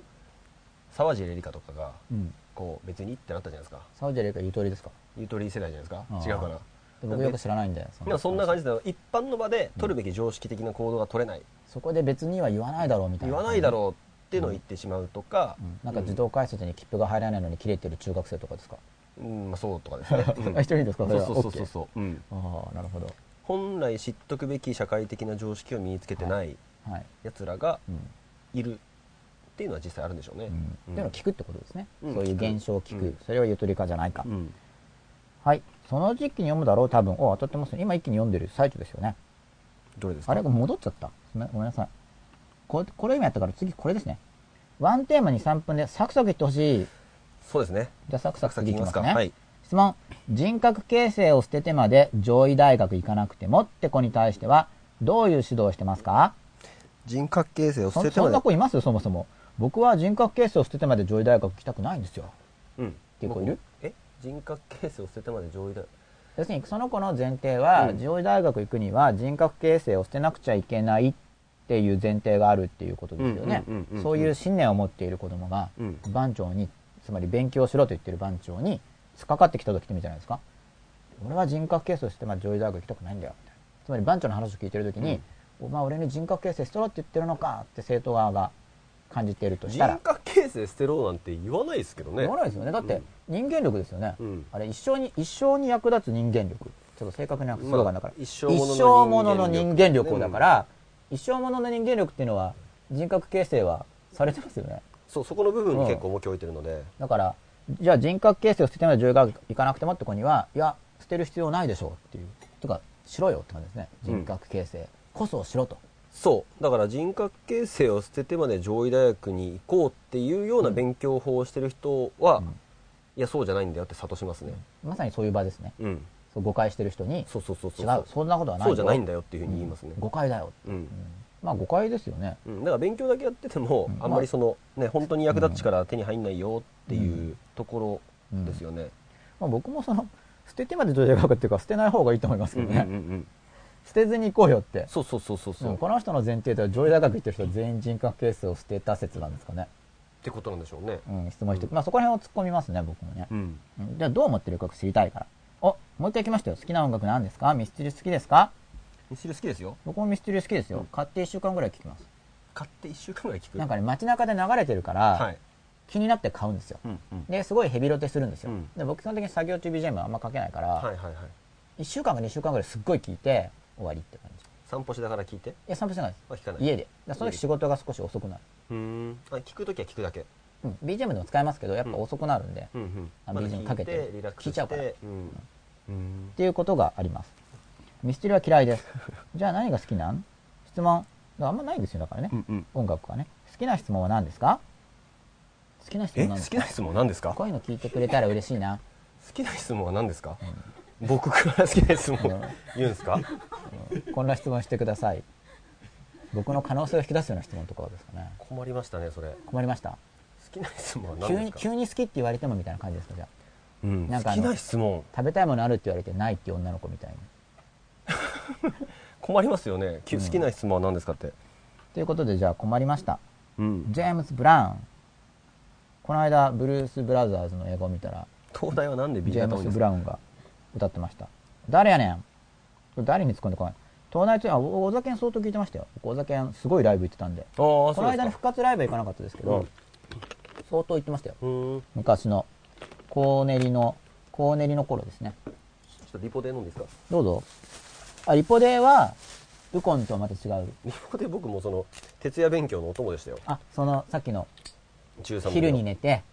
沢尻エリカとかがうん。こう別にってなったじゃないですかサウジアラビアゆとりですかゆとり世代じゃないですかあー違うかなで僕よく知らないんだよ。でもそんな感じ。じで一般の場で取るべき常識的な行動が取れない、そこで別には言わないだろうみたい言な。わないだろうっていうのを言ってしまうとか、うん。なんか自動改札に切符が入らないのに切れてる中学生とかですか。うんまあ、そうとかですね、うんあ一人ですかそそれうはそうそうそうそう、うんああ、なるほど。本来知っとくべき社会的な常識を身につけてないはい。やつらがうん。いるっていうのは実際あるんでしょうね、うんうんっていうのを聞くってことですね、うんそういう現象を聞く、うんそれはゆとりかじゃないか、うんはいそのうち一気に読むだろう多分お当たってますね今一気に読んでる最中ですよねどれですかあれ戻っちゃったすみまごめんなさいこれこれ今やったから次これですねワンテーマに3分でサクサクいってほしいそうですねじゃあサクササククサ次いクいききまますすかかね、はい質問人格形成を捨ててまで上位大学行かなくてもって子に対してはどういう指導をしてますか人格形成をそ捨ててそまんでな子いますそもそも僕は人格形成を捨ててまで上位大学行きたくないんですようんていう子いるえ人格形成を捨ててまで上位だ要するにその子の前提は、うん上位大学行くには人格形成を捨てなくちゃいけないっていう前提があるっていうことですよねうんうんうんうんうんそういう信念を持っている子供がうん番長につまり勉強しろと言ってる番長に突っかかってきた時ってみじゃないですか俺は人格形成をして、まあ、上位大学行きたくないんだよみたいなつまり番長の話を聞いてる時に、お前俺に人格形成しろって言ってるのかって生徒側が感じているとしたら人格形成捨てろなんて言わないですけどね言わないですよねだって人間力ですよね、うんあれ一生に一生に役立つ人間力ちょっと正確なスローガンだから、まあ一生一生もものののの人人間間力力をだから、一生ものの人間力っていうのは人格形成はされてますよねそうそこの部分に結構重きを置いてるので、だからじゃあ人格形成を捨ててまで女優が行かなくてもって子にはいや捨てる必要ないでしょうっていうとかしろよって感じですねうん人格形成こそしろと、そうだから人格形成を捨ててまで上位大学に行こうっていうような勉強法をしてる人は、うんいやそうじゃないんだよって諭しますねまさにそういう場ですねうん、そう誤解してる人にそうそうそうそ違ううそんなことはないそうじゃないんだよよっていうふうに言いますねうん誤解だよ、うん、うんまあ誤解ですよねうんだから勉強だけやっててうも、んあんまりそのね本当に役立つ力は手に入んないよっていうとこうんろですよね、まあ、僕もその捨ててまで女優学っていうか捨てない方がいいと思いますけどね、うんうんうん捨てずに行こうよってそうそうそうそうそう、うんっこの人の前提では上位大学行ってる人は全員人格形成を捨てた説なんですかね、てことなんでしょうねうん、質問して、うんまあそこら辺を突っ込みますね僕もねう、んうんじゃあどう思ってるか知りたいからおもう一回来ましたよ好きな音楽何ですかミスチル好きですかミスチル好きですよ僕もミスチル好きですよ、買って1週間ぐらい聞きます買って1週間ぐらい聞くなんかね街中で流れてるから、はい、気になって買うんですよ、うんうんですごいヘビロテするんですよ、うんで僕基本的に作業中 BGM はあんまかけないから、はいはいはい1週間か2週間ぐらいすっごい聞いて終わりって感じ散歩しながら聞いていや散歩してないですは聞かない家でだからその時家仕事が少し遅くなる、うーんあ聞くときは聞くだけうん、BGM でも使えますけどやっぱ遅くなるんで、うんうんあ BGM かけてリラックス聞いちゃうからしてうんうんっていうことがありますミスチルは嫌いです *laughs* じゃあ何が好きなん質問あんまないですよだからね、うん音楽はね好きな質問は何ですか好きな質え問好何ですきかな質問何ですかこういうの聞いてくれたら嬉しいな好きな質問は何ですか僕から好きな質問言うんですかこんな質問してください僕の可能性を引き出すような質問とかですかね困りましたねそれ好困りましたきな質問は何急でにすか急に好きって言われてもみたいな感じですかじゃあうんなんか好あきのな質問食べたいものあるって言われてないっていう女の子みたいに困りますよねき好きな質問は何ですかってということでじゃあ困りましたうんジェームス・ブラウンこの間ブルース・ブラザーズの映画を見たら東大はなんで B ジェー型ム多いス・んですブラかウンが歌ってました誰やねんこれ誰に突っ込んでこない東大中あおお酒相当聞いてましたよ僕お酒すごいライブ行ってたんであーこそうのです間のか復活ライブは行かなかったですけど、うん相当行ってましたようーんち昔の高練りの高練りの頃ですねょっとリポで飲んでいいですかどうぞあリポデーはウコンとはまた違うリポで僕もその徹夜勉強のお供でしたよあそのさっきの中3の昼に寝て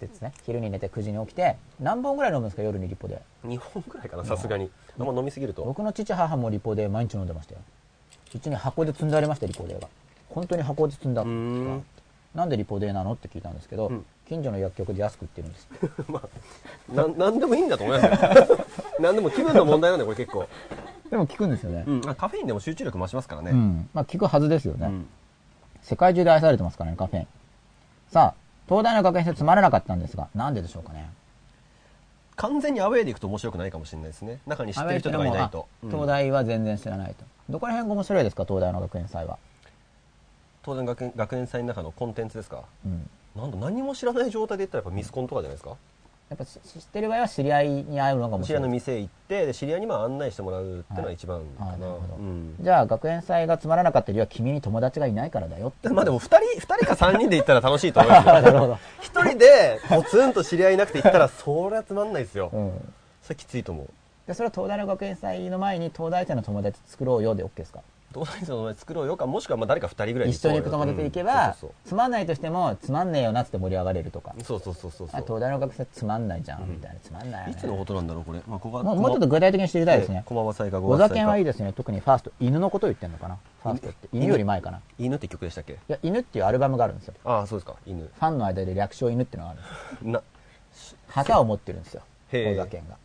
ですね昼に寝て9時に起きて何本ぐらい飲むんですか夜にリポデー2本くらいかなさすがにあんま飲みすぎると僕の父母もリポで毎日飲んでましたようちに箱で積んでありましたリポデーが本当に箱で積んだうーんなんでリポデーなのって聞いたんですけど、うん近所の薬局で安く売ってるんですってまあ、なんなんでもいいんだと思います *laughs* よ。なんでも気分の問題なん *laughs* で、これ結構。でも聞くんですよねうん、あカフェインでも集中力増しますからうね。ん、まあ聞くはずですよね、うん世界中で愛されてますからねカフェインさあ東大の学園生つまらなかったんですがなんででしょうかね完全にアウェーでいくと面白くないかもしれないですね。中に知ってる人とかいないとあ。東大は全然知らないと、どこら辺が面白いですか東大の学園祭は、当然学園学園祭の中のコンテンツですかうん、なんだ何も知らない状態で言ったらやっぱミスコンとかじゃないですかやっぱし知ってる場合は知り合いに会うのが面知り合白いのい店行ってで知り合いにまあ案内してもらうっていうのは一番かな、はいあーなるほどうんじゃあ学園祭がつまらなかった理由は君に友達がいないからだよってまあでも2人二人か3人で行ったら楽しいと思いますよなる *laughs* ほど、一人でポツンと知り合いいなくて行ったらそりゃつまんないですよ、うん、それきついと思うでそれは東大の学園祭の前に東大生の友達作ろうよで OK ですか東大生の名前作ろうよかもしくはまあ誰か2人ぐらい一緒に行く友達で行けば、そうつまんないとしてもつまんねえよなっつって盛り上がれるとか、そうそうそうそうそあうそう東大の学生つまんないじゃん、うんみたいなつまんないよ、ね、いつのことなんだろうこれ、まあ、ここはもうもうちょっと具体的に知りたいですね駒場祭か小座犬はいいでですね特にファースト犬のことを言ってんのかなファーストって犬より前かない犬って曲でしたっけや犬っていうアルバムがあるんですよああそうですか犬ファンの間で略称犬っていうのがあるんですよな旗を持ってるんですよへえ小座犬が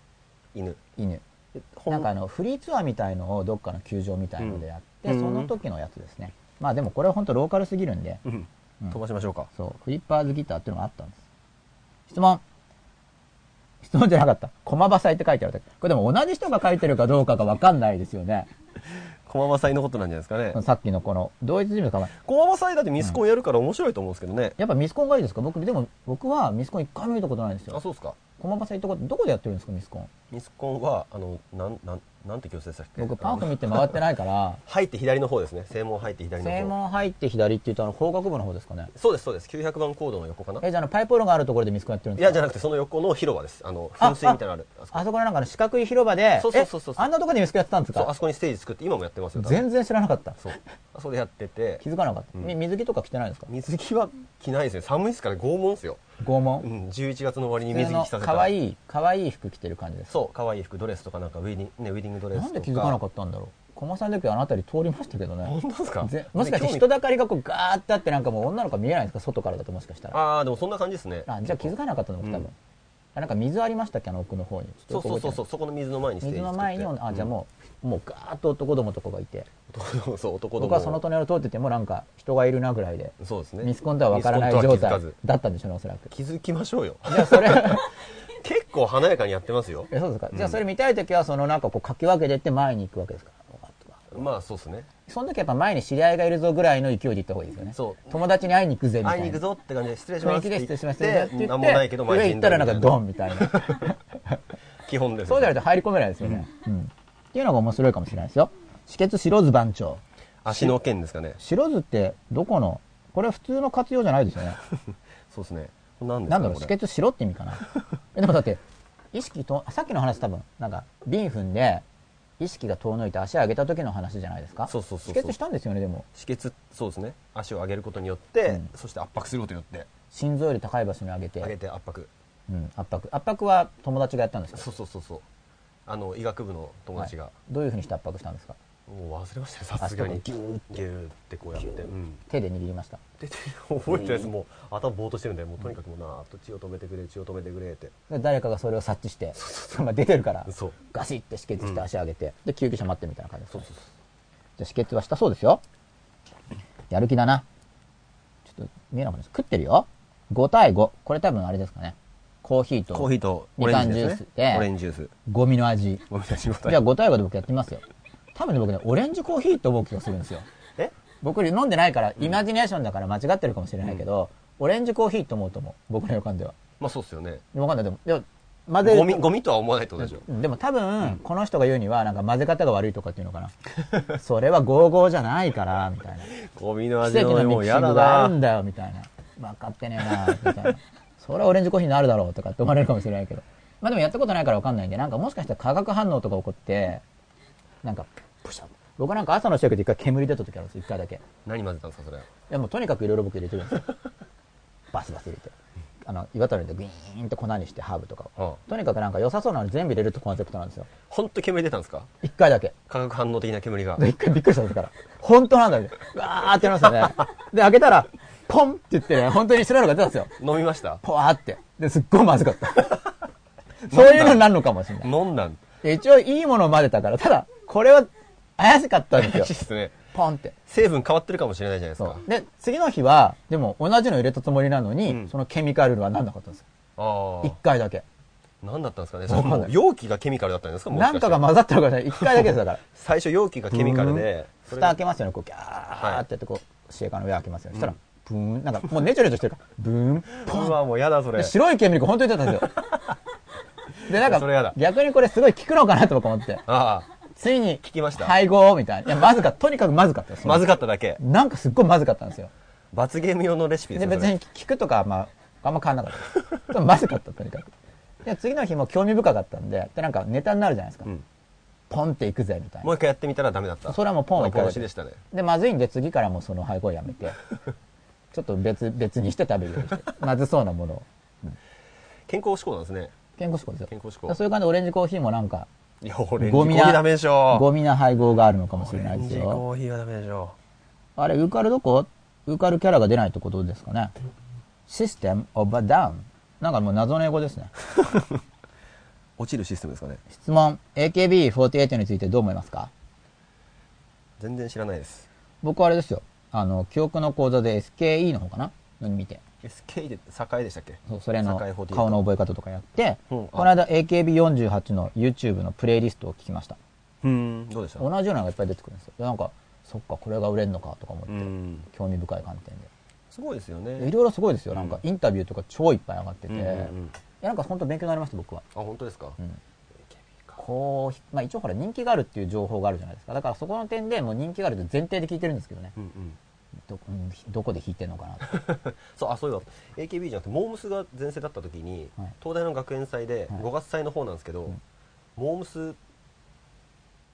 犬犬えほんなんかあのフリーツアーみたいのをどっかの球場みたいのでやって、うんその時のやつですねまあでもこれは本当ローカルすぎるんで、うんうん飛ばしましょうかそう、フリッパーズギターっていうのがあったんです。質問。質問じゃなかった。駒場祭って書いてあるだけ。これでも同じ人が書いてるかどうかがわかんないですよね。駒場祭のことなんじゃないですかねさっきのこの同一人物かま駒場祭だってミスコンやるから面白いと思うんですけどね、やっぱミスコンがいいですか僕、でも僕はミスコン一回も見たことないんですあよ。そうですか駒場祭ってこと、どこでやってるんですか、ミスコン。ミスコンはあのなんなんなんて教室でしたっけ僕、パンフ見てあの回ってないから、入って左の方ですね正門入って左の方正門入って左って言うと、あの、法学部の方ですかね。そうですそうです900番コードの横かなえ、じゃああの、パイプオルガンあるところでミスコンやってるんいですかやじゃなくてその横の広場ですあの噴水みたいなのあるあそこあそこのなんかあの四角い広場で、そうそうそうそうえあんなとこでミスコンやってたんですそうあかそこにステージ作って今もやってますよ多分全然知らなかった。そうあそこでやってて気づかなかった。うんみ水着とか着てないんですか水着は着ないですね寒いですから拷問ですよ、拷う問ん、11月の終わりに普水通着の着させた可愛い可愛い服着てる感じですそう可愛い服ドレスとかなんかウェディング、ね、ウェディングドレスなとかんで気づかなかったんだろう駒さんの時あの辺り通りましたけどね本当ですかぜもしかして人だかりがこうガーってあってなんかもう女の子は見えないんですか外からだともしかしたらああでもそんな感じですねあじゃあ気づかなかったの僕多分、うんあなんか水ありましたっけあの奥の方にちそょっとうそようくそう覚えてないそうそこの水の前にステージ水の作って前にもあじゃあもう、もうガーッと男どもとかがいてうん男のそう男ども僕はその隣を通っててもなんか人がいるなぐらいで、そうですねミスコンとは分からないミスコ状ンとは態気づかずだったんでしょうねおそらく気づきましょうよじゃあそれ *laughs* 結構華やかにやってますよえそうですか、じゃあそれ見たい時はそのなんかこうかき分けてって前に行くわけですか分かったわまあそうですねその時やっぱ前に知り合いがいるぞぐらいの勢いで行った方がいいですよねそう友達に会いに行くぜみたい会いなに行くぞって感じで失礼し雰ま囲す気っで失て言礼っしますってて言って何もないけど上前行ったらなんかドンみたいな基本ですねそうであると入り込めないですよね、うんっていうのが面白いかもしれないですよ止血白図番長足の剣ですかね白図ってどこのこれ普通の活用じゃないですよ *laughs* ねそうですね何ですなかんだろうこ止れ血白って意味かな *laughs* えでもだって意識とさっきの話多分なんか瓶踏んで意識が遠のいて足上げた時の話じゃないですかそうそうそうそう止血したんですよねでも止血そうですね足を上げることによって、うんそして圧迫することによって心臓より高い場所に上げて上げて圧迫うん、圧迫圧迫は友達がやったんですかそうそうそうそうあの医学部の友達が、はいどういうふうにして圧迫したんですかもう忘れましたよさすがあそにこギューってギューってこうやって、うん、手で握りましたでで覚えてないですもう頭ぼーっとしてるんでもうとにかくもうなーっと血を止めてくれ血を止めてくれってで誰かがそれを察知してまあ出てるからそうガシッて止血して足上げて、で救急車待ってみたいな感じですそうねそうそうじゃあ止血はしたそうですよやる気だなちょっと見えなくなっちゃう食ってるよ5対5これ多分あれですかねコーヒーとコーヒーとオレンジみかんジュですねースでオレンジジュースゴミの味ごめんなさい仕事じゃあ5対5で僕やってみますよ多分ね僕ねオレンジコーヒーって思う気がするんですよえ僕飲んでないから、イマジネーションだから間違ってるかもしれないけど、オレンジコーヒーと思うと思う僕の予感ではまあそうっすよねわかんないでもでも混ぜるゴミゴミとは思わないってことでしょでも多分、この人が言うにはなんか混ぜ方が悪いとかっていうのかな *laughs* それは55じゃないからみたいなゴミの奇 *laughs* 味跡ののもミうキシやンだグがあるなんだよみたいな分かってねえなみたいな *laughs* それはオレンジコーヒーになるだろうとかって思われるかもしれないけどまあでもやったことないから分かんないんでなんかもしかしたら化学反応とか起こってなんかプシャッ僕なんか朝の試合で一回煙出た時あるんです一回だけ何混ぜたんですかそれいやもうとにかくいろいろ僕入れてるんです *laughs* よバスバス入れてあの岩谷でグイーンって粉にしてハーブとかを、はとにかくなんか良さそうなの全部入れるとコンセプトなんですよ本当煙出たんですか一回だけ化学反応的な煙がで一回びっくりしたんですから本当なんだみたいなうわーってなりましたねで開けたらポンって言ってね本当に白いのが出たんですよ飲みましたポワーってですっごいまずかったそういうのになるのかもしれない飲んだんで一応いいものを混ぜたからただこれは怪しかったんで怪すしよいっすねポンって成分変わってるかもしれないじゃないですそかうで次の日はでも同じの入れたつもりなのに、うんそのケミカルはなんなかったんですよああ一回だけ何だったんですかねそれもう容器がケミカルだったんですかもしかなしてんかが混ざってるからね、一回だけですだから。最初容器がケミカルでそ蓋れが開けますよね、こう、ギャーってやって、こう、シェーカーの上開けますよね。そしたら、ブーン、なんかもうねちょねちょしてるから、ブー *laughs* ン、ポンうわもうやだそでれ白い煙が本当に出てたん *laughs* ですよ。で、なんそれやかだ、逆にこれすごい効くのかなと僕思 *laughs* って。ああついに、聞きました配合み *laughs* たいな。いや、まずかった、とにかくまずかったです。まずかっただけなんかすっごいまずかったんですよ。罰ゲーム用のレシピですで、よそ別れに聞くとかは、まあ、あんま変わんなかったです。でもまずかった、とにかく。で、次の日も興味深かったんで、で、なんかネタになるじゃないですか。うんポンっていくぜ、みたいもうな。一回やってみたらダメだったそれはもうポンを一回押しでしたねで、まずいんで、次からもうその配合やめて、 *laughs* ちょっと別、別にして食べるようにして。まずそうなものを。健康志向なんですね健康志向ですよ。健康志だから向そういう感じでオレンジコーヒーもなんか、いやオレンジコゴーミヒなーダメでしゴょミな配合があるのかもしオれレないンですジよ。コーヒーはダメでしょあれ、ウーカルどこウーカルキャラが出ないってことですかね。システムオブダウン。なんかもう謎の英語ですね。落ちるシステムですかね質問。AKB48 についてどう思いますか全然知らないです僕はあれですよ。あの、記憶の講座で SKE の方かなのに見て。 SK で栄でしたっけそうそれの栄48顔の覚え方とかやって、うんあこの間 AKB48 の YouTube のプレイリストを聞きました。うんどうでした同じようなのがいっぱい出てくるんですよ。でなんか、そっか、これが売れるのかとか思って、うん興味深い観点で。すごいですよでいねろいろすごいですよ。なんか、インタビューとか超いっぱい上がってて、うんうんうんいや、なんか本当勉強になりました、僕は。あ本当ですかうん。こう、まあ一応ほら人気があるっていう情報があるじゃないですか。だからそこの点でもう人気があると前提で聞いてるんですけどね。うんうんどうんどこで弾いてんのか *laughs* なと。そうあそういえば AKB じゃなくてモームスが全盛だった時に、はい東大の学園祭ではい5月祭の方なんですけど、うんモームス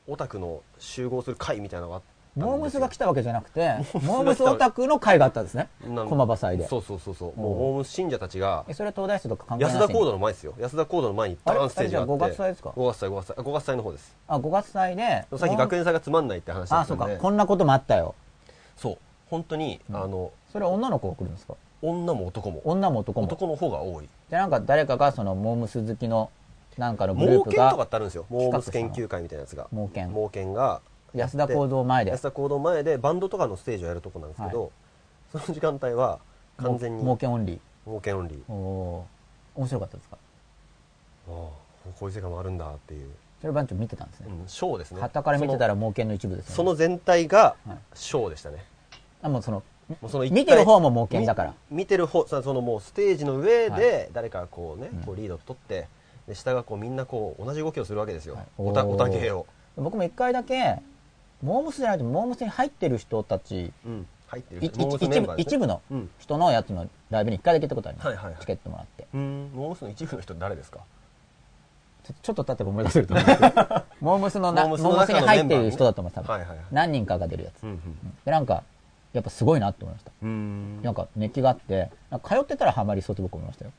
オタクの集合する会みたいなのがあったんですよモームスが来たわけじゃなく *laughs* て、モモーームムススオタクの会があったんですね。なん駒場祭で。そうそうそうそう、んもうモームス信者たちがえそれは東大生とか関係ない安田講堂の前ですよ安田講堂の前にダーンステージがあってあれあれじゃあ五月祭ですか5月祭5月祭5月祭の方ですあ、5月祭で。さっき学園祭がつまんないって話だあ、ったそうんでか。こんなこともあったよ。そう本当に、うんあのそれは女の子が来るんですか女も男も女も男も。男の方が多いで、なんか誰かがそのモームス好きのなんかのグル盲ープ検とかがっ、てあるんですよ企モー画ムしスたの研究会みたいなやつが盲検盲検が安田講堂前で安。田講堂前でバンドとかのステージをやるとこなんですけど、はその時間帯は完全にも盲うけオンリ検オンリーー。おー面白かったですかああこういう世界もあるんだっていう、それ番長見てたんですうね。ん、ショーですね旗から見てたらら盲検の一部ですよ、ね。その全体がはいショーでしたね、あ、もうその、もうその一体見てる方も盲検だから。み見てる方そのそのもうステージの上はで誰かがこうね、うんこうリードを取ってで下がこうみんなこう同じ動きをするわけですよ、はいおたおーおたけを、僕も一回だけ、モームスじゃなくて、モームスに入ってる人たち、うん、入っているい人モームス一部一部のうん人のやつのライブに一回だけ行ったことあります。はいはいはいチケットもらって。うんモームスの一部の人誰ですかちょちょっと経っても思い出せると思うんですけど、モームスのな、モモームスのームスに入ってる人だと思う、多分、中のメンバーねはいはいはい何人かが出るやつ。うんで、なんか、やっぱすごいなって思いました。うんうんなんか熱気があって、なんか通ってたらハマりそうって僕思いましたよ。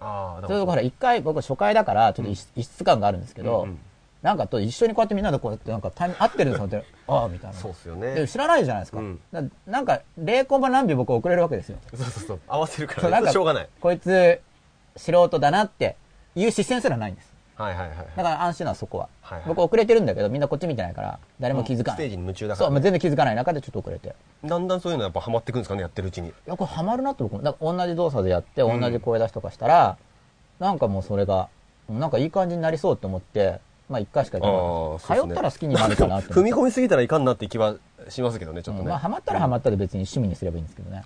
ああだそれらとほら、一回僕初回だから、ちょっと異質異質感があるんですけど、うんうんなんかと一緒にこうやってみんなでこうやって、なんかタイミ合ってるんですよって、ああ、みたいな。そうっすよでね知らないじゃないですか。うんななんか、0コンマ何秒僕遅れるわけですよ。そうそうそう合わせるかそうなんらねかしょうがないこいつ、素人だなっていう視線すらないんです。はいはいはいだから安心なのそこは。はいはい僕遅れてるんだけど、みんなこっち見てないから、誰も気づかない。ステージに夢中だかそう、らもうね全然気づかない中でちょっと遅れて。だんだんそういうのやっぱハマってくんですかねやってるうちにいや、これハマるなって僕も、なんか同じ動作でやって、う同んじ声出しとかしたら、なんかもうそれが、なんかいい感じになりそうって思って、まあ一回しか行かなかったです。あーそうっす通ねったら好きになるかなって思 *laughs* 踏って。み込みすぎたらいかんなって気はしますけどねちょっとうんねまあ、ハマったらハマったで別に趣味にすればいいんですけ *laughs* どね。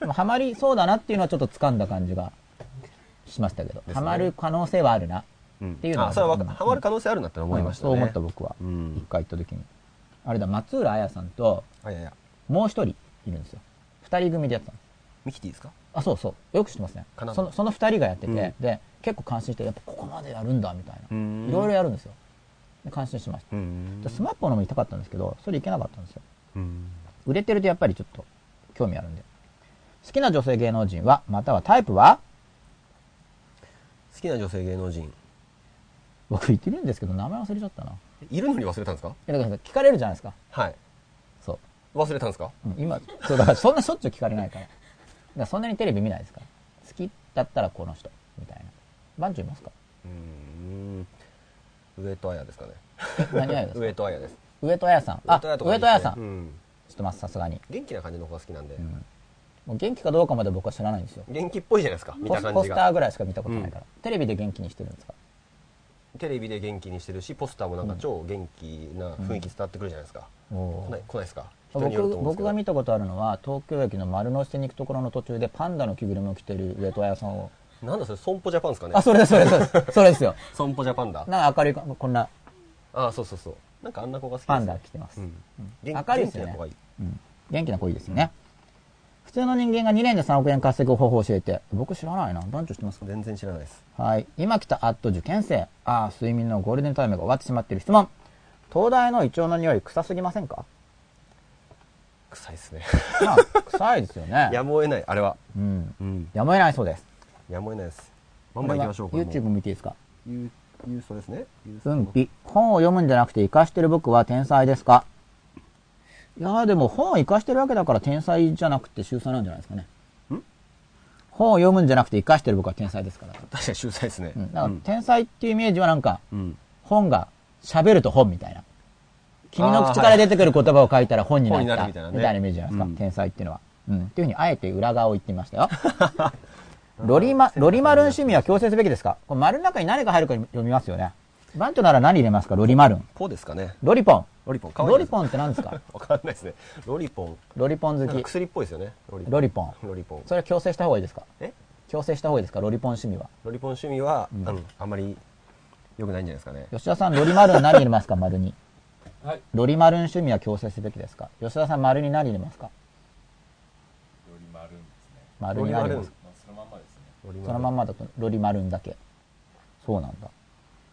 でもハマりそうだなっていうのはちょっと掴んだ感じがしましたけど、ねハマる可能性はあるな。っていうのはあそれはわうんかハマる可能性あるなって思いましたね、そう思った僕は。うん一回行った時に。あれだ、松浦彩さんと、あいやいやもう一人いるんですよ。二人組でやってたのミキティですかあ、そうそう。よく知ってますね。かなそのその二人がやってて、うんで、結構感心して、やっぱここまでやるんだ、みたいな。んいろいろやるんですよ。で感心しました。うんでスマップのも行きたかったんですけど、それ行けなかったんですよ。うん売れてるとやっぱりちょっと興味あるんで。好きな女性芸能人は、またはタイプは好きな女性芸能人僕言ってるんですけど、名前忘れちゃったな。いいるのに忘れたんですかやだから聞かれるじゃないですか。はいそう。忘れたんですかうん今、そうだからそんなしょっちゅう聞かれないから。だからそんなにテレビ見ないですから。好きだったらこの人、みたいな。番長いますかうん上戸彩ですかねえ何がですか上戸彩です上戸彩さん。あ、上戸か彩さん。う知ん、ってます、さすがに。元気な感じの方が好きなんで、うんもう元気かどうかまで僕は知らないんですよ。元気っぽいじゃないですか見ポたス感ポスじタがーぐらいしか見たことないから、テレビで元気にしてるんですかテレビで元気にしてるしポスターもなんか超元気な雰囲気伝わってくるじゃないですか、お来ーない来ないですか人によ僕ると思うんです僕けがど見たことあるのは東京駅の丸の内に行くところの途中でパンダの着ぐるみを着てる上戸彩さんをなんだそれ損保ジャパンですかねあそれですそれですそれですそれですよ損保ジャパンだなんか明るいここんなああそうそうそうなんかあんな子が好きですパンダ着てます、うんうん元明るい元ですよ気なね子がいいうん元気な子いいですよね普通の人間が2年で3億円稼ぐ方法を教えて僕知らないな団長知ってますか全然知らないですはい今来たアット受験生ああ睡眠のゴールデンタイムが終わってしまっている質問東大のイチョウの匂い臭すぎませんか臭いですねまあ *laughs* 臭いですよねやむを得ないあれはうんうんやむを得ないそうですやむを得ないですバンバン行きましょうこれは YouTube も見ていいですかゆゆそうですねゆうそううんぴ。本を読むんじゃなくて、生かしてる僕は天才ですかいやーでも本を生かしてるわけだから天才じゃなくて秀才なんじゃないですかね。ん本を読むんじゃなくて生かしてる僕は天才ですから。確かに秀才ですねうん。だから天才っていうイメージはなんか、うん本が喋ると本みたいな。君の口から出てくる言葉を書いたら本にな本になったみるみたたいいななイねメージじゃないですかう。ん天才っていうのは。うん。っていうふうにあえて裏側を言ってみましたよ。 *laughs* ロリマ、ロリマルン趣味は強制すべきですかこれ丸の中に何が入るか読みますよね。バントなら何入れますかロリマルン。ポですかねロリポン。ロリポンかわいいロリンポンって何ですかわかんないですねロリポンロリポンなん好かき。薬っぽいですよねロリロリポン。ロリポンそれは強制した方がいいですかえ強制した方がいいですかロリポン趣味は。ロリポン趣味は、あのあんまり良くないんじゃないですかね吉田さん、ロリマルン何入れますか丸に。はい。ロリマルン趣味は強制すべきですか吉田さん、丸に何入れますかより丸いんですね。丸に何入れますかまあ、そのまんまですね。ロリマルそのまんまだとロリマルンだけ。そうなんだ。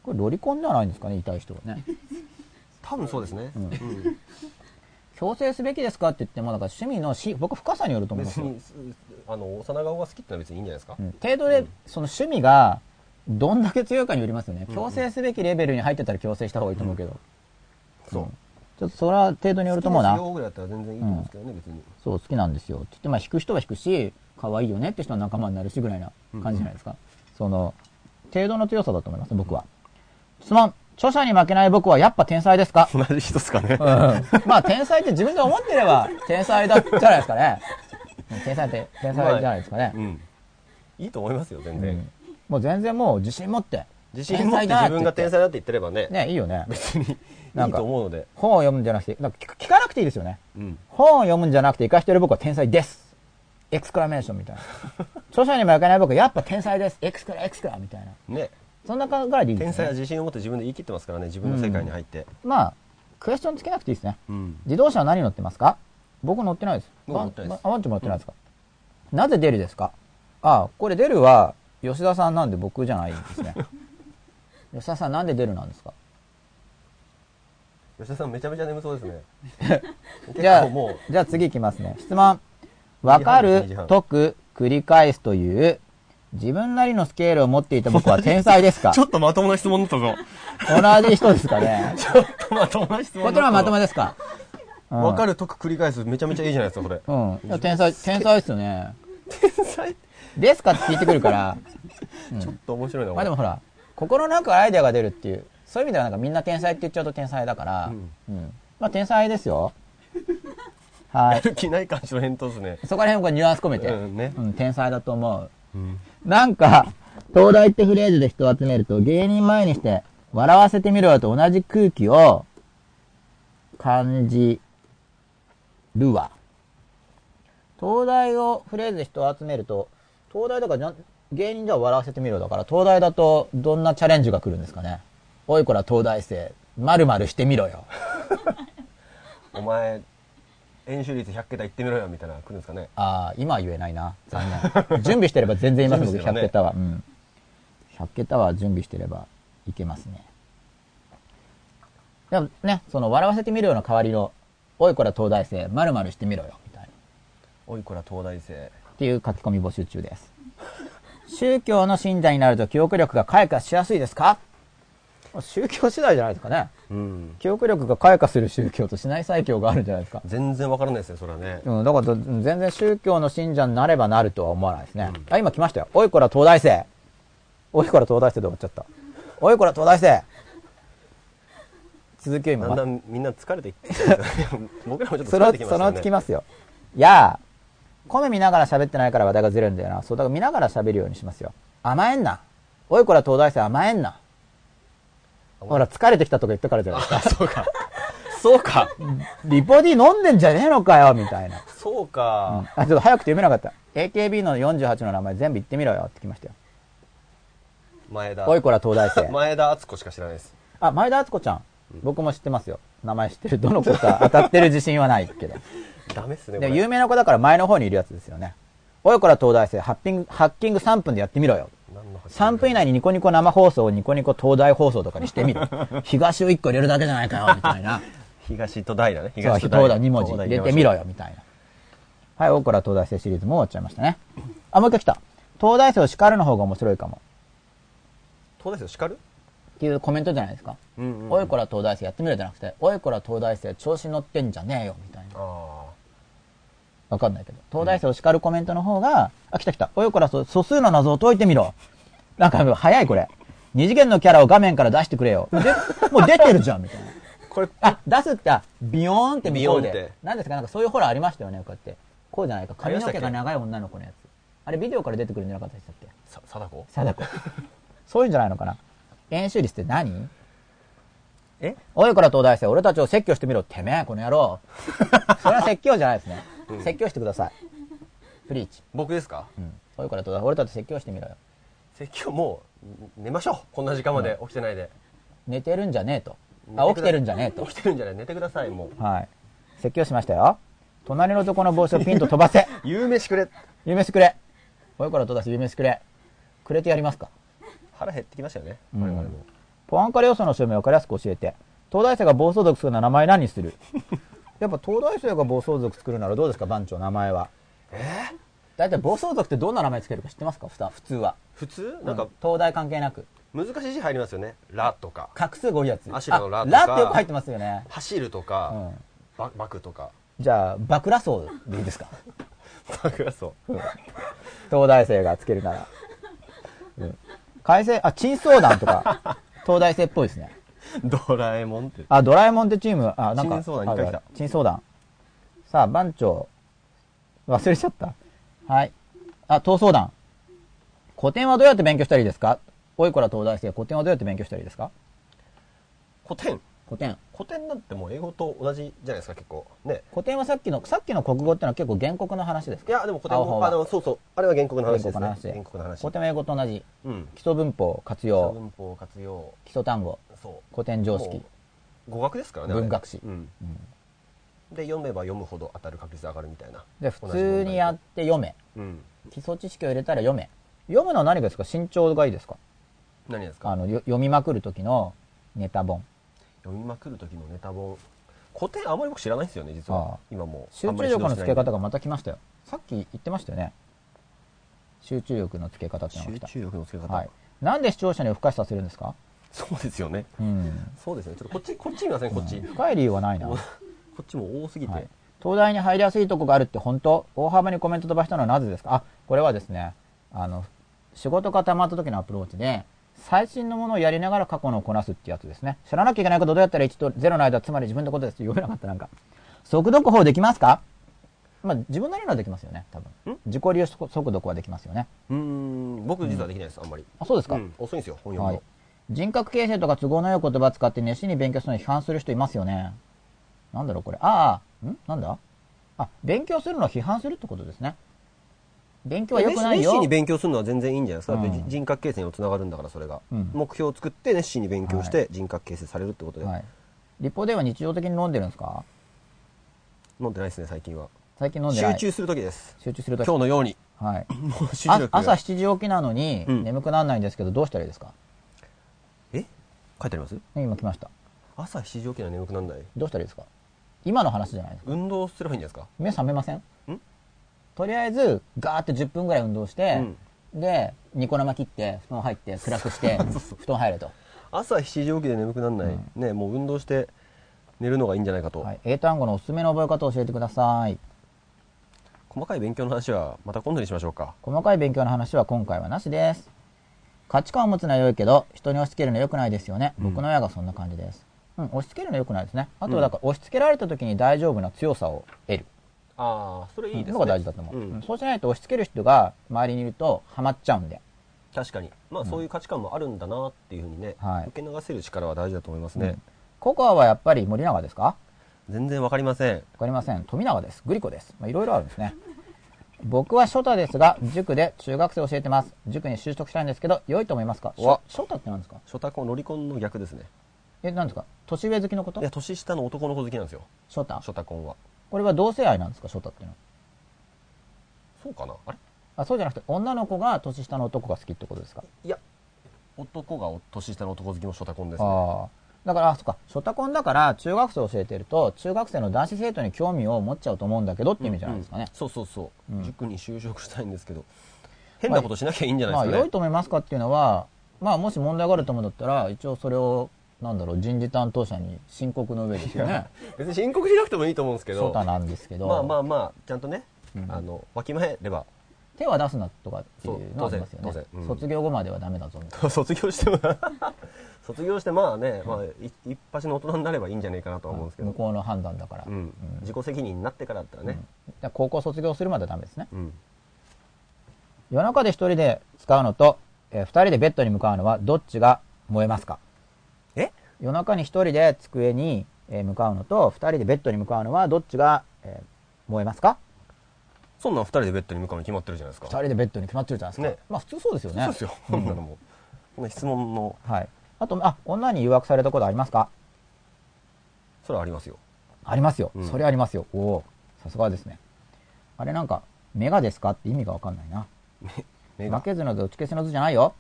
これロリコンじゃないんですかね痛い人は *laughs* ね。多分そうですね、うんうん強制すべきですかって言っても、だから趣味のし、僕深さによると思うんです別よ。にすあの幼顔が好きってのは別にいいんじゃないですか、うん程度で、その趣味が、どんだけ強いかによりますよね。強制すべきレベルに入ってたら強制した方がいいと思うけど。そう、んちょっとそれは程度によると思うな好きです。よぐらいだったら全然いいと思うんですけどね、別にそう、好きなんですよ。って言って、まあ、弾く人は弾くし、可愛いよねって人は仲間になるしぐらいな感じじゃないですか。その、程度の強さだと思います、僕は。質問。著者に負けない僕はやっぱ天才ですか同じ人ですかねうん。まあ、天才って自分で思ってれば、天才だ、じゃないですかね。うん天才って、天才じゃないですかねう。んいいと思いますよ全う然、んもう全然もう自信持って。自信持って自分が天才だって言ってればねね、いいよね。別にいいなんかと思うので、本を読むんじゃなくて、なんか聞く聞かなくていいですよね。うん、本を読むんじゃなくて生かしてる僕は天才ですエクスクラメーションみ *laughs* たいな著者にも焼かない僕はやっぱ天才ですエクスクラエクスクラみたいなねそんな感じでいいで天すよ才はね自信を持って自分で言い切ってますからね自分の世界に入って、まあクエスチョンつけなくていいですねうん自動車は何乗ってますか僕乗ってないです僕乗ってないですあワンチも乗ってないですか、なぜ出るですかああこれ出るは吉田さんなんで僕じゃないです *laughs* ね吉田さんなんで出るなんですか吉田さんめちゃめちゃ眠そうです *laughs* ね結じゃあ構もう、じゃあ次いきますね。質問。わかいいるじゃ、ん解く、繰り返すという、自分なりのスケールを持っていた僕は天才ですか *laughs* ちょっとまともな質問だったぞ。同じ人ですかね。 *laughs* ちょっとまともな質問こちらはまともで。ですかうんわかる、解く、繰り返す。めちゃめちゃいいじゃないですか、それ。うん。いや天才、天才ですよね。天才ですかって聞いてくる *laughs* から、ちょっと面白いな、まあでもこほら、心なくアイデアが出るっていう、そういう意味ではなんかみんな天才って言っちゃうと天才だから、うん。まあ天才ですよ。れは *laughs* やい。る気ない感じの返答ですね。そこら辺もこうニュアンス込めて、うんねうん、天才だと思う。うん。なんか、東大ってフレーズで人を集めると、芸人前にして、笑わせてみろよと同じ空気を、感じるわ。東大をフレーズで人を集めると、東大だからじゃん、芸人では笑わせてみろだから、東大だとどんなチャレンジが来るんですかね。おいこら東大生、まるまるしてみろよ。お前、演習率100桁いってみろよ、みたいな、来るんですかね。ああ、今は言えないな。残念。準備してれば全然います、僕、準備し100てればね桁は。うん。100桁は準備してればいけますね。でもね、その、笑わせてみるような代わりの、おい、こら東大生、まるまるしてみろよ、みたいな。おい、こら、東大生。っていう書き込み募集中です。宗教の信者になると記憶力が開花しやすいですか宗教次第じゃないですかね。うん。記憶力が開花する宗教としない最強があるんじゃないですか。全然わからないですね、それはね。うん、だから全然宗教の信者になればなるとは思わないですね。あ、今来ましたよ。おいこら東大生。おいこら東大生で終わっちゃった。おいこら東大生。続きを今、だんだんみんな疲れてきてる *laughs* 僕らもちょっとそ疲れのてきましそたのね。つきますよ。いやあ、米見ながら喋ってないから話題がずれるんだよな。そう、だから見ながら喋るようにしますよ。甘えんな。おいこら東大生甘えんな。ほら、疲れてきたとか言ったからじゃないですか。そうかそうかリポディ飲んでんじゃねえのかよみたいな。そううんか、あ、ちょっと早くて読めなかった。AKB の48の名前全部言ってみろよって来ましたよ。前田おいこら東大生。前田敦子しか知らないですあ、前田敦子ちゃん。僕も知ってますよ。名前知ってる。どの子 *laughs* か当たってる自信はないけど。ダメっすねでこもれ有名な子だから前の方にいるやつですよね。おいこら東大生、ハッピング、ハッキング3分でやってみろよ。何の話3分以内にニコニコ生放送をニコニコ東大放送とかにして *laughs* みる。東を1個入れるだけじゃないかよ、みたいな。東と大だねそう、東 *laughs* 東と大2文字入れてみろよよ、みたいな。はい、大倉東大生シリーズもう終わっちゃいましたね。あ、もう一回来た。東大生を叱るの方が面白いかも。東大生叱るっていうコメントじゃないですか。うんうんおいこら東大生やってみろじゃなくて、おいこら東大生調子乗ってんじゃねえよ、みたいな。あわかんないけど。東大生を叱るコメントの方が、あ、来た来た。おいこら素素数の謎を解いてみろ。なんか早いこれ。二次元のキャラを画面から出してくれよ。で、もう出てるじゃん、みたいな。あこれあ、出すって、あビヨーンって向こうビヨーンっでて。なんですかなんかそういうホラーありましたよね、こうやって。こうじゃないか。髪の毛が長い女の子のやつ。あれビデオから出てくるんじゃなかったでしたっけさ貞子貞子。そういうんじゃないのかな。演習率って何えおいこら東大生、俺たちを説教してみろ。てめえ、この野郎。それは説教じゃないですね。説教してください。プリーチ。僕ですかうん。おいこら東大生、俺たち説教してみろよ。説教もう寝ましょうこんな時間まで起きてないで寝てるんじゃねえと。あ、起きてるんじゃねえと起。きてるんじゃない寝てくださいもうはい。説教しましたよ。隣の男の帽子をピンと飛ばせ。夕飯くれゆめしてくれ。親から東大生ゆめしてくれ。くれてやりますか。腹減ってきましたよねうん我々もポアンカレ要素の証明を分かりやすく教えて。東大生が暴走族作るなら名前何にす *laughs* るやっぱ東大生が暴走族作るならどうですか番長名前は。え大体暴走族ってどんな名前つけるか知ってますかふた普通は。普通なんかう東大関係なく。難しい字入りますよねラとか画数が多いやつ。アシュラのラあとかってよく入ってますよね。走るとうかん。ばバクとかじゃあ、バクラ層でいいです *laughs* かバクそう東大生がつけるなら。うん。改正、あ、珍相談と *laughs* か、東大生っぽいですね。ドラえもんってあ、ドラえもんってチーム、あ、なんか。珍相談一回来たあ。珍相談。さあ、番長。忘れちゃった。はい。あ、東相談。古典はどうやって勉強したらいいですかおいこら東大生、古典はどうやって勉強したらいいですか古典古典。古典なんてもう英語と同じじゃないですか結構ね古典はさっきの、さっきの国語ってのは結構原告の話ですいかやでも古典青葉もはあのそうそうあれは原告の原話で告すのね話。原告の話古典は英語と同じ。うん基礎文法活基礎用、文法活用基礎単語、そう古典常識も。う語学ですからねあれ文学史うんうんで読めば読むほど当たる確率上がるみたいなで、普通にやって読め。うん基礎知識を入れたら読め。読むのは何がですか身長がいいですか何ですあかのよ読みまくる時のネタ本読みまくる時のネタ本古典あまり僕知らないんですよね実ああは今もう集あんま中り力のつ指導しなけい方がまた来ましたよさっき言ってましたよね集中力のつけ方っていうのが来集た中力のつけ方、はい、なんで視聴者に不可視させるんですか、そうですよねうん、そうですねちょっとこっちこっち見ませんこっち、深い理由はないな、もうはこっちも多すぎて、い、東大に入りやすいとこがあるって本当大幅にコメント飛ばしたのはなぜですかあこれはですねあの仕事が溜まった時のアプローチで最新のものをやりながら過去のをこなすってやつですね知らなきゃいけないことどうやったら1と0の間つまり自分のことですって読めなかったなんか速読法できますかまあ、自分なりのはできますよね、多分ん。自己流速読はできますよね。うーん僕実はできないですあんまり、あ、そうですか。うん遅いんですよ本読むはの、い。人格形成とか都合の良い言葉使って熱心に勉強するのに批判する人いますよね。なんだろう、これ。ああ、んなんだあ、勉強するのを批判するってことですね。勉強は良くない熱よ心に。勉強するのは全然いいんじゃないですか、だってうん人人格形成にもつながるんだからそれが、うん目標を作って熱心に勉強して人格形成されるってことで、はい。立法では日常的に飲んでるんですか飲んでないですね最近は最近飲んでな集い。中する時です集中する今と日のようにはい。もう *laughs* 集中 *laughs* あ力が朝7時起きなのに、うん眠くならないんですけど、どうしたらいいですかえ書いてありますね今来ました。朝7時起きなら眠くならないどうしたらいいですか今の話じゃないですか。運動すればいいんじゃないですか目覚めませんとりあえず、ガーって10分ぐらい運動して、で、ニコ生切って、布団入って、暗く *laughs* して、布団入れと。朝7時起きで眠くならない、ねもう運動して寝るのがいいんじゃないかと、はい、英単語のおすすめの覚え方を教えてください。細かい勉強の話はまた今度にしましょうか細かい勉強の話は今回はなしです。価値観を持つのは良いけど、人に押し付けるのは良くないですよね。僕の親がそんな感じです。うん、押し付けるのは良くないですね。あとはだから、押し付けられた時に大丈夫な強さを得る。ああそれいいですねのが大事だと思う、んうんそうしないと押し付ける人が周りにいるとハマっちゃうんで。確かにまあそういう価値観もあるんだなっていうふうにね、はい受け流せる力は大事だと思いますね、ココアはやっぱり森永ですか全然わかりませんわかりません。富永です。グリコです。まあ、いろいろあるんですね。僕はショタですが、塾で中学生を教えてます。塾に就職したいんですけど、良いと思いますかシうわョショタって何ですか初タコロリコンの逆ですねえ、何ですか年上好きのこといや年下の男の子好きなんですよショタ初タコンはこれは同性愛なんですかショタっていうのは。そうかなあれあ、そうじゃなくて、女の子が年下の男が好きってことですかいや男がお年下の男好きの初タコンですねああ。だから、あそっか、ショタコンだから、中学生を教えてると、中学生の男子生徒に興味を持っちゃうと思うんだけどって意味じゃないですかねうん。そうそうそう、うん塾に就職したいんですけど変なことしなきゃいいんじゃないまあ、ですかね、良いと思いますかっていうのは、まあ、もし問題があると思うんだったら、一応それを、なんだろう、人事担当者に申告の上ですよね。別に申告しなくてもいいと思うんですけソどタなんですけど、まあまあまあちゃんとね、うんあのわきまえれば手は出すなとかっていうのはありますよねそう当然。当然うん卒業後まではダメだぞみたい卒業しても卒業してまあね、まあ、い一発の大人になればいいんじゃないかなとは思うんですけな。向ど、こうの判断だから。うんうん自己責任になってからだったらね、だから高校卒業するまではダメですね。うん夜中で一人で使うのと、えー二人でベッドに向かうのは、どっちが燃えますかえ夜中に一人で机に、えー向かうのと、二人でベッドに向かうのは、どっちが、えー燃えますかそんなん二人でベッドに向かうに決まってるじゃないですか二人でベッドに決まってるじゃないですか。ねまあ普通そうですよね。そうですよ、そんなのもこの質問のはい。あと、あ、女に誘惑されたことありますかそれはありますよありますよ。うんそれありますよ。おおさすがですね。あれなんか、メガですかって意味がわかんないな。目が負けずの図、打ち消せの図じゃないよ。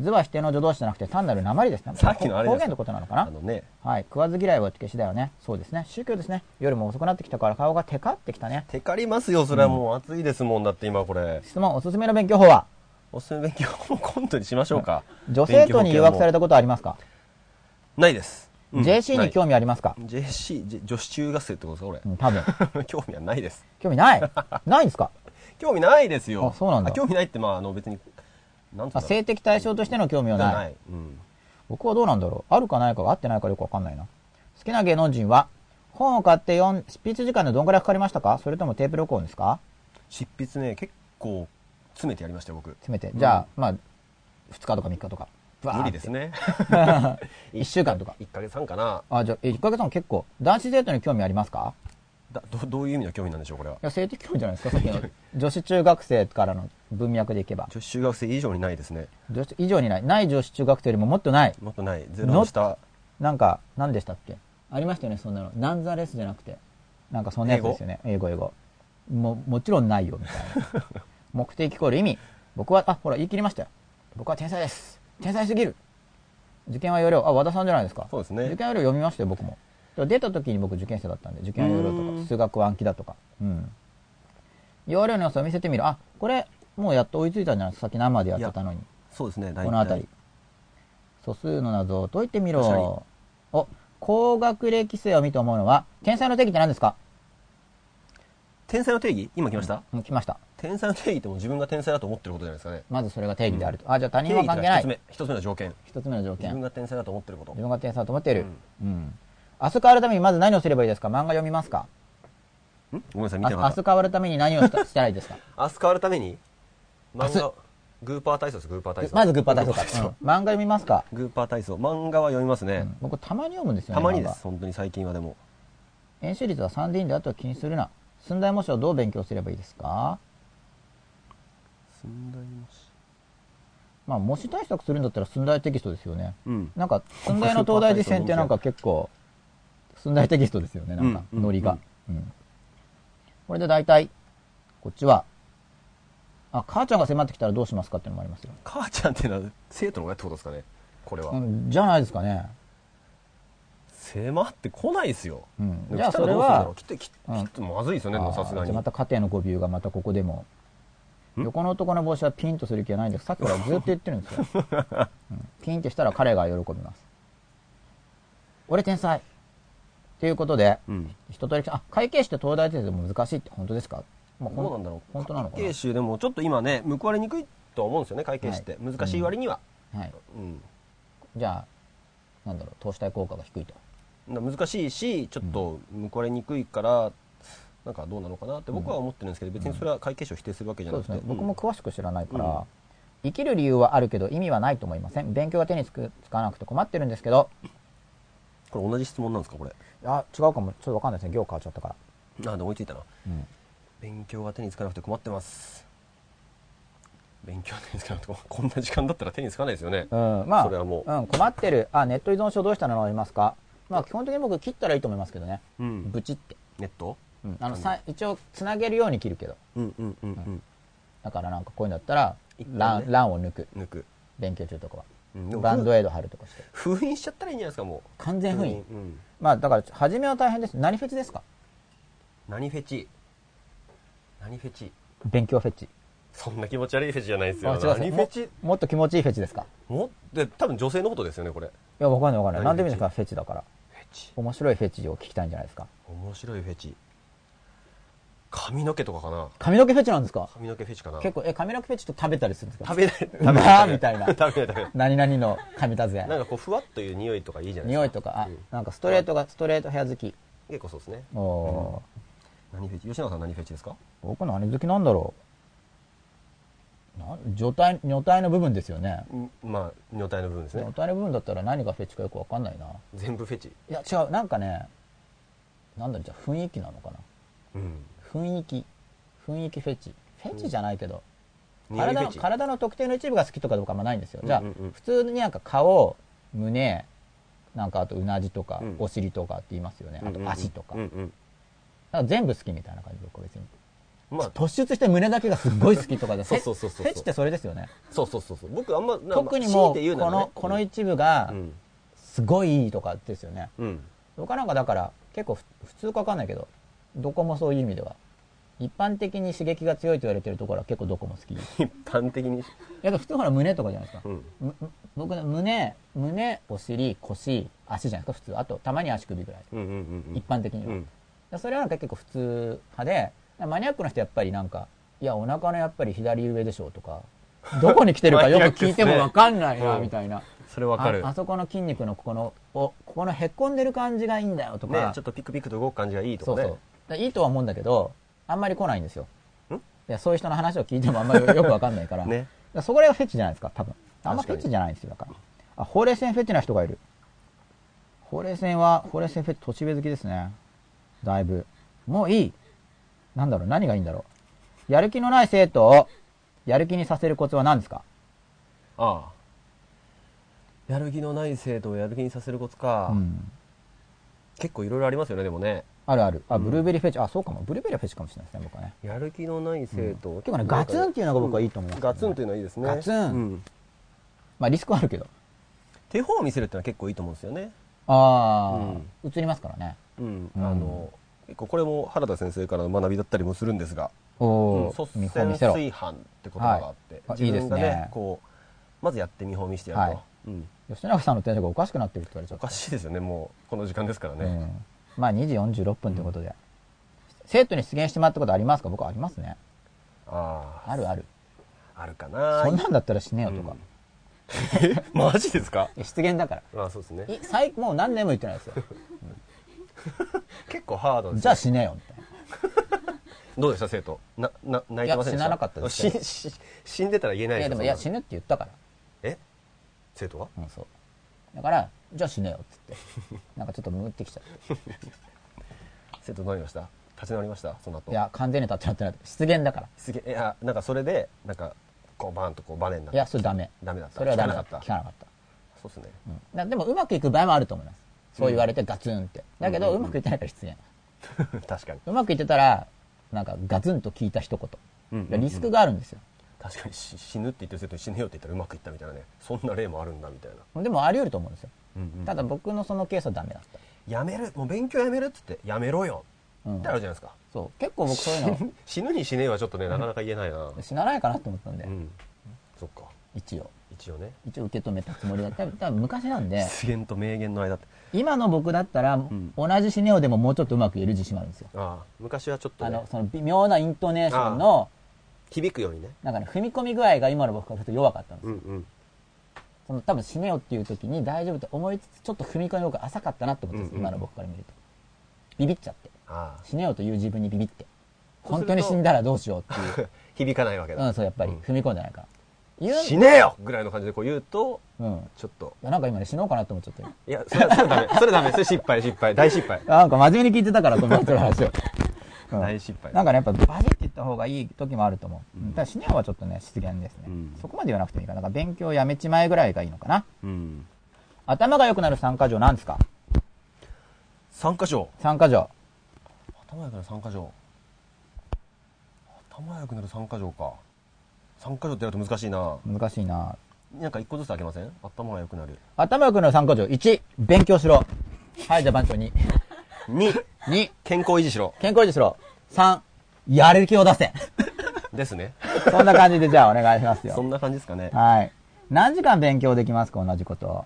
図は否定の助動詞じゃなくて単なる鉛ですね。 *laughs* さっきのあれ方です言のことなのかあなのねはい。食わず嫌いは打ち消しだよね。そうですね。宗教ですね。夜も遅くなってきたから顔がテカってきたね。テカりますよそれはもう暑いですもんだって今これ質問、おすすめの勉強法はおすすめ勉強もコントにしましょうか女性とに誘惑されたたことありますか、ないです、うん ?JC なにい興味ありますか JC じ女子中学生ってことですうかん、多分。俺、 *laughs* 興味はないです興味ないないんですか興味ないですよあそうなんだあ興味ないってまああの別になんつうあんだろう性的対象としての興味はない。い、うん、僕はどうなんだろうあるかないかが合ってないかよくわかんないな。好きな芸能人は、本を買って読ん、執筆時間でどんくらいかかりましたかそれともテープ録音ですか執筆ね結構詰めてやりましたよ僕詰めて。じゃあ、まあ、2日とか3日とか。ブワー無って理 *laughs* です。ね *laughs* 1週間とか。 1ヶ月半かなあ、じゃあ、1ヶ月も結構。男子生徒に興味ありますかだどどういう意味の興味なんでしょうこれはいや、性的興味じゃないですかさっきの女子中学生からの文脈でいけば。女子中学生以上にないですね女子以上にない。ない女子中学生よりももっとない。もっとないゼロの下なんか、何でしたっけありましたよね、そんなの。なんざレスじゃなくて。なんかそんなやつですよね。英語、英語。も、もちろんないよ、みたい *laughs* な。目的イコール意味。僕は、あ、ほら、言い切りましたよ。僕は天才です。天才すぎる。受験は要領。あ、和田さんじゃないですか。そうですね受験は要領読みましたよ、僕も。でも出た時に僕受験生だったんで、受験は要領うとんか、数学は暗記だとか。うん。要領の要素を見せてみる。あ、これ、もうやっと追いついたんじゃないですか。さっき生でやってたのに。そうですね大体この辺り素数の謎を解いてみ確ろお高学歴性を見て思うのは天才の定義って何ですか天才の定義今来ました、うん来ました天才の定義ってもう自分が天才だと思ってることじゃないですかねまずそれが定義であると、あじゃあ他人は関係定な義いってのは一つ目一つ目の条件一つ目の条自件分自が天才だと思ってること分が天才だと思っているうん、明日変わるためにまず何をすればいいですか漫画読みますかんごめんなさい見あてなか明った日変わるために何をした *laughs* したらいいですか明日変わるために明日漫画グーパー体操ですグーパー体操まずグッパー体操か、うん漫画読みますか、グーパー体操漫画は読みますうね、ん僕たまに読むんですよねたまにで漫画す本当に最近はでも演習率は3でいいんであとは気にするな寸大模試をどう勉強すればいいですか寸大模試まあ模試対策するんだったら寸大テキストですよねうんなんか、寸大の東大寺選ってなんか結構、寸大テキストですよね、なんか、うんノリが。うんこれで大体、こっちは、あ、母ちゃんが迫ってきたらどうしますかってのもありますよ。母ちゃんってのは生徒の親ってことですかねこれは、うんじゃないですかね。迫ってこないですよ、うんでじゃあ来たらどうするんだそれはろうきっときっうんきっとまずいですよねでもさすがあーにまた家庭の誤謬がまたここでも。ん横の男の帽子はピンとする気はないんです。さっきからずっと言ってるんです *laughs* よ。うんピンとしたら彼が喜びます。俺天才ということで、うん一通り、あ、会計士って東大哲でも難しいって本当ですかまあほどうなんだろう本当なのか会計士でもちょっと今ね報われにくいとは思うんですよね会計士って、はい難しい割には、な。はい。うんじゃあ、なんだろう、投資対効果が低いと。だから難しいしちょっと報われにくいから、なんかどうなのかなって僕は思ってるんですけど別にそれは会計士を否定するわけじゃそうなくでて、すね。僕もうん詳しく知らないから、生きる理由はあるけど意味はないと思いません。勉強が手につくつかなくて困ってるんですけど、これ同じ質問なんですかこれあ、違うかも。ちょっとわかんないですね。行変わっちゃったから。あでも追いついたなうん。勉強が手につかなくて困ってます勉強が手につかなくて困こんな時間だったら手につかないですよねうん、まあ、、それはもうん困ってる。あ、ネット依存症どうしたのありますかまあ、基本的に僕切ったらいいと思いますけどね。うんブチって。ネットうん、あの、さ一応、つなげるように切るけど。うんうんうんうんだからなんかこういうのだったら一、本ねラン、ランを抜く。抜く、勉強中とかは。うん、でもバンドエイド貼るとかして。封印しちゃったらいいんじゃないですかもう完全封印。うん、まあ、だから、初めは大変です。何フェチですか何フェチ何フェチ勉強フェチ。そんな気持ち悪いフェチじゃないですよあ違います何フェチももっと気持ちいいフェチですかもで多分女性のことですよねこれフいや、わかんないわかんない。何なんで見るんですかフェチだから。ェチ面白いフェチを聞きたいんじゃないですか。面白いフェチ髪の毛とかかな髪の毛フェチなんですか髪の毛フェチかな結構、え、髪の毛フェチと食べたりするんですか食べない *laughs* 食べうまなーいみたいな食べない食べない何々の髪だぜなんかこうふわっという匂いとかいいじゃないですか匂いとかあ、うんなんかストレートがストレートヘア好き結構そうですねおお何フェチ吉永さん何フェチですかー、僕何好きなんだろうな女体女体の部分ですよねまあ女体の部分ですね女体の部分だったら何がフェチかよくわかんないな全部フェチいや違うなんかねなんだろうじゃあ雰囲気なのかなうん雰囲気雰囲気フェチフェチじゃないけど、匂いフ体ェのチ体の特定の一部が好きとかどうかあんまないんですよ、じゃあうんうんうん普通になんか顔胸なんかあとうなじとか、うんお尻とかって言いますよねあと足とか,、うんうんなんか全部好きみたいな感じ僕は別にうんまあ突出して胸だけがすっごい好きとかでそうそうそうそうそうフェチってそれですよねそうそうそうそう僕あんまなんか特にもう強いて言うなこらねのこの一部がうんすごいいいとかですよねうん僕はなんかだから結構ふ普通かわかんないけどどこもそういう意味では一般的に刺激が強いと言われてるところは結構どこも好きです一般的にやっぱ普通ほら胸とかじゃないですかう、んむむ僕の胸胸お尻腰足じゃないですか普通あとたまに足首ぐらい、うんうんうんうん一般的にうは、んでそれはなんか結構普通派でマニアックな人やっぱりなんかいやお腹のやっぱり左上でしょうとかどこに来てるかよく聞いてもわかんないうなんみたいな、それわかるああそこの筋肉のここのおここのへっこんでる感じがいいんだよとか、ねちょっとピクピクと動く感じがいいとそうかそうねだいいとは思うんだけどあんまり来ないんですよんいやそういう人の話を聞いてもあんまりよ *laughs* くわかんないからねだからそこらがフェチじゃないですか多分あんま確かフにェチじゃないんですよだからあほうれい線フェチな人がいるほうれい線はほうれい線フェチ年上好きですねだいぶもういいなんだろう何がいいんだろうやる気のない生徒をやる気にさせるコツは何ですかああやる気のない生徒をやる気にさせるコツか、うん結構いろいろありますよねでもねあるあるあうんブルーベリーフェチ、あそうかもブルーベリーはフェチかもしれないですね僕はねやる気のない生徒、結構ねガツンっていうのが僕はいいと思いますねガツンというのはいいですねガツンうんまあリスクはあるけど手本を見せるっていうのは結構いいと思うんですよねああ、映りますからねうん、うんあの結構これも原田先生からの学びだったりもするんですがおうんお率ー、見本見先せろ。炊飯って言葉があって、はいあ自分がねいいですねこうまずやって見本を見せてやると、はうん、吉永さんのテンションがおかしくなってるって言われちゃおったか。しいですよねもうこの時間ですからね、うん。まあ2時46分ということで。生徒に出現してもらったことありますか僕ありますね。あああるある。あるかなそんなんだったら死ねよとうかん。え *laughs* マジですかいや出現だから。あそうですねい最もう何年も言って *laughs* ないですよ。結構ハードですねじゃあ死ねよみたいな。どうでした生徒なな泣いてませんいやでした死ななかったですけどあ死死死んでたら言えないいやでしでょも、いやそ死んぬって言ったから。なえ生徒はうん、そう。だから、じゃあ死ねよっつって。なんかちょっとムーってきちゃって。生徒どうなりました立ち直りましたその後いや、完全に立っちゃってない。出現だから。すげえいやなんかそれでなんかこうバーンとこうバネにないっていや、それダメ。ダメだったそれはダメだ聞かなかった聞かなかった。そうですね *laughs* うんなでもうまくいく場合もあると思います。そう言われてガツンって。だけど、ううんうんうんまくいってないから出現。確かにうまくいってたら、なんかガツンと聞いた一うんうんうん言。リスクがあるんですよ。確かにし死ぬって言ってる生徒に死ねよって言ったらうまくいったみたいなねそんな例もあるんだみたいな、でもあり得ると思うんですよ。たただだ僕のそのケースはダメだった。やめるもう勉強やめるっつってやめろようんってあるじゃないですか、そう。結構僕そういうの *laughs* 死ぬに死ねえはちょっとねなかなか言えない *laughs* な死なないかなと思ったんでう、んそっか一応。一応ね一応受け止めたつもりだった。多分昔なん *laughs* で、失言と名言の間って今の僕だったら、ん同じ死ねよでももうちょっとうまく言える自信はあるんですよ。ああ昔はちょっと、あねの、、その微妙なイントネーションの、響くようにねなんかね、踏み込み具合が今の僕からすると弱かったんですよ。んうんその多分死ねよっていう時に大丈夫と思いつつ、ちょっと踏み込み僕が浅かったなって思ったんです、うんうん今の僕から見ると。ビビっちゃって。あ *laughs* 死ねよという自分にビビってそうす本ると当に死んだらどうしようっていうあ響かないわけうだ、んそうやっぱりうん踏み込んでないから、言う死ねよぐらいの感じでこう言うと、うん。いちょっと。や、なんか今ね、死のうかなと思っちゃったよ。いや、それはそれはダ *laughs* メ。それはダメ。それ失敗、失敗。大失敗。なんか真面目に聞いてたから、この人の *laughs* 話を。うん大失敗。なんかね、やっぱバシッて言った方がいい時もあると思う。うんただ、死ねよはちょっとね、失言ですね、うんそこまで言わなくてもいいかな。なんか勉強やめちまえぐらいがいいのかな。うん。頭が良くなる3箇条なんですか3箇所。 ?3 箇条。頭良くなる3箇所。頭良くなる3箇所か。3箇所ってやると難しいな。難しいななんか1個ずつ開けません頭が良くなる。頭良くなる3箇条。1、勉強しろ。はい、じゃあ番長2。 2、 2、健康維持しろ。健康維持しろ。3、やれる気を出せ。ですね。そんな感じでじゃあお願いしますそんよ。な感じですかね。はい。何時間勉強できますか同じこと。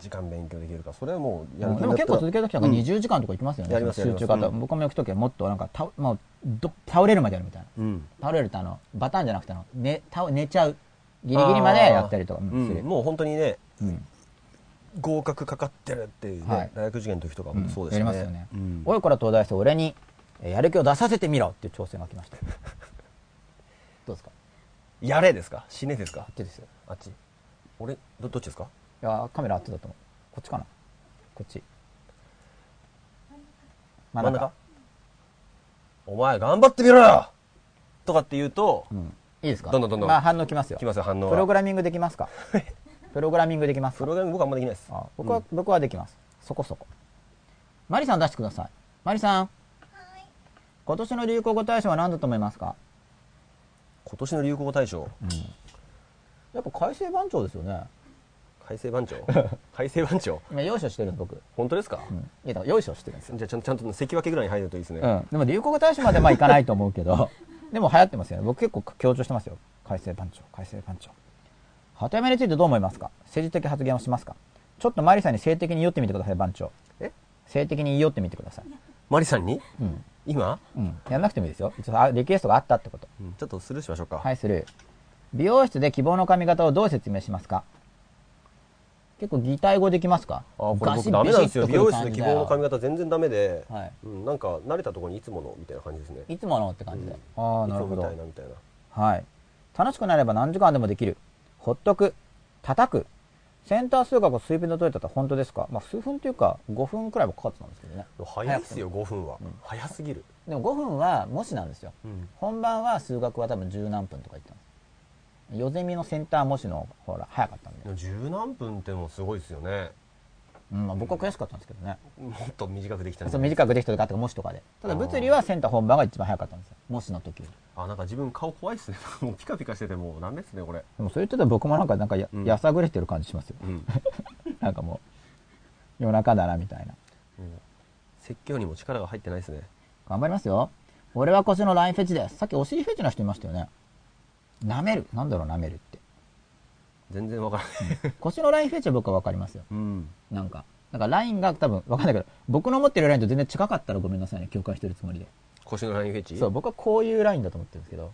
時間勉強できるか。それはもうでやる気もになったら結構続けるときなんかうん20時間とかいきますよね。やりますその集中型。やりますうん僕も行くときはもっとなんかた、もうど倒れるまでやるみたいな。うん。倒れるとあの、バターンじゃなくてあの、寝、倒寝ちゃう。ギリギリまでやったりとかあーうんすうるん。もう本当にね、うん合格かかってるっていうね、はい大学受験の時とかうもんそうやですりね。ますよねうん。おい、こら東大生、俺に、えーやる気を出させてみろっていう挑戦が来ま *laughs* した。どうですかやれですか死ねですかあっちですよ。あっち。俺、どどっちですかいやー、カメラあっちだと思う。こっちかなこっち。真真んん中中。お前頑張ってみろよとかって言うと、うん。いいですかどんどんどんどんまあ反応きますよ。来ますよ反応はプログラミングでき *laughs* ますかプログラミングできますプかログラミング僕はあんまできないです。あ僕は、僕はできます。そこそこ。マリさん出してください。マリさん。今年の流行語大賞は何だと思いますか今年の流行語大賞、やっぱ改正番長ですよね。改正 *laughs* 番長改正番長今、用意書してるんです、僕。本当ですか、うん。いや、だから用意書してるんですよ。じゃあちゃんちゃんと関脇ぐらいに入るといいですね。うん。でも流行語大賞までまあいかないと思うけど、 *laughs* でも流行ってますよね。僕結構強調してますよ。改正番長、改正番長。鳩山についてどう思いますか政治的発言をしますかちょっとマリさんに性的に言い寄ってみてください、番長。え性的に言い寄ってみてください。マリさんにうん。今、うん。やんなくてもいいですよ。一応、あリクエストがあったってこと。うんちょっとスルーしましょうか。はい、スルー。美容室で希望の髪型をどう説明しますか結構擬態語できますかあーこれガシ僕ッダメなんですよ。ビ美シッと容くる感室でじ希だよ望の髪型全然ダメで、はいうん、なんか慣れたところにいつものみたいな感じですね。いつものって感じで。ああ、なるほいつもみどたい。なみたいな。はい。楽しくなれば何時間でもできる。ほっとく。叩く。センター数学を数分で解いたって本当ですかまあ数分というか5分くらいはかかってたんですけどね。早いですよ、5分は。早すぎる。でも5分は模試なんですよ。うん本番は数学は多分十何分とか言ってます。ヨゼミのセンター模試のほら早かったんで。でも十何分ってもうすごいですよね。うん、まあ僕は悔しかったんですけどね。もっと短くできたんじそゃうない短くできたとかあとか模試とかで。ただ物理はセンター本番が一番早かったんですよ。模試の時より。あ、なんか自分顔怖いっすね。 *laughs* もうピカピカしててもうダメですね、これ。でもそれ言ってたら僕もなんかなんかや,、うんやさぐれてる感じしますよ。うん。 *laughs* なんかもう夜中だなみたいな。説教にも力が入ってないですね。頑張りますよ。俺は腰のラインフェチです。さっきお尻フェチな人いましたよね。舐める。なんだろう、舐めるっ全然わから *laughs* ない。て。腰のラインフェチは僕はわかりますよ。うん。なんか。なんかラインが多分わかんないけど、僕の持ってるラインと全然近かったらごめんなさいね。共感してるつもりで。腰のラインフェチそう、僕はこういうラインだと思ってるんですけど、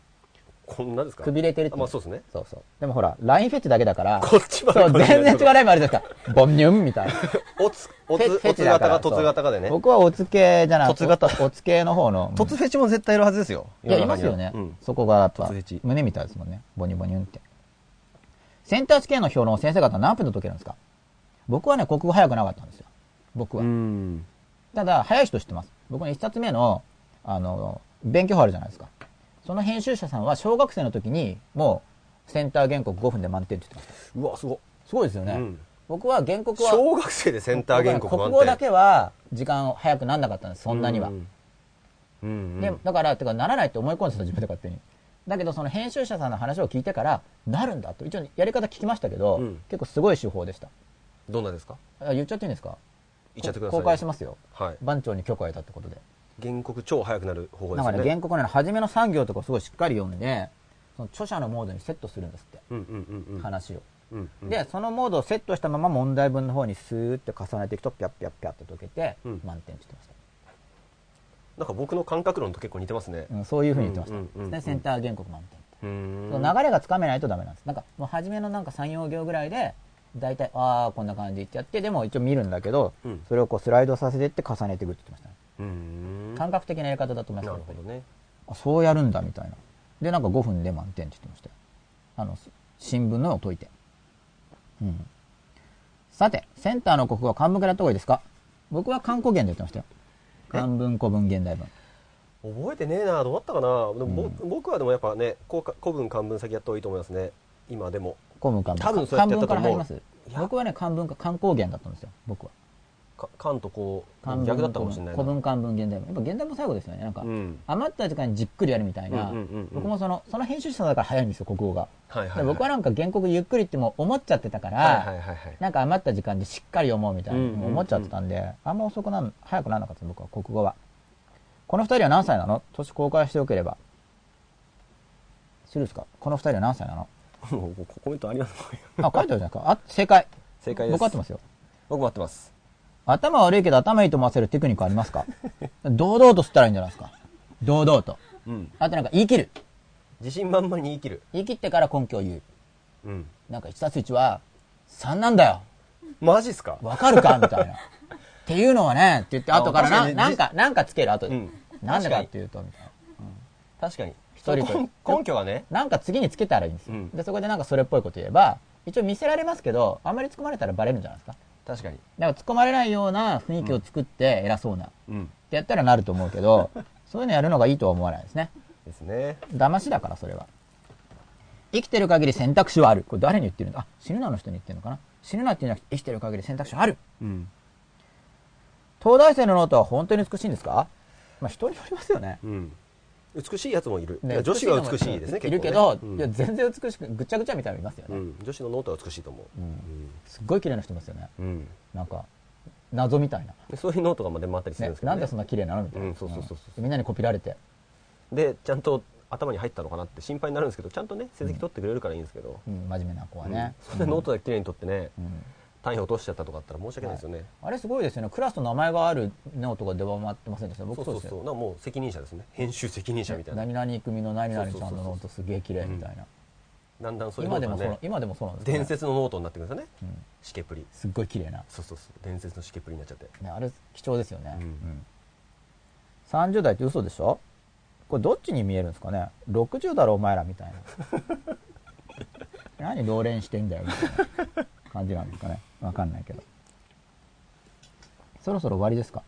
こんなですかくびれてるってあい。まあそうですね。そうそう。でもほら、ラインフェチだけだから、こっちまでそこう、っちまで全然違うラインもあるじゃないですか。ボンニュンみたいな。おつ、おフェつ、フおェつチだ型からがとつ型がでね。僕はおつけじゃないとつ型おおつけの方の。とつフェチも絶対いるはずですよ。いや、いますよね。うん。そこがやっぱ突撃、胸みたいですもんね。ボニュボニュンって。センター試験の評論を先生方は何分で解けるんですか僕はね、国語早くなかったんですよ。僕は。うん。ただ、早い人知ってます。僕ね、一冊目の、あの、勉強法あるじゃないですか。その編集者さんは小学生の時に、もう、センター原告5分で満点って言ってました。うわ、すごっ。すごいですよね。うん僕は原告は、小学生でセンター原告僕は満ね点国語だけは時間早くなんなかったんです、そんなには。うん。うんでだからてかならないって思い込んでた自分で勝手にだけどその編集者さんの話を聞いてからなるんだと一応やり方聞きましたけど、うん結構すごい手法でしたどんなですかあ言っちゃっていいんですか言っちゃってください。公開しますよはい。番長に許可を得たってことで原告超早くなる方法でだすかよね。ら原告のね初めの産業とかをすごいしっかり読んでその著者のモードにセットするんですって、うんうんうんうん。話を、うんうん。でそのモードをセットしたまま問題文の方にスーッて重ねていくとピャッピャッピャッと解けて、うん満点って言ってましたなんか僕の感覚論と結構似てますね。うんそういうふうに言ってました、うんうんうんうんでセンター原告満点うーん。流れがつかめないとダメなんです。なんか、もう初めのなんか3、4行ぐらいで、大体、ああ、こんな感じってやって、でも一応見るんだけど、うんそれをこうスライドさせてって重ねていくって言ってましたね。うーん。な感覚的なやり方だと思いるますけど、やほっぱりどね。あそうやるんだみたいな。で、なんか5分で満点って言ってましたよ。あの、新聞のを解いて。うん。さて、センターの国語は漢文からやった方がいいですか僕は漢古言でやってましたよ。漢文、古文、現代文。覚えてねえなどうだったかなでも、僕僕はでもやっぱね古か古文漢文先やった方がいいと思いますね今でも古文漢文。多分そうやってやったと漢思う文から入ります僕はね、漢文か漢古言だったんですよ、僕は。か漢とこ漢う文逆だったかもしれないな古文、漢文、現代文。やっぱ現代文最後ですよね。なんか、うん余った時間にじっくりやるみたいな。うんうんうんうん僕もその、その編集者さんだから早いんですよ、国語が。はいではい、はい、僕はなんか原告ゆっくりってもう思っちゃってたから、はいはいはいはいなんか余った時間でしっかり読もうみたいな、うんうんうん思っちゃってたんで、あんま遅くなん、早くならなかった僕は、国語は。この二人は何歳なの年公開しておければ。するですかこの二人は何歳なのもうこコメントありますあ、書いてあるじゃないですか。あ、正解。正解です僕合ってますよ。僕も合ってます頭悪いけど頭いいと思わせるテクニックありますか堂々と吸ったらいいんじゃないですか堂々と。うんあとなんか言い切る。自信満々に言い切る言い切ってから根拠を言う。うんなんか1たす1は3なんだよ。マジっすかわかるかみたいな。っていうのはね、って言って、後からあ確かな、になんか、なんかつける、後うでん。なんでかっていうと、みたいな。確かに一人と根根拠がねなんか次につけたらいいんですようん。で、そこでなんかそれっぽいこと言えば、一応見せられますけど、あんまり突っ込まれたらバレるんじゃないですか。確かにだから突っ込まれないような雰囲気を作って偉そうな。っうんてやったらなると思うけど、そういうのやるのがいいとは思わないですね。ですね騙しだから、それは。生きてる限り選択肢はある。これ誰に言ってるんだあ、死ぬなの人に言ってるのかな死ぬなって言うんじゃなくて、生きてる限り選択肢はある。うん東大生のノートは本当に美しいんですかまあ人によりますよね。うん美しいやつもいる、いねや女子は美しいですねいるけ結ど構ね、うんいや全然美しくぐっちゃぐちゃみたいなのいますようね、ん、女子のノートは美しいと思う、うんすっごい綺麗な人いますよねうんなんか謎みたいな、でそういうノートがまあ出回ったりするねんですけど、なんねでそんな綺麗なのみたいな、うんそうそうそうそうんみんなにコピられてでちゃんと頭に入ったのかなって心配になるんですけどちゃんとね成績取ってくれるからいいんですけど、うん真面目な子はうんね、そんなノートだけ綺麗に取ってね、ん単位落としちゃったとかあったら申し訳ないですよね、あれすごいですよねクラスの名前があるノートが出回ってませんでしたそ僕うそそううですそうよなんかもう責任者ですね編集責任者みたいな、何々組の何々そうちそうゃんそうのノートすげえ綺麗みたいな、だんだんそういうノ今でーもトそがうね今でもそうなんですよね伝説のノートになってくるんですよね、んしけっぷりすっごい綺麗なそうそうそう伝説のしけっぷりになっちゃってね、あれ貴重ですよね、うんうん30代って嘘でしょこれどっちに見えるんですかね60だろお前らみたい *laughs* な何老練してんだよみたいな感じなんですかねわかんないけどそろそろ終わりですか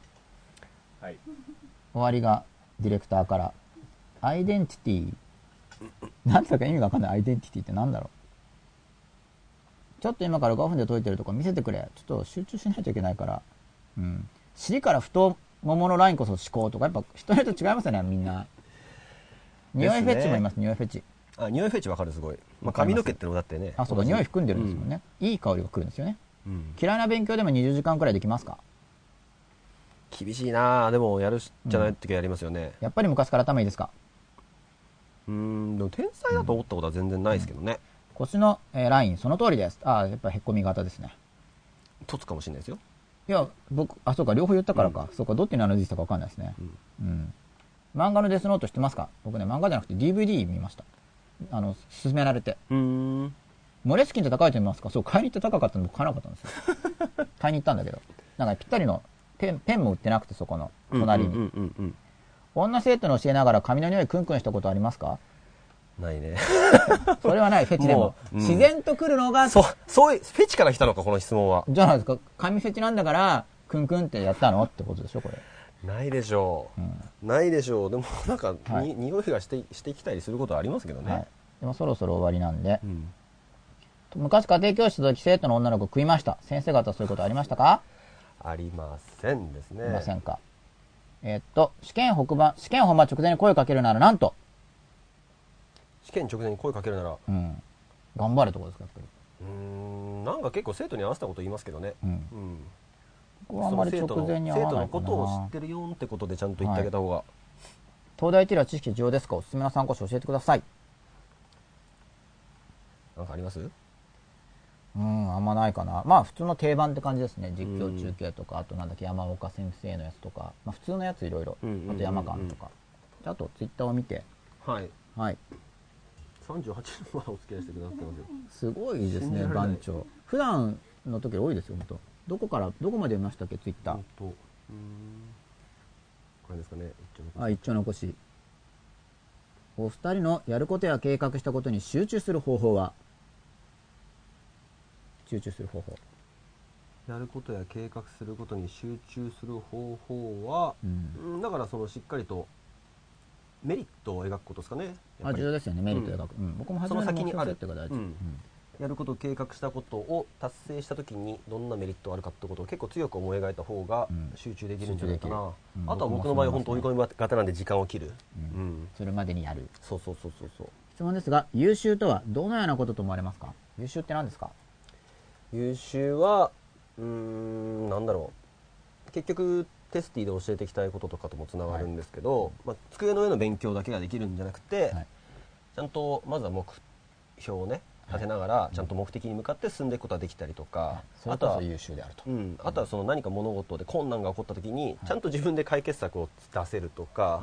はい。終わりがディレクターからアイデンティティなんだか意味がわかんないアイデンティティってなんだろうちょっと今から5分で解いてるとこ見せてくれちょっと集中しないといけないからうん尻から太もものラインこそ思考とかやっぱ人によって違いますよねみんなです匂ねいフェチもいます匂いフェチあ匂いフェチわかるすごい、まあ、わかり髪ますの毛ってのもだってねあそうか匂い含んでるんですもんね、いい香りがくるんですよねうん、うん嫌いな勉強でも20時間くらいできますか厳しいなあでもやるしじゃない時はやりますよねやっぱり昔から頭いいですかうんんでも天才だと思ったことは全然ないですけどね、腰の、えーラインその通りですああやっぱへっこみ型ですねとつかもしれないですよいや、僕、あ、そうか、両方言ったからか。そうか、どっちにアナジーしたかわかんないですね。うん。漫画のデスノート知ってますか僕ね、漫画じゃなくて DVD 見ました。あの、勧められて。うんモレスキンって高いと思いますかそう、買いに行って高かったの僕買わなかったんです *laughs* よ。買いに行ったんだけど。なんかぴったりの、ペン、ペンも売ってなくて、そこの、隣に。うんうんうん、女生徒に教えながら髪の匂いクンクンしたことありますかうん、ないねそれはない、フェチでもも。ううん自然と来るのが、 *laughs* そうそういうフェチから来たのかこの質問はじゃないですか。髪フェチなんだから、クンクンってやったのってことでしょ、これ。ないでしょう、うんないでしょうでもなんか、にはい匂いがしてしてきたりすることはありますけどね、はい。でもそろそろ終わりなんでう。ん、昔家庭教師の時生徒の女の子を食いました先生方はそういうことありましたか、ありませんですねいませんかえーっと試験北番試験本番直前に声をかけるならなんと、試験直前に声かけるならううん、頑張るところですかやっぱりーんなんか結構生徒に合わせたこと言いますけどね、うんうん、僕はあんまりその直生徒の前には生わ徒ないのかこなとを知ってるよってことでちゃんと言ってあげた方が、東大テレは知識重要ですかおすすめの参考書教えてくださいなんかありますうんあんまないかなまあ普通の定番って感じですね実うん況中継とかあとなんだっけ山岡先生のやつとか、まあ、普通のやついろいろうんうんうんうんあと山間とかであとツイッターを見てはいはい38年はお付き合いしてくださってますすよごいです信じねられない番長普段の時より多いですよ本当どこからどこまで見ましたっけツイッター本当うーんこれですかね一応あ一丁残しお二人のやることや計画したことに集中する方法は集中する方法。やることや計画することに集中する方法は、うんうんだからそのしっかりとメリットを描くことですかねあやっぱ重要りですよね、メリットで書く。うん僕も初めその先にあ目標る設定が大事。うんうんやることを計画したことを達成した時にどんなメリットがあるかってことを結構強く思い描いた方がうん集中できるんじゃない集中でかな、きるうんあとは僕の場合は本当追い僕も込み型なんで時間を切る、ううんんそれまでにやる。そうそうそうそうそう質問ですが、優秀とはどのようなことと思われますか優秀って何ですか優秀はうーんなんだろう結局テスティで教えていきたいこととかともつながるんですけど、まあ、机の上の勉強だけができるんじゃなくて、はいちゃんとまずは目標をね立てながらちゃんと目的に向かって進んでいくことができたりとか、それあとこはそ優秀であるとう。ん、あとはその何か物事で困難が起こった時にちゃんと自分で解決策を出せるとか、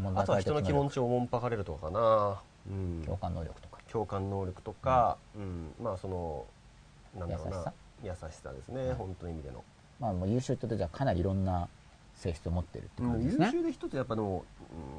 問あ題とは解決人の気能持力ちをおもんぱかれるとかかな、うん、共感能力とか。共感能力とか、うんまあそのなんだろう優しさな優しさですね、本当の意味での、まあ、もう優秀ってことじゃかなりいろんな性質を持ってるってう感んじです優ね。秀で一つやっぱでも、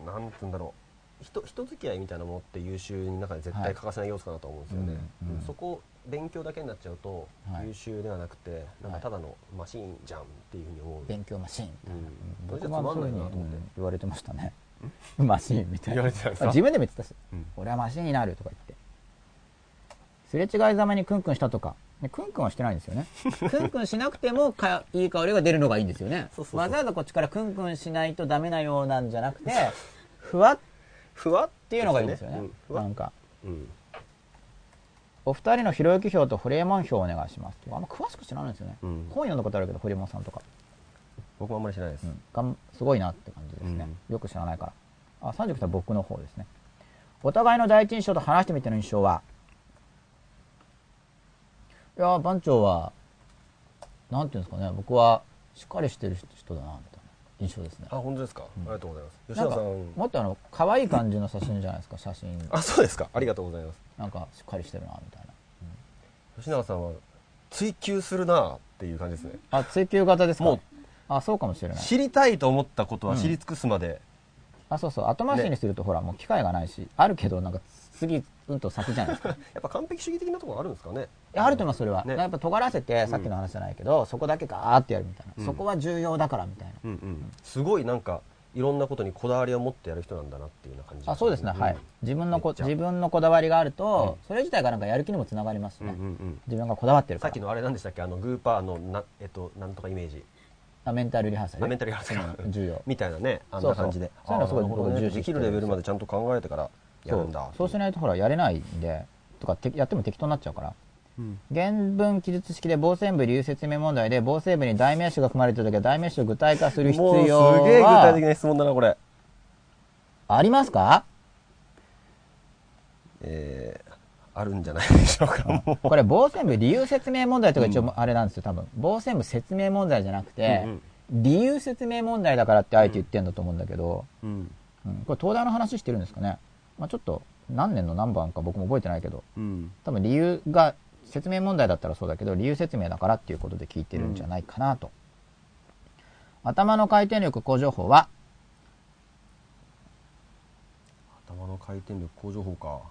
うん、なんつうんだろう人人付き合いみたいなものって優秀の中で絶対欠かせない要素かなと思うんですよね、うんうんうんそこ勉強だけになっちゃうと、はい優秀ではなくてなんかただのマシーンじゃんっていうふうに思う、勉強マシーンみたいな。ううんんそ僕れじゃつもまんそうないいうふうなにと思ってうん言われてましたね。 *laughs* マシーンみたいな。言われてたんですかあ自分でも言ってたし。うん俺はマシーンになるとか言って。すれ違いざまにクンクンしたとか。ね、クンクンはしてないんです *laughs* よね。クンクンしなくてもかいい香りが出るのがいいんですよね。そうそうそうわざわざこっちからクンクンしないとダメなようなんじゃなくて、ふわっふわっていうのがいいんですよね。ふなわんか。うんお二人のひろゆき票とホリエモン票をお願いします。あんま詳しく知らないんですよね。うん本読んだことあるけど、ホリエモンさんとか。僕もあんまりしないです、うんがん、すごいなって感じですね、よく知らないからあ39歳僕の方ですねお互いの第一印象と話してみての印象はいやー番長はなんていうんですかね僕はしっかりしてる人だなみたいな印象ですねあ本当ですか、ありがとうございます吉なんか田さんもっとあの可愛い感じの写真じゃないですか写真あそうですかありがとうございますなんかしっかりしてるなみたいな吉永さんは追求するなあっていう感じですねあ追求型ですかもうあそうかもしれない知りたいと思ったことはうん知り尽くすまで、あそうそう後回しにするとほらもう機会がないしあるけどなんか次うんと先じゃないです *laughs* かやっぱ完璧主義的なところあるんですかねいやあると思いますそれは、ねやっぱ尖らせてさっきの話じゃないけど、そこだけガーってやるみたいな、うんそこは重要だからみたいな、うんうんすごいなんかいろんなことにこだわりを持ってやる人なんだなっていうような感じあそうですね、んはい自分のこめっちゃ自分のこだわりがあると、それ自体がなんかやる気にもつながりますしうんうね、んうん自分がこだわってるかさらっきのあれなんでしたっけあのグーパーのな,、えっと、なんとかイメージあメンタルリハーサルあメンタルリハーサルうん重要みたいなねあんな感じでそうそうそういうのあーすごいなるほどね僕重視してるできるレベルまでちゃんと考えてからやそるうんだそうしないとほらやれないんでとかてやっても適当になっちゃうからうん原文記述式で防線部理由説明問題で防線部に代名詞が含まれてる時は代名詞を具体化する必要もうすげえ具体的はな質問だなこれありますかえー、あるんじゃないでしょうかもうこれ防線部理由説明問題とか一応あれなんですよ多分防線部説明問題じゃなくてうんうん理由説明問題だからってあえて言ってんだと思うんだけど、うんうん、これ東大の話してるんですかね、まあ、ちょっと何年の何番か僕も覚えてないけどうん多分理由が説明問題だったらそうだけど理由説明だからっていうことで聞いてるんじゃないかなと、頭の回転力向上法は頭の回転力向上法か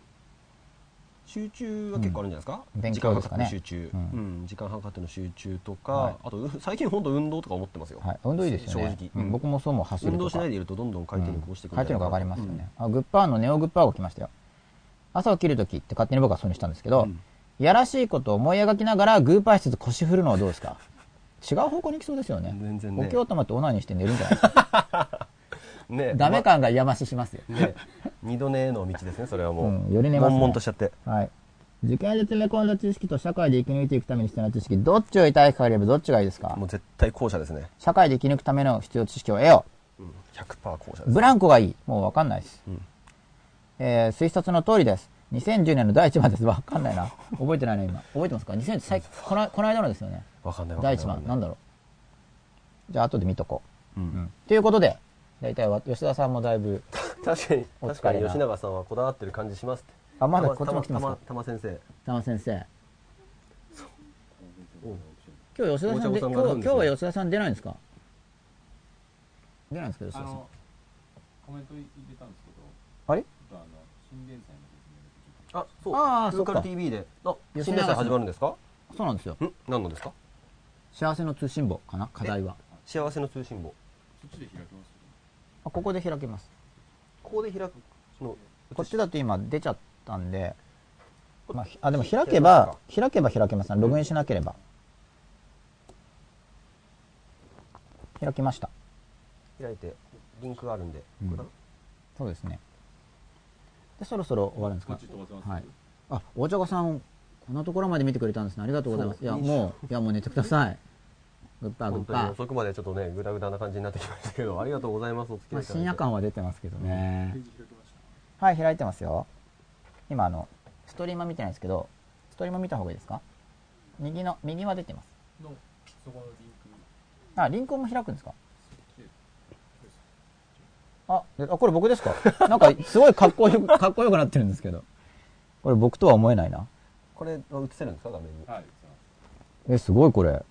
集中は結構あるんじゃないですか、うん勉時強間でかすかかっねての集中、ううんん時間かかっての集中とか、はいあとう最近本当運動とか思ってますよ、はい、運動いいですよね正直、うん僕もそうもう走ると運か動しないでいるとどんどん回転力落ちてくる書いてるのが分かりますよね、あグッパーのネオグッパーが来ましたよ朝起きるときって勝手に僕はそうにしたんですけど、うんいやらしいことを思い描きながらグーパーしつつ腰振るのはどうですか違う方向に行きそうですよね全然ね起きようと思ってオナニーして寝るんじゃないです *laughs* かうんねダメ感がやまししますよ、まね二度寝への道ですねそれはもう、うんより寝ますね悶々としちゃってはい受験で詰め込んだ知識と社会で生き抜いていくために必要な知識どっちを痛いか選べばどっちがいいですかもう絶対後者ですね、社会で生き抜くための必要知識を得よううん、100%後者ですブランコがいい。もうわかんないです。んえー推察の通りです。2010年の第1番です。わかんないな。覚えてないな、今。覚えてますか ?2010、最この、この間のですよね。わかんないわかん第ない1番。わかなんんないだろう。じゃあ、後で見とこう。うんうんということで、大体は、吉田さんもだいぶ、確かにお疲れな確かに吉永さんはこだわってる感じしますってあまだこっちも来てますか玉玉玉先玉先生。生おう今日吉田さんおで、茶子さ今ん日がは、なん今日ですねは吉田さん出ないんですか出ないんですか吉田あさんの。コメント入れたんですけどあれどとあの、新連載の説明だけちょっと。あそうああフそーカルっか TV であ吉新永連さん載始まるんですかそうなんですよ。ん何のですか幸せの通信簿かな課題は。幸せの通信簿そっちで開けますあここで開けます。ここで開くのこっちだって今出ちゃったんで、まあ、ひあでも開開けけばば、開けば開けますね。ログインしなければ。開きました。開いてリンクがあるんで、うんこれかなそうですね。で、そろそろ終わるんですこかっち飛ばせます、はい。あ、お茶子さん、こんなところまで見てくれたんですね。ありがとうございます。いや、もう、いや、もう寝てください。グッパーグッ本パ当にー。遅くまでちょっとねグダグダな感じになってきましたけどありがとうございますお付きま合あ、いいただい深て、夜感は出てますけどねペ。ージ開けました。はい、開いてますよ。今、あの、ストリーマ見てないんですけど、ストリーマ見た方がいいですか右の、右は出てます。の、そこのリンク。あ、リンクも開くんですかであ、であこれ僕です *laughs* かなんか、すごいかっこよく、かっこよくなってるんですけど。これ僕とは思えないな。これは映せるんですか画面にはい、さえ、すごいこれ。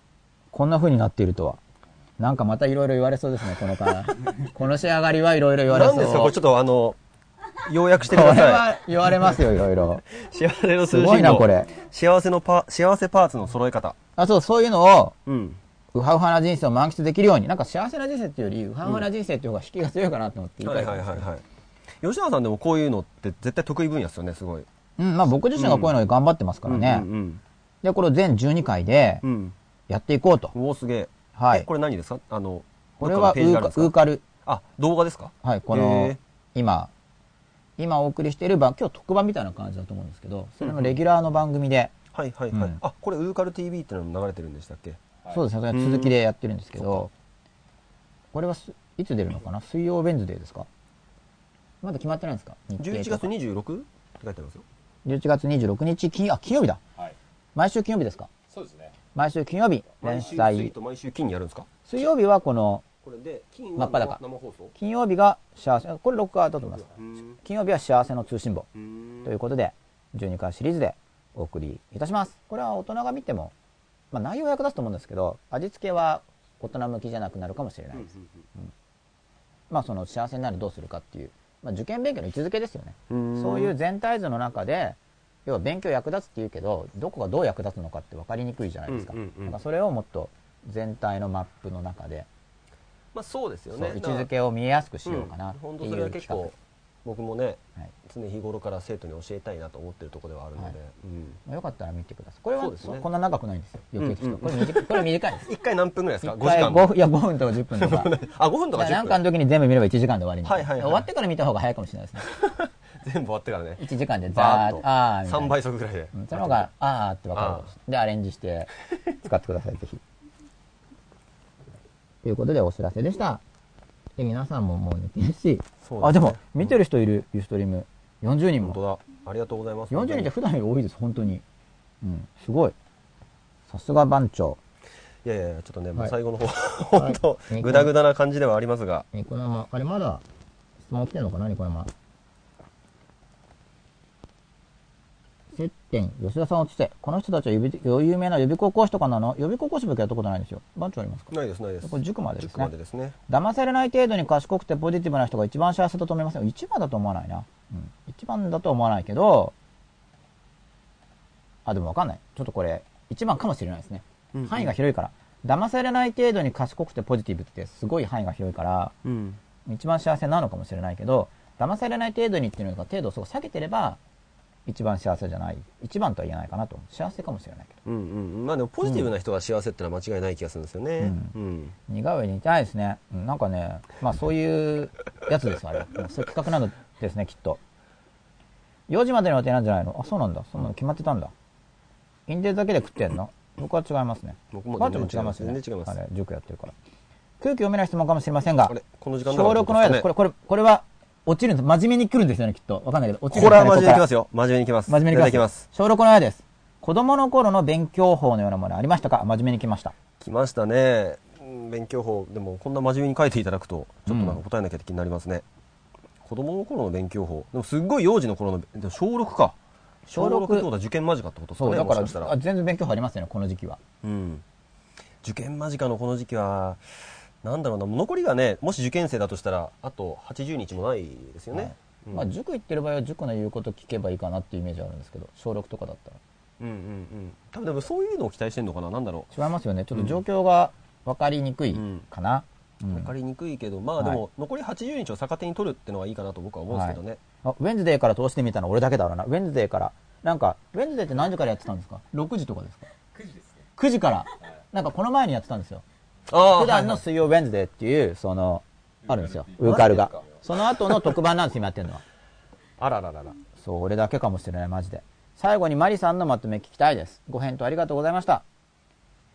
こんな風になっているとは。なんかまたいろいろ言われそうですね、この *laughs* から。この仕上がりはいろいろ言われそう。何ですかこれちょっとあ *laughs* の要約してこくれださは言われますよ、いろいろ。い幸せ *laughs* の通す信簿ごいな、これ。幸せのパ幸せパーツの揃え方あ、そう、そういうのを、うんウハウハな人生を満喫できるように、なんか幸せな人生っていうより、ウハウハな人生っていう方が引きが強いかなと思って言いたいですはい吉永さんでもこういうのって絶対得意分野ですよねすごいうん、まあ僕自身がこういうので頑張ってますからねう。んで、これを全12回でうんうんやっていこうと。うんおおすげえはえい。これ何ですかあのこれはウどっかのページがあるんーですカウーかカル。あ動画ですかはい、こへのー、今、今お送りしている番、今日特番みたいな感じだと思うんですけど、それのレギュラーの番組で、はいはいはい、うんあこれウーカル TV ってのも流れてるんでしたっけはいそうですね、それは続きでやってるんですけど、これはすいつ出るのかな水曜ベンズデーですかまだ決まってないんですか日程と11月か 26? って書いてありますよ11月26日、金、あ、金曜日だ。はい。毎週金曜日ですかそうですね。毎週金曜日、連毎週水載。と毎週金にやるんですか水曜日はこの、これで金真はっ裸生放送金曜日が幸せ、これ録画だと思います。うーん金曜日は幸せの通信簿。うーんということで、12回シリーズでお送りいたします。これは大人が見ても、まあ内容は役立つと思うんですけど、味付けは大人向きじゃなくなるかもしれないうんうでんす。まあその幸せになるどうするかっていう、まあ受験勉強の位置づけですよね。うんそういう全体図の中で、要は勉強役立つって言うけど、どこがどう役立つのかって分かりにくいじゃないですか。うんうんうんなんかそれをもっと全体のマップの中で、まあそうですよそうね位置づけを見えやすくしようかなってい本う当それは企結画。構僕もねはい常日頃から生徒に教えたいなと思ってるところではあるので、はうんまあよかったら見てください。これはそうですねこんな長くないんですよ。余計うんう聞んくとこれ短いこれ短いです。一回何分ぐらいですか一5時回間5分いや、5分とか10分と *laughs* か。あ5分とか10分なんかの時に全部見れば1時間で終わりに。はいはいはい終わってから見た方が早いかもしれないですね。全部終わってからね1時間でバーザーッッとと、あーみたいな3倍速ぐらいで、うんその方が、あーってわかる。で、アレンジ *laughs* して使ってください、ぜひ。ということで、お知らせでした。で、皆さんももう寝てるし。そうですねあ、でも、見てる人いる、ユーストリーム。40人本も。当だありがとうございます40人って普段より多いです、本当に。うん、すごい。さすが番長。いやいやいやちょっとね、もうはい最後の方本当、はいグダグダな感じではありますがニコ生、あれまだ質問来てんのかなニコ生。接点、吉田さん落ちて、この人たちは指有名な予備校講師とかなの予備校講師僕やったことないんですよ。番長ありますかないですないですこれ塾までです塾ねまでですね騙されない程度に賢くてポジティブな人が一番幸せだと思いません。一番だと思わないな。うん。一番だとは思わないけど、あ、でもわかんない。ちょっとこれ、一番かもしれないですね。うん範囲が広いから。騙されない程度に賢くてポジティブってすごい範囲が広いから、うん一番幸せなのかもしれないけど、騙されない程度にっていうのが程度をすごく下げてれば、一番幸せじゃない。一番とは言えないかなと。幸せかもしれないけど。うんうんまあでもポジティブな人が幸せってのは間違いない気がするんですよねうん、似顔絵にたいですね。うんなんかね、まあそういうやつです、あれ。うんそういう企画なのですね、きっと。4時までの予定なんじゃないのあ、そうなんだ。そんなの決まってたんだ。インデーだけで食ってんの僕は違いますね。僕もバーチャル違いますね。全然違いますあれ、塾やってるから。空気読めない質問かもしれませんがあれ、この時間だから省力の親です。これ、これ、これは、落ちるんです。真面目に来るんですよね、きっと。わかんないけど。落ちるこれは真面目にいきますよ。よ真面目にいきます真面目にいた来だきまますす。小6の親です。子供の頃の勉強法のようなものありましたか真面目に来ました。来ましたねうん勉強法でもこんな真面目に書いていただくとちょっとなんか答えなきゃって気になりますね、子供の頃の勉強法でもすっごい幼児の頃のでも小6か小小6六ってことは受験間近ってことですかそう、ねだかもししたら、あら、全然勉強法ありますよね、この時期は。うん、受験間近のこの時期はなんだろうなもう残りがねもし受験生だとしたらあと80日もないですよね、はいうんまあ、塾行ってる場合は塾の言うこと聞けばいいかなっていうイメージあるんですけど小6とかだったらうんうんうん多分でもそういうのを期待してんのかななんだろ違いますよねちょっと状況が分かりにくいかな、う、うん分かりにくいけどまあではも残り80日を逆手に取るってのはいいかなと僕は思うんですけどね、あウェンズデーから通してみたの俺だけだろうなウェンズデーからなんかウェンズデーって何時からやってたんですか6時とかですか9時ですね。 9時からなんかこの前にやってたんですよああ普段の水曜ウェンズデーっていうそのあるんですよウーカルがマジその後の特番なんです今やってるのはあららららそう俺だけかもしれないマジで最後にマリさんのまとめ聞きたいですご返答ありがとうございました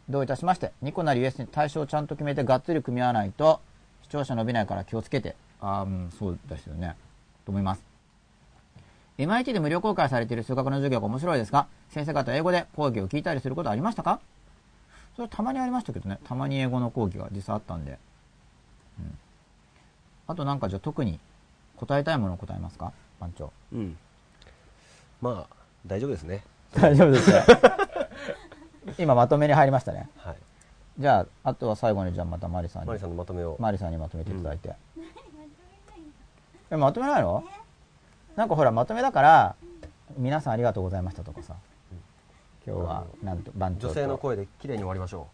どういたしまして2個なり US に対象をちゃんと決めてがっつり組み合わないと視聴者伸びないから気をつけてああうんそうですよねと思います MIT で無料公開されている数学の授業が面白いですが先生方英語で講義を聞いたりすることありましたかそれはたまにありましたけどねたまに英語の講義が実際あったんで、うん、あとなんかじゃあ特に答えたいものを答えますか番長うんまあ大丈夫ですね大丈夫です *laughs* よ今まとめに入りましたねはいじゃああとは最後にじゃあまたマリさんにマリさんのまとめを、マリさんにまとめていただいて、えまとめないのなんかほらまとめだから皆さんありがとうございましたとかさ今日はなんと番長女と性の声で綺麗に終わりましょ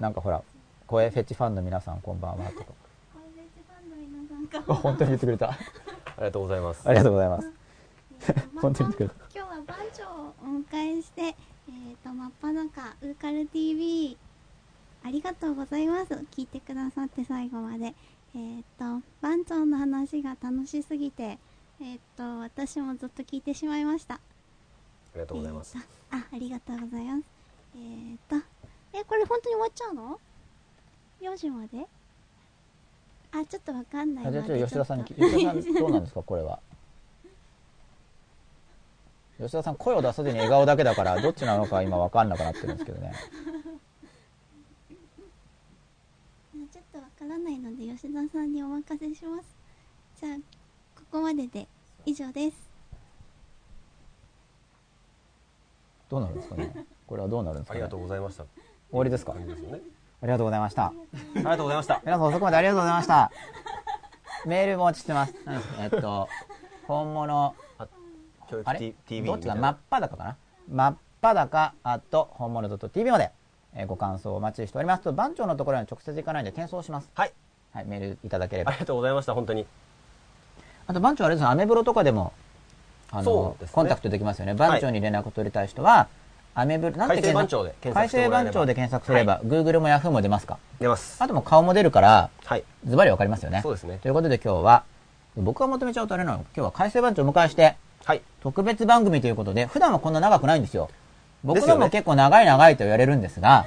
なんかほら声フェチファンの皆さんこんばんはとか *laughs* これで一番の皆さんかあ本当に言ってくれたうありがとうございますありがとうございます本本当当にに作る今日は番長をお迎えして、えー、と真っ裸ウーカル TV ありがとうございます聞いてくださって最後までえー、と番長の話が楽しすぎてえー、と私もずっと聞いてしまいましたありがとうございますえー、とあありがとうございますえー、とえこれ本当に終わっちゃうの ?4 時まであちょっとわかんないあじゃあちょっと吉田さんにち聞ょっと吉田さんどうなんですかこれは吉田さん声を出さずに笑顔だけだからどっちなのか今分かんなくなってるんですけどねちょっとわからないので吉田さんにお任せしますじゃあここまでで以上ですどうなるんですかねこれはどうなるんですあか、りね、がとうございました終わりですか感じですよねありがとうございましたありがとうございました皆さん遅くまでありがとうございましたメールもお待ちしてます何ですかえっと本物教あ育れ T- TV どっちがみた真いっな裸かな真っ裸あと本物 .tv まで、えーご感想をお待ちしておりますと番長のところには直接行かないんで転送しますはいはいメールいただければありがとうございました本当にあと番長あれですねアメブロとかでもあのそうですねコンタクトできますよね番長に連絡を取りたい人は、アメブロなんて改検正番索長で検改索して正もら番えれば長で検索すれば、Google も Yahoo も出ますか出ますあともう顔も出るからはいズバリわかりますよねそうですねということで今日は僕が求めちゃうとあれなの今日は改正番長をお迎えしてはい特別番組ということで普段はこんな長くないんですよ僕ですのよもね結構長い長いと言われるんですが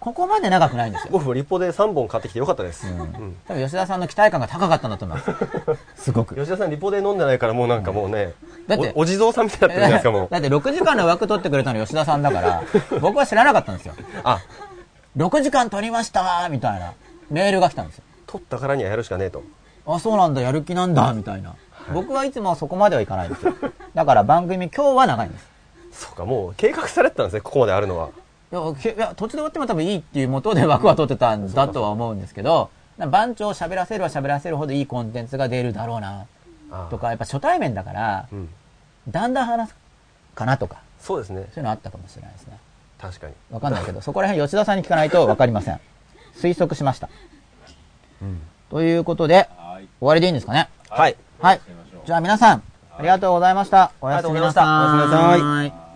ここまで長くないんですよ5分立法で3本買ってきてよかったです、うん多分吉田さんの期待感が高かったんだと思い *laughs* ますすごく吉田さん、リポで飲んでないから、もうなんかもうね、だっておお地蔵さんみたいになってるじゃないですか、もう *laughs* だ。って6時間の枠取ってくれたの吉田さんだ *laughs* から、僕は知らなかったんですよ。あ、 6時間取りましたーみたいなメールが来たんですよ。取ったからにはやるしかねえと。あ、そうなんだ、やる気なんだ、みたいな。僕はいつもそこまではいかないんですよ。だから番組今日は長いんです。そうか、もう計画されてたんですね、ここまであるのは。いや、けいや途中で終わっても多分いいっていう元で枠は取ってたんだとは思うんですけど、番長を喋らせるは喋らせるほどいいコンテンツが出るだろうな、あとか、やっぱ初対面だからう、ん。だんだん話すかなとか、そうですね、そういうのあったかもしれないですね。確かに。わかんないけど、そこら辺吉田さんに聞かないとわかりません。推測しました。ということで、はい。終わりでいいんですかね。はい。はい締めましょうじゃあ皆さん、ありがとうございました。おやすみなさありがとうございましたおやすみなさいい。